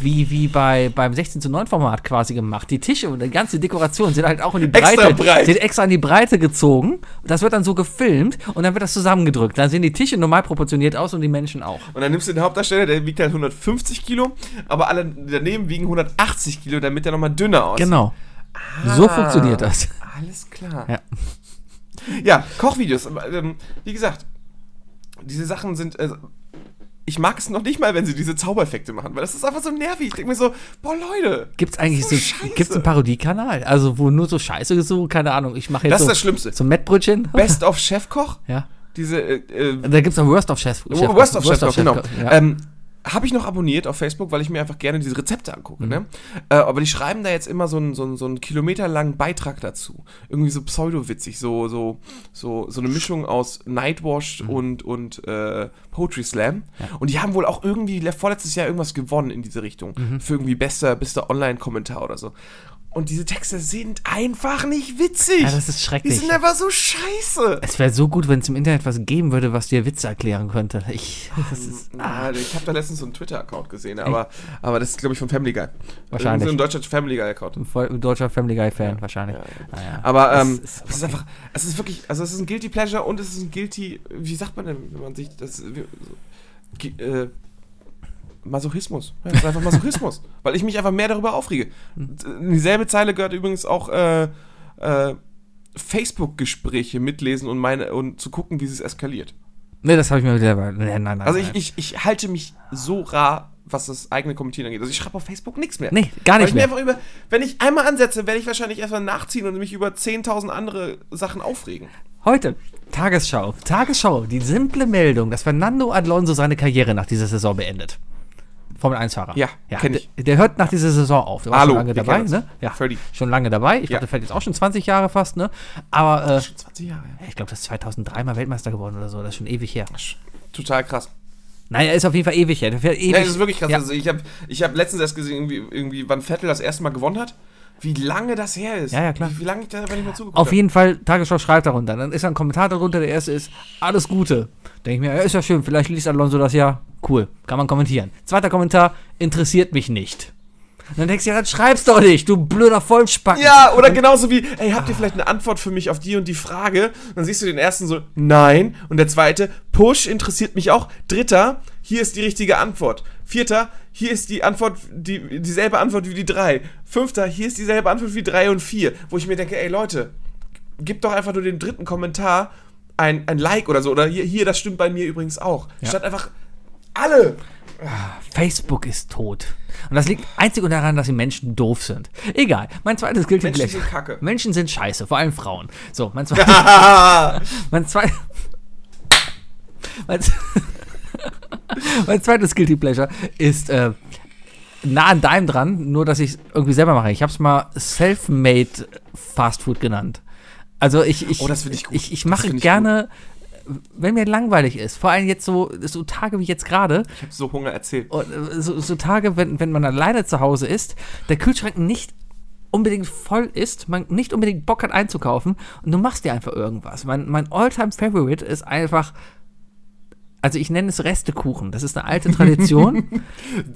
Speaker 3: wie, wie bei, beim 16 zu 9 Format quasi gemacht. Die Tische und die ganze Dekoration sind halt auch in die Breite.
Speaker 2: Extra breit.
Speaker 3: Sind extra in die Breite gezogen. Das wird dann so gefilmt und dann wird das zusammengedrückt. Dann sehen die Tische normal proportioniert aus und die Menschen auch.
Speaker 2: Und dann nimmst du den Hauptdarsteller, der wiegt halt 150 Kilo, aber alle daneben wiegen 180 Kilo, damit der nochmal dünner aussieht.
Speaker 3: Genau. So funktioniert das.
Speaker 2: Alles klar.
Speaker 3: Ja.
Speaker 2: Ja, Kochvideos. Ähm, wie gesagt, diese Sachen sind. Also, ich mag es noch nicht mal, wenn sie diese Zaubereffekte machen, weil das ist einfach so nervig. Ich denke mir so, boah, Leute.
Speaker 3: Gibt's eigentlich
Speaker 2: So
Speaker 3: so,
Speaker 2: scheiße.
Speaker 3: gibt's einen Parodiekanal? Also, wo nur so Scheiße so, keine Ahnung, ich mache jetzt
Speaker 2: Das ist
Speaker 3: so,
Speaker 2: das Schlimmste.
Speaker 3: so Mettbrötchen.
Speaker 2: Best of Chefkoch?
Speaker 3: Ja.
Speaker 2: Diese. Äh, äh,
Speaker 3: Da gibt's noch Worst of Chef. Chefkoch.
Speaker 2: Worst of Chefkoch, genau.
Speaker 3: Ja.
Speaker 2: Ähm, habe ich noch abonniert auf Facebook, weil ich mir einfach gerne diese Rezepte angucke.
Speaker 3: Mhm.
Speaker 2: Ne? Äh, aber die schreiben da jetzt immer so einen, so einen, so einen kilometerlangen Beitrag dazu. Irgendwie so pseudowitzig, so, so, so, so eine Mischung aus
Speaker 3: Mhm.
Speaker 2: Nightwatch und, und äh, Poetry Slam. Und die haben wohl auch irgendwie le- vorletztes Jahr irgendwas gewonnen in diese Richtung.
Speaker 3: Mhm.
Speaker 2: Für irgendwie bester, bester Online-Kommentar oder so. Und diese Texte sind einfach nicht witzig.
Speaker 3: Ja, das ist schrecklich.
Speaker 2: Die sind einfach so scheiße.
Speaker 3: es wäre so gut, wenn es im Internet was geben würde, was dir Witze erklären könnte. Ich, das ist,
Speaker 2: Ah, ich habe da letztens so einen Twitter-Account gesehen, aber, aber das ist, glaube ich, von Family Guy.
Speaker 3: Wahrscheinlich.
Speaker 2: So ein deutscher Family Guy-Account.
Speaker 3: voll, ein deutscher Family Guy Fan wahrscheinlich. Ah, Naja.
Speaker 2: Aber
Speaker 3: Das
Speaker 2: ähm, es
Speaker 3: ist-
Speaker 2: ist, einfach, es ist wirklich, also es ist ein Guilty Pleasure und es ist ein Guilty, wie sagt man denn, wenn man sich das, wie, so, gi- äh, Masochismus. Ja, es ist einfach Masochismus,
Speaker 3: [laughs]
Speaker 2: weil ich mich einfach mehr darüber aufrege. D-
Speaker 3: Hm.
Speaker 2: In dieselbe Zeile gehört übrigens auch äh, äh, Facebook-Gespräche mitlesen und, meine, und zu gucken, wie eseskaliert.
Speaker 3: nee, das habe ich mir selber. Nee, nein, nein,
Speaker 2: Also
Speaker 3: nein.
Speaker 2: ich, ich, ich halte mich so rar, was das eigene Kommentieren angeht. Also ich schreibe auf Facebook nichts mehr.
Speaker 3: Nee, gar
Speaker 2: Weil
Speaker 3: nicht
Speaker 2: ich mir
Speaker 3: mehr.
Speaker 2: einfach über, wenn ich einmal ansetze, werde ich wahrscheinlich erstmal nachziehen und mich über 10.000 andere Sachen aufregen.
Speaker 3: Heute, Tagesschau. Tagesschau, die simple Meldung, dass Fernando Alonso seine Karriere nach dieser Saison beendet. Formel 1-Fahrer.
Speaker 2: Ja,
Speaker 3: ja
Speaker 2: kenn ich.
Speaker 3: Der, der hört nach dieser Saison auf. Der
Speaker 2: Hallo,
Speaker 3: schon lange
Speaker 2: wir
Speaker 3: dabei,
Speaker 2: kennen uns.
Speaker 3: ne? Ja,
Speaker 2: Ferdi.
Speaker 3: schon lange dabei. Ich
Speaker 2: Ja.
Speaker 3: glaube, der fällt jetzt auch schon 20 Jahre fast, ne? Aber äh,
Speaker 2: Schon 20 Jahre. ja.
Speaker 3: ich glaube, das ist 2003 mal Weltmeister geworden oder so. Das ist schon ewig her.
Speaker 2: Total krass.
Speaker 3: Nein, er ist auf jeden Fall ewig her. Der fährt ewig.
Speaker 2: Ja, das ist wirklich krass.
Speaker 3: Ja.
Speaker 2: Also ich habe ich hab letztens erst gesehen, irgendwie, irgendwie, wann Vettel das erste Mal gewonnen hat. Wie lange das her ist.
Speaker 3: Ja, ja, klar.
Speaker 2: Wie, wie lange ich da aber nicht mehr zugeguckt
Speaker 3: Auf
Speaker 2: habe.
Speaker 3: jeden Fall, Tagesschau schreibt darunter. Dann ist ein Kommentar darunter, der erste ist, alles Gute. Denke ich mir, ja, ist ja schön, vielleicht liest Alonso das ja. Cool, kann man kommentieren. Zweiter Kommentar, interessiert mich nicht. Und dann denkst du, ja, dann schreib's doch nicht, du blöder Vollspacken.
Speaker 2: Ja, oder genauso wie, ey, habt ihr vielleicht eine Antwort für mich auf die und die Frage? Und dann siehst du den ersten so, nein. Und der zweite, Push interessiert mich auch. Dritter, hier ist die richtige Antwort. Vierter, hier ist die Antwort, die, dieselbe Antwort wie die drei. Fünfter, hier ist dieselbe Antwort wie drei und vier. Wo ich mir denke, ey Leute, gebt doch einfach nur dem dritten Kommentar ein, ein Like oder so. Oder hier, hier, das stimmt bei mir übrigens auch. Statt einfach alle. [laughs]
Speaker 3: Facebook ist tot. Und das liegt einzig und daran, dass die Menschen doof sind. Egal, mein zweites gilt
Speaker 2: Menschen sind Kacke.
Speaker 3: Menschen sind scheiße, vor allem Frauen. So,
Speaker 2: [laughs]
Speaker 3: mein zweites. mein zweites. mein, z- mein zweites Guilty Pleasure ist äh, nah an deinem dran, nur dass ich es irgendwie selber mache. Ich habe es mal Self-Made Fast Food genannt. Also ich, ich,
Speaker 2: Oh, das find ich gut.
Speaker 3: ich, ich
Speaker 2: Das
Speaker 3: mache
Speaker 2: find ich
Speaker 3: gerne, wenn mir langweilig ist, vor allem jetzt so, so Tage wie jetzt gerade,
Speaker 2: Ich habe so Hunger erzählt.
Speaker 3: und, äh, so, so Tage, wenn, wenn man alleine zu Hause ist, der Kühlschrank nicht unbedingt voll ist, man nicht unbedingt Bock hat einzukaufen und du machst dir einfach irgendwas. Mein, mein All-Time-Favorite ist einfach, also ich nenne es Restekuchen. Das ist eine alte Tradition.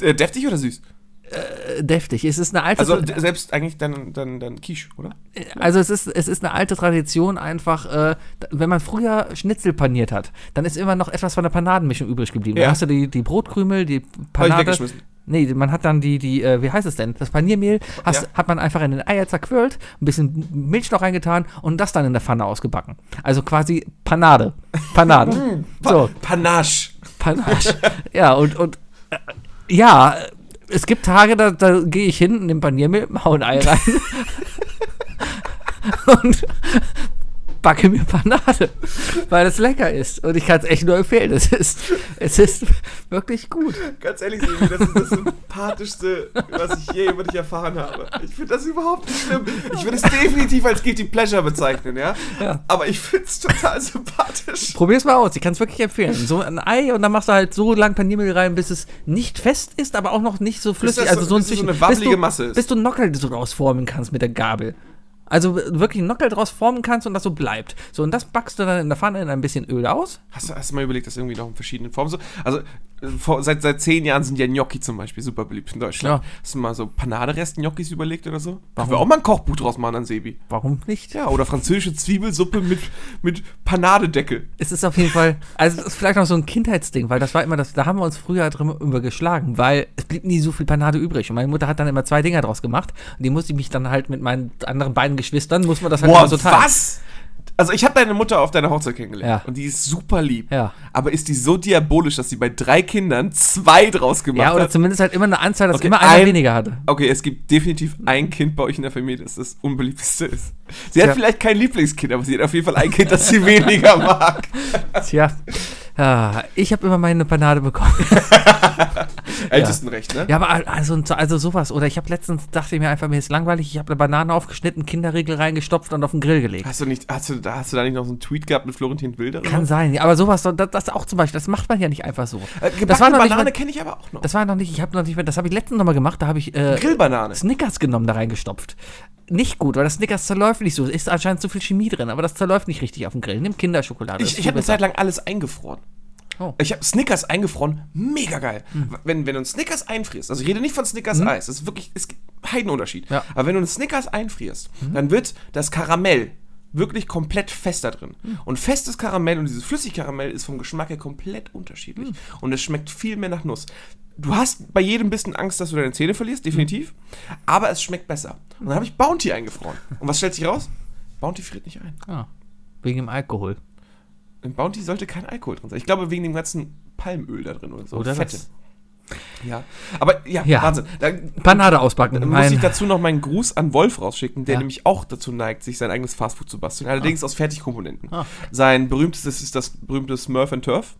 Speaker 2: Äh, deftig oder süß?
Speaker 3: Äh, Deftig. Es ist eine alte
Speaker 2: Also
Speaker 3: Tra-
Speaker 2: d- selbst eigentlich dann, dann, dann Quiche, oder?
Speaker 3: Also es ist, es ist eine alte Tradition einfach, äh, da- wenn man früher Schnitzel paniert hat, dann ist immer noch etwas von der Panadenmischung übrig geblieben.
Speaker 2: Ja.
Speaker 3: Da hast du die, die Brotkrümel, die Panade.
Speaker 2: weggeschmissen.
Speaker 3: Nee, man hat dann die, die, äh, wie heißt es denn? Das Paniermehl hast,
Speaker 2: Ja.
Speaker 3: hat man einfach in den Eier zerquirlt, ein bisschen Milch noch reingetan und das dann in der Pfanne ausgebacken. Also quasi Panade. Panade. so,
Speaker 2: Panache.
Speaker 3: Panache. ja, und, und äh, ja, äh, es gibt Tage, da, da gehe ich hin, nehme Paniermehl, hau ein Ei rein [laughs] und backe mir Panade, weil es lecker ist. Und ich kann es echt nur empfehlen. Es ist, es ist wirklich gut.
Speaker 2: Ganz ehrlich, Sebi, das ist das Sympathischste, was ich je über dich erfahren habe. Ich finde das überhaupt nicht schlimm. Ich würde es definitiv als Guilty Pleasure bezeichnen, ja?
Speaker 3: Ja.
Speaker 2: Aber ich finde es total sympathisch.
Speaker 3: Probier's mal aus, ich kann es wirklich empfehlen. So ein Ei und dann machst du halt so lang Paniermehl rein, bis es nicht fest ist, aber auch noch nicht so flüssig.
Speaker 2: das so-
Speaker 3: also so, ein
Speaker 2: bis es so
Speaker 3: Zwischen-
Speaker 2: eine wabbelige
Speaker 3: bis du,
Speaker 2: Masse ist.
Speaker 3: Bis du einen Nockel so draus formen kannst mit der Gabel. Also wirklich einen Nockel draus formen kannst und das so bleibt. So, und das backst du dann in der Pfanne in ein bisschen Öl aus.
Speaker 2: Hast du, hast du mal überlegt, das irgendwie noch in verschiedenen Formen so? Also, äh, vor, seit, seit zehn Jahren sind ja Gnocchi zum Beispiel super beliebt in Deutschland.
Speaker 3: Ja.
Speaker 2: Hast du mal so Panaderest-Gnocchis überlegt oder so? Können
Speaker 3: Warum?
Speaker 2: wir auch mal ein Kochbuch draus machen an Sebi?
Speaker 3: Warum nicht?
Speaker 2: Ja, oder französische Zwiebelsuppe mit, mit Panadedeckel.
Speaker 3: Es ist auf jeden Fall, also es ist vielleicht noch so ein Kindheitsding, weil das war immer das, da haben wir uns früher drüber übergeschlagen, weil es blieb nie so viel Panade übrig. Und meine Mutter hat dann immer zwei Dinger draus gemacht und die musste ich mich dann halt mit meinen anderen beiden Geschwistern, muss man das halt immer so teilen.
Speaker 2: was? Also ich habe deine Mutter auf deiner Hochzeit kennengelernt
Speaker 3: Ja.
Speaker 2: und die ist super lieb.
Speaker 3: Ja.
Speaker 2: Aber ist die so diabolisch, dass sie bei drei Kindern zwei draus gemacht
Speaker 3: Ja, oder
Speaker 2: hat?
Speaker 3: zumindest halt immer eine Anzahl, dass
Speaker 2: Okay,
Speaker 3: immer einer
Speaker 2: ein-
Speaker 3: weniger hatte.
Speaker 2: Okay, es gibt definitiv ein Kind bei euch in der Familie, das das unbeliebteste ist. Sie hat
Speaker 3: Tja.
Speaker 2: vielleicht kein Lieblingskind, aber sie hat auf jeden Fall ein Kind, das sie [laughs] weniger mag.
Speaker 3: Tja. Ah, ich habe immer meine Panade bekommen. [laughs]
Speaker 2: Ältestenrecht, ne?
Speaker 3: Ja, aber al- also, also sowas. Oder ich habe letztens, dachte ich mir einfach, mir ist langweilig, ich habe eine Banane aufgeschnitten, Kinderriegel reingestopft und auf den Grill gelegt.
Speaker 2: Hast du, nicht, hast, du, da- hast du da nicht noch so einen Tweet gehabt mit Florentin Wilder?
Speaker 3: Kann sein, ja, aber sowas, so- das, das auch zum Beispiel, das macht man ja nicht einfach so.
Speaker 2: Äh,
Speaker 3: das
Speaker 2: gebackene
Speaker 3: war noch nicht,
Speaker 2: Banane
Speaker 3: mal,
Speaker 2: kenne ich aber auch noch.
Speaker 3: das war noch nicht, ich habe noch nicht, mal- das habe ich letztens nochmal gemacht, da habe ich äh,
Speaker 2: Grillbanane.
Speaker 3: Snickers genommen, da reingestopft. Nicht gut, weil das Snickers zerläuft nicht so. Ist anscheinend zu viel Chemie drin, aber das zerläuft nicht richtig auf dem Grill. Nimm Kinderschokolade. das
Speaker 2: Ich,
Speaker 3: ist
Speaker 2: ich
Speaker 3: viel
Speaker 2: habe eine
Speaker 3: besser.
Speaker 2: Zeit lang alles eingefroren.
Speaker 3: Oh. Hm.
Speaker 2: Ich habe Snickers eingefroren, mega geil. Wenn, wenn du einen Snickers einfrierst, also ich rede nicht von Snickers Eis, das ist wirklich ist Heidenunterschied.
Speaker 3: Ja. Hm.
Speaker 2: Aber wenn du einen Snickers einfrierst, dann wird das Karamell wirklich komplett fest da drin.
Speaker 3: Hm.
Speaker 2: Und festes Karamell und dieses Flüssigkaramell ist vom Geschmack her komplett
Speaker 3: Hm.
Speaker 2: unterschiedlich. Und es schmeckt viel mehr nach Nuss. Du hast bei jedem bisschen Angst, dass du deine Zähne verlierst,
Speaker 3: Hm.
Speaker 2: definitiv. Aber es schmeckt besser. Und dann habe ich Bounty eingefroren. Und was stellt sich raus? Bounty friert nicht ein.
Speaker 3: Ah, wegen dem Alkohol.
Speaker 2: Im Bounty sollte kein Alkohol drin sein. Ich glaube, wegen dem ganzen Palmöl da drin oder so.
Speaker 3: Oder
Speaker 2: Fette.
Speaker 3: das?
Speaker 2: Ja. Aber ja,
Speaker 3: Ja.
Speaker 2: Wahnsinn. Da
Speaker 3: Panade ausbacken.
Speaker 2: muss ich
Speaker 3: Nein.
Speaker 2: dazu noch meinen Gruß an Wolf rausschicken, der
Speaker 3: Ja.
Speaker 2: nämlich auch dazu neigt, sich sein eigenes Fastfood zu basteln. Allerdings aus Fertigkomponenten.
Speaker 3: Ah.
Speaker 2: Sein berühmtestes ist das berühmte Smurf and Turf.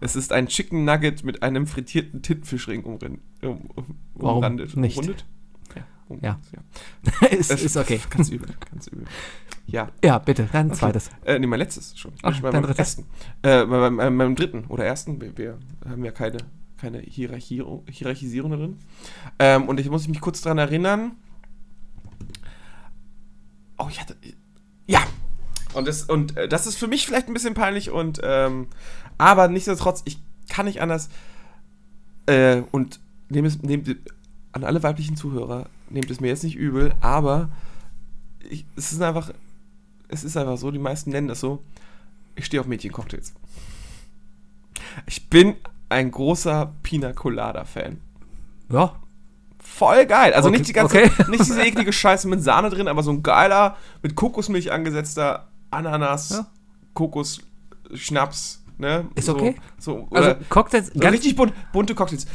Speaker 2: Es ist ein Chicken Nugget mit einem frittierten Tintenfischring umrin- um, um,
Speaker 3: Warum
Speaker 2: umrandet.
Speaker 3: nicht?
Speaker 2: Umrundet? Ja. Um,
Speaker 3: Ja.
Speaker 2: ja.
Speaker 3: [laughs] ist,
Speaker 2: Es-
Speaker 3: ist okay.
Speaker 2: Ganz übel, ganz übel. Ja.
Speaker 3: Ja, bitte, dann zweites.
Speaker 2: Äh, nee, mein letztes schon. Ich
Speaker 3: Ach,
Speaker 2: bin schon
Speaker 3: dein
Speaker 2: beim
Speaker 3: drittes.
Speaker 2: ersten. Äh, beim, beim, beim dritten oder ersten. Wir, wir haben ja keine, keine Hierarchierung, Hierarchisierung darin. Ähm, und ich muss mich kurz daran erinnern. Oh, ich hatte. Ja! Und das, und äh, das ist für mich vielleicht ein bisschen peinlich und ähm, aber nichtsdestotrotz, ich kann nicht anders. Äh, und nehmt es, nehmt, an alle weiblichen Zuhörer, nehmt es mir jetzt nicht übel, aber ich, es ist einfach es ist einfach so, die meisten nennen das so. Ich stehe auf Mädchencocktails. Ich bin ein großer Pina Colada Fan.
Speaker 3: Ja,
Speaker 2: Voll geil. Also
Speaker 3: Okay,
Speaker 2: nicht die ganze,
Speaker 3: okay.
Speaker 2: [laughs] nicht diese
Speaker 3: [laughs]
Speaker 2: eklige Scheiße mit Sahne drin, aber so ein geiler, mit Kokosmilch angesetzter Ananas,
Speaker 3: Ja.
Speaker 2: Kokos, Schnaps, ne?
Speaker 3: Ist
Speaker 2: so,
Speaker 3: okay.
Speaker 2: So, oder
Speaker 3: also Cocktails,
Speaker 2: so
Speaker 3: ganz,
Speaker 2: richtig bunt, bunte Cocktails.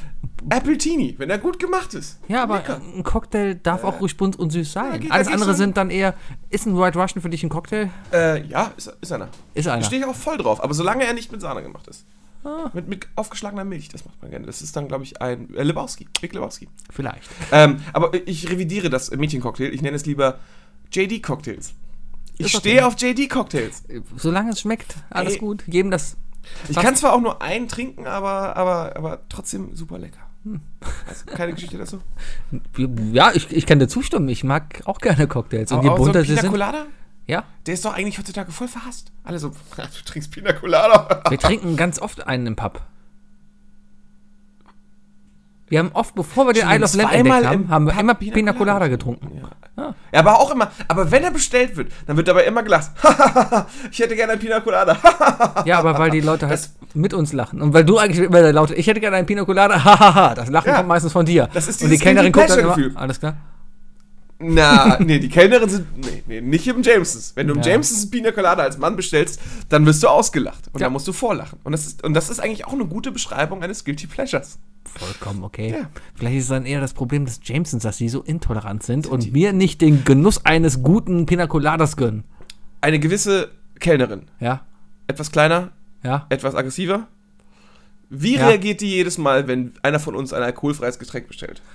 Speaker 2: Appletini, wenn er gut gemacht ist.
Speaker 3: ja, aber
Speaker 2: Lecker. Äh,
Speaker 3: ein Cocktail darf auch ruhig bunt und süß sein.
Speaker 2: geht-
Speaker 3: Alles
Speaker 2: da geht's
Speaker 3: andere
Speaker 2: so-
Speaker 3: sind dann eher, ist ein White Russian für dich ein Cocktail?
Speaker 2: Äh, ja, ist, ist einer.
Speaker 3: Ist einer. Ah.
Speaker 2: Stehe ich auch voll drauf, aber solange er nicht mit Sahne gemacht ist. Mit, mit aufgeschlagener Milch, das macht man gerne. Das ist dann, glaube ich, ein äh, Lebowski, Big Lebowski.
Speaker 3: Vielleicht.
Speaker 2: Ähm, aber ich revidiere das Mädchencocktail. Ich nenne es lieber JD-Cocktails. Ich
Speaker 3: Ist okay.
Speaker 2: stehe auf JD-Cocktails.
Speaker 3: Solange es schmeckt, alles
Speaker 2: Ey.
Speaker 3: gut. Jedem das.
Speaker 2: Ich
Speaker 3: Was-
Speaker 2: kann zwar auch nur einen trinken, aber, aber, aber trotzdem super lecker.
Speaker 3: Hm.
Speaker 2: Hast du keine Geschichte
Speaker 3: [laughs]
Speaker 2: dazu?
Speaker 3: Ja, ich, ich kann dir zustimmen. Ich mag auch gerne Cocktails. Und je
Speaker 2: Auch- auch so
Speaker 3: bunter
Speaker 2: ein
Speaker 3: sie
Speaker 2: Pina
Speaker 3: sind.
Speaker 2: Colada?
Speaker 3: Ja,
Speaker 2: Der ist doch eigentlich heutzutage voll verhasst. Alle so, [laughs] du trinkst Pina Colada. [laughs]
Speaker 3: wir trinken ganz oft einen im Pub. Wir haben oft, bevor wir den Isle of Lamp
Speaker 2: Zweimal
Speaker 3: entdeckt haben,
Speaker 2: im
Speaker 3: haben wir
Speaker 2: Pub
Speaker 3: immer
Speaker 2: Pina
Speaker 3: Pina Colada
Speaker 2: Colada
Speaker 3: getrunken.
Speaker 2: Ja, aber auch immer, aber wenn er bestellt wird, dann wird dabei immer gelacht. [laughs] ich hätte gerne ein Pina Colada.
Speaker 3: Ja,
Speaker 2: [laughs]
Speaker 3: aber weil die Leute halt mit uns lachen. Und weil du eigentlich immer der laute, ich hätte gerne einen Pina Colada, [laughs] hahaha, das Lachen
Speaker 2: Ja.
Speaker 3: kommt meistens von dir.
Speaker 2: Das ist
Speaker 3: Und die
Speaker 2: dieses
Speaker 3: Kellnerin
Speaker 2: Guilty
Speaker 3: guckt dann
Speaker 2: Pleasure
Speaker 3: immer,
Speaker 2: Gefühl.
Speaker 3: alles klar.
Speaker 2: Na, nee, die Kellnerin sind. Nee, nee, nicht im Jamesons. Wenn du im
Speaker 3: Ja.
Speaker 2: Jamesons ein Pina Colada als Mann bestellst, dann wirst du ausgelacht. Und
Speaker 3: Ja.
Speaker 2: dann musst du vorlachen. Und das, ist, und das ist eigentlich auch eine gute Beschreibung eines Guilty Pleasures.
Speaker 3: Vollkommen okay.
Speaker 2: Ja.
Speaker 3: Vielleicht ist dann eher das Problem des Jamesons, dass sie so intolerant sind und mir nicht den Genuss eines guten Pina Coladas gönnen.
Speaker 2: Eine gewisse Kellnerin,
Speaker 3: Ja,
Speaker 2: etwas kleiner,
Speaker 3: ja.
Speaker 2: etwas aggressiver. Wie
Speaker 3: Ja.
Speaker 2: reagiert die jedes Mal, wenn einer von uns ein alkoholfreies Getränk bestellt? [laughs]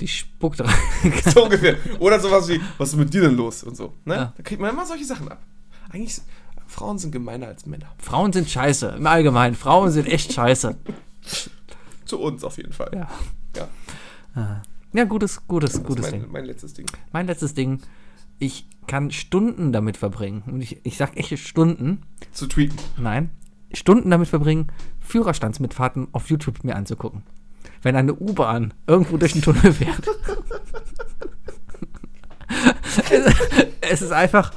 Speaker 3: Die spuckt rein. [laughs]
Speaker 2: So ungefähr. Oder sowas wie, was ist mit dir denn los? Und so. Ne?
Speaker 3: Ja.
Speaker 2: Da kriegt man immer solche Sachen ab. Eigentlich, Frauen sind gemeiner als Männer.
Speaker 3: Frauen sind scheiße, im Allgemeinen. Frauen sind echt scheiße.
Speaker 2: Zu uns auf jeden Fall.
Speaker 3: Ja.
Speaker 2: Ja.
Speaker 3: Ja, gutes, gutes,
Speaker 2: Das
Speaker 3: gutes
Speaker 2: ist
Speaker 3: Ding.
Speaker 2: mein, mein letztes Ding.
Speaker 3: Mein letztes Ding, ich kann Stunden damit verbringen. Und ich, ich sag echte Stunden,
Speaker 2: Zu tweeten.
Speaker 3: nein, Stunden damit verbringen, Führerstandsmitfahrten auf YouTube mir anzugucken. Wenn eine U-Bahn irgendwo durch den Tunnel fährt. es, es ist einfach.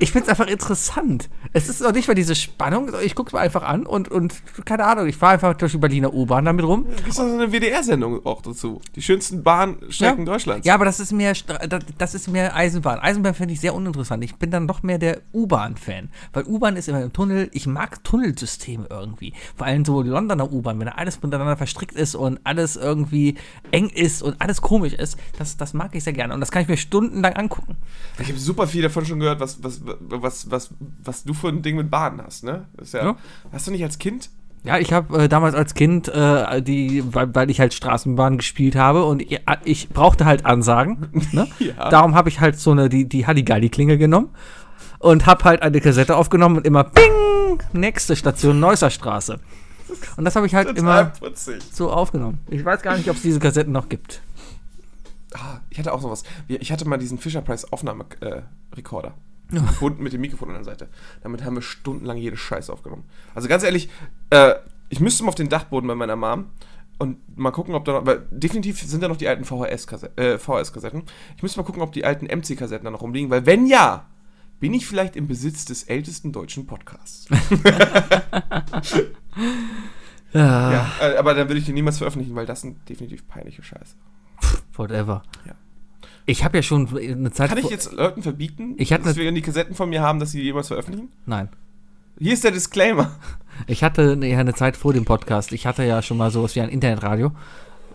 Speaker 3: Ich finde es einfach interessant. Es ist auch nicht mal diese Spannung. Ich gucke es mir einfach an und, und keine Ahnung, ich fahre einfach durch die Berliner U-Bahn damit rum.
Speaker 2: Gibt es so eine WDR-Sendung auch dazu? Die schönsten Bahnstrecken
Speaker 3: Ja.
Speaker 2: Deutschlands.
Speaker 3: Ja, aber das ist mir Stra- da- das ist mir Eisenbahn. Eisenbahn finde ich sehr uninteressant. Ich bin dann doch mehr der U-Bahn-Fan, weil U-Bahn ist immer im Tunnel. Ich mag Tunnelsysteme irgendwie, vor allem so Londoner U-Bahn, wenn da alles miteinander verstrickt ist und alles irgendwie eng ist und alles komisch ist. Das, das mag ich sehr gerne und das kann ich mir stundenlang angucken.
Speaker 2: Ich habe super viel davon schon gehört, was, was, was, was, was du für ein Ding mit Bahnen hast, ne? Das ist ja,
Speaker 3: Ja.
Speaker 2: Hast du nicht als Kind?
Speaker 3: Ja, ich habe äh, damals als Kind äh, die, weil, weil ich halt Straßenbahn gespielt habe und ich, ich brauchte
Speaker 2: [laughs]
Speaker 3: halt Ansagen. Ne?
Speaker 2: Ja.
Speaker 3: Darum habe ich halt so eine die die Halligalli Klingel genommen und habe halt eine Kassette aufgenommen und immer Ping nächste Station Neusser Straße. Und das habe ich halt immer
Speaker 2: putzig.
Speaker 3: so aufgenommen. Ich weiß gar nicht, ob es diese Kassetten noch gibt.
Speaker 2: Ah, ich hatte auch sowas. Wir- Ich hatte mal diesen Fisher-Price-Aufnahme-Recorder. Verbunden äh, mit dem Mikrofon an der Seite. Damit haben wir stundenlang jede Scheiße aufgenommen. Also ganz ehrlich, äh, ich müsste mal auf den Dachboden bei meiner Mom und mal gucken, ob da noch. Weil definitiv sind da noch die alten VHS-Kassetten. Äh, VHS ich müsste mal gucken, ob die alten MC-Kassetten da noch rumliegen, weil wenn ja, bin ich vielleicht im Besitz des ältesten deutschen Podcasts. [laughs]
Speaker 3: Ja,
Speaker 2: ja, äh, aber dann würde ich die niemals veröffentlichen, weil das sind definitiv peinliche Scheiße.
Speaker 3: whatever.
Speaker 2: Ja.
Speaker 3: Ich habe ja schon eine Zeit
Speaker 2: Kann ich
Speaker 3: vor-
Speaker 2: jetzt Leuten verbieten,
Speaker 3: Ich hatte-
Speaker 2: dass wir die Kassetten von mir haben, dass sie die jemals veröffentlichen?
Speaker 3: nein.
Speaker 2: Hier ist der Disclaimer.
Speaker 3: Ich hatte ja eine Zeit vor dem Podcast. Ich hatte ja schon mal sowas wie ein Internetradio,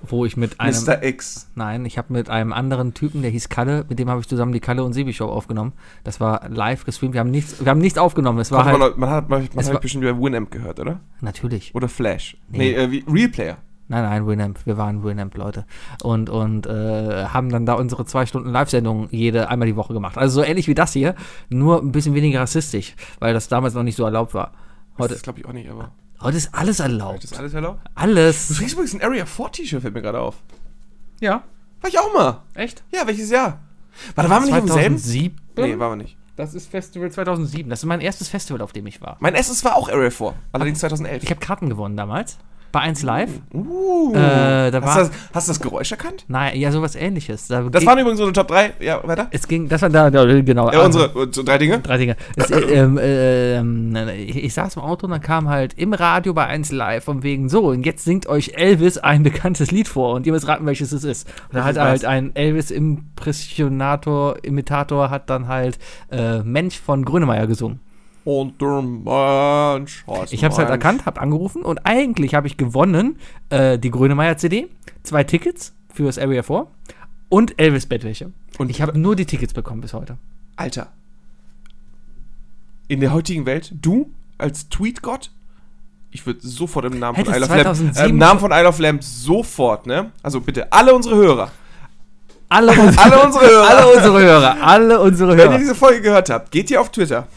Speaker 3: wo ich mit einem
Speaker 2: Mr. X.
Speaker 3: Nein, ich habe mit einem anderen Typen, der hieß Kalle, mit dem habe ich zusammen die Kalle und Sebi Show aufgenommen. Das war live gestreamt. Wir haben nichts, wir haben nichts aufgenommen. Es war
Speaker 2: Warte
Speaker 3: halt
Speaker 2: mal, man hat, man, man
Speaker 3: Es
Speaker 2: hat
Speaker 3: war-
Speaker 2: bestimmt über Winamp gehört, oder?
Speaker 3: natürlich.
Speaker 2: Oder Flash.
Speaker 3: Nee.
Speaker 2: Nee, äh, wie, Real Player.
Speaker 3: Nein, nein, Winamp. Wir waren Winamp Leute und und äh, haben dann da unsere zwei Stunden Live-Sendung jede einmal die Woche gemacht. Also so ähnlich wie das hier, nur ein bisschen weniger rassistisch, weil das damals noch nicht so erlaubt war. Heute, Ah,
Speaker 2: Das glaube ich auch nicht, aber.
Speaker 3: heute ist
Speaker 2: Ist
Speaker 3: alles erlaubt.
Speaker 2: das alles erlaubt? Du
Speaker 3: Alles.
Speaker 2: trägst übrigens ein Area 4 T-Shirt, fällt mir gerade auf.
Speaker 3: Ja,
Speaker 2: War ich auch mal.
Speaker 3: echt?
Speaker 2: Ja, welches Jahr? Warte, waren wir nicht im selben?
Speaker 3: 2007.
Speaker 2: Nee, waren wir nicht.
Speaker 3: das ist Festival 2007. Das ist mein erstes Festival, auf dem ich war.
Speaker 2: Mein erstes war auch Area 4, allerdings 2011.
Speaker 3: Ich habe Karten gewonnen damals. Bei 1 Live.
Speaker 2: Uh,
Speaker 3: Äh, da war-
Speaker 2: hast, du das, hast du das Geräusch erkannt?
Speaker 3: Nein, ja, sowas ähnliches. Da
Speaker 2: Das
Speaker 3: ging-
Speaker 2: waren übrigens unsere Top 3. Ja, weiter.
Speaker 3: Es ging, das waren da, da genau.
Speaker 2: Ja,
Speaker 3: ah,
Speaker 2: unsere äh, so drei Dinge.
Speaker 3: Drei Dinge. Es, äh, ähm, äh, ähm, ich, ich saß im Auto und dann kam halt im Radio bei 1 Live von wegen so und jetzt singt euch Elvis ein bekanntes Lied vor und ihr müsst raten, welches es ist. Und da hat
Speaker 2: war's?
Speaker 3: halt ein Elvis-Impressionator, Imitator hat dann halt äh, Mensch von Grönemeyer gesungen.
Speaker 2: Und der Mensch. heißt
Speaker 3: Ich habe es halt
Speaker 2: Mensch.
Speaker 3: erkannt, habe angerufen und eigentlich habe ich gewonnen äh, die Grönemeyer CD, zwei Tickets fürs Area 4 und Elvis Bettwäsche. Und
Speaker 2: Und- äh,
Speaker 3: ich habe nur die Tickets bekommen bis heute.
Speaker 2: Alter. In der heutigen Welt, du als Tweet-Gott ich würde sofort im Namen
Speaker 3: Hättest
Speaker 2: von Isle of Lamb,
Speaker 3: 2007
Speaker 2: äh, im Namen von Isle of Lamb sofort, ne? Also bitte alle unsere Hörer,
Speaker 3: Alle unsere, [laughs]
Speaker 2: [laughs] alle unsere Hörer,
Speaker 3: alle unsere Hörer, alle unsere
Speaker 2: wenn ihr
Speaker 3: Hörer.
Speaker 2: diese Folge gehört habt, geht ihr auf Twitter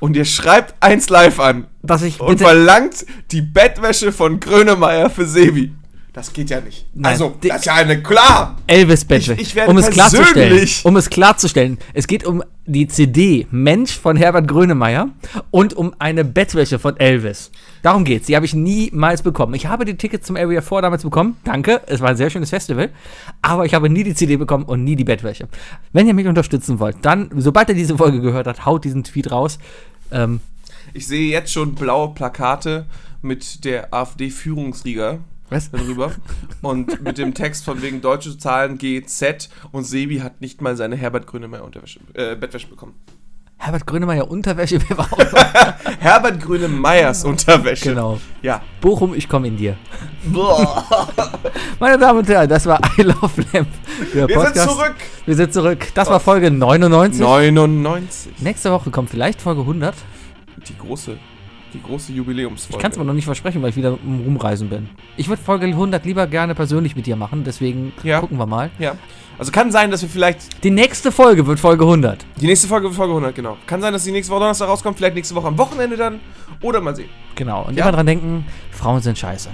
Speaker 2: und ihr schreibt eins live an
Speaker 3: Dass ich
Speaker 2: und
Speaker 3: bitte,
Speaker 2: verlangt die Bettwäsche von Grönemeyer für Sebi. Das geht ja nicht.
Speaker 3: Nein,
Speaker 2: also,
Speaker 3: die-
Speaker 2: das ist ja eine klar.
Speaker 3: Elvis Bettwäsche.
Speaker 2: Ich- ich werde
Speaker 3: um es klarzustellen,
Speaker 2: persönlich-
Speaker 3: um es klarzustellen, es geht um die CD Mensch von Herbert Grönemeyer und um eine Bettwäsche von Elvis. Darum geht's. Die habe ich niemals bekommen. Ich habe die Tickets zum Area 4 damals bekommen. Danke, es war ein sehr schönes Festival, aber ich habe nie die CD bekommen und nie die Bettwäsche. Wenn ihr mich unterstützen wollt, dann sobald ihr diese Folge gehört habt, haut diesen Tweet raus. Ähm,
Speaker 2: Ich sehe jetzt schon blaue Plakate mit der AfD-Führungsriga
Speaker 3: was?
Speaker 2: darüber und mit dem Text von wegen deutsche Zahlen GZ und Sebi hat nicht mal seine Herbert Grönemeyer Unterwäsche, äh, Bettwäsche bekommen.
Speaker 3: Herbert Grönemeyer Unterwäsche, wer war auch
Speaker 2: Herbert Grönemeyers Unterwäsche.
Speaker 3: [laughs] Genau.
Speaker 2: Ja.
Speaker 3: Bochum, ich komme in dir.
Speaker 2: Boah.
Speaker 3: Meine Damen und Herren, das war I Love Lamp. der
Speaker 2: Wir sind
Speaker 3: Podcast.
Speaker 2: zurück.
Speaker 3: Wir sind zurück. Das war Folge 99.
Speaker 2: 99.
Speaker 3: Nächste Woche kommt vielleicht Folge 100.
Speaker 2: Die große, die große
Speaker 3: Ich
Speaker 2: Jubiläumsfolge.
Speaker 3: kann es mir noch nicht versprechen, weil ich wieder im rumreisen bin. Ich würde Folge 100 lieber gerne persönlich mit dir machen, deswegen
Speaker 2: Ja.
Speaker 3: gucken wir mal.
Speaker 2: ja. Also kann sein, dass wir vielleicht
Speaker 3: Die nächste Folge wird Folge 100.
Speaker 2: die nächste Folge wird Folge 100 genau. Kann sein, dass die nächste Woche Donnerstag rauskommt, vielleicht nächste Woche am Wochenende dann oder mal sehen.
Speaker 3: Genau. Und
Speaker 2: Ja.
Speaker 3: immer dran denken, Frauen sind scheiße.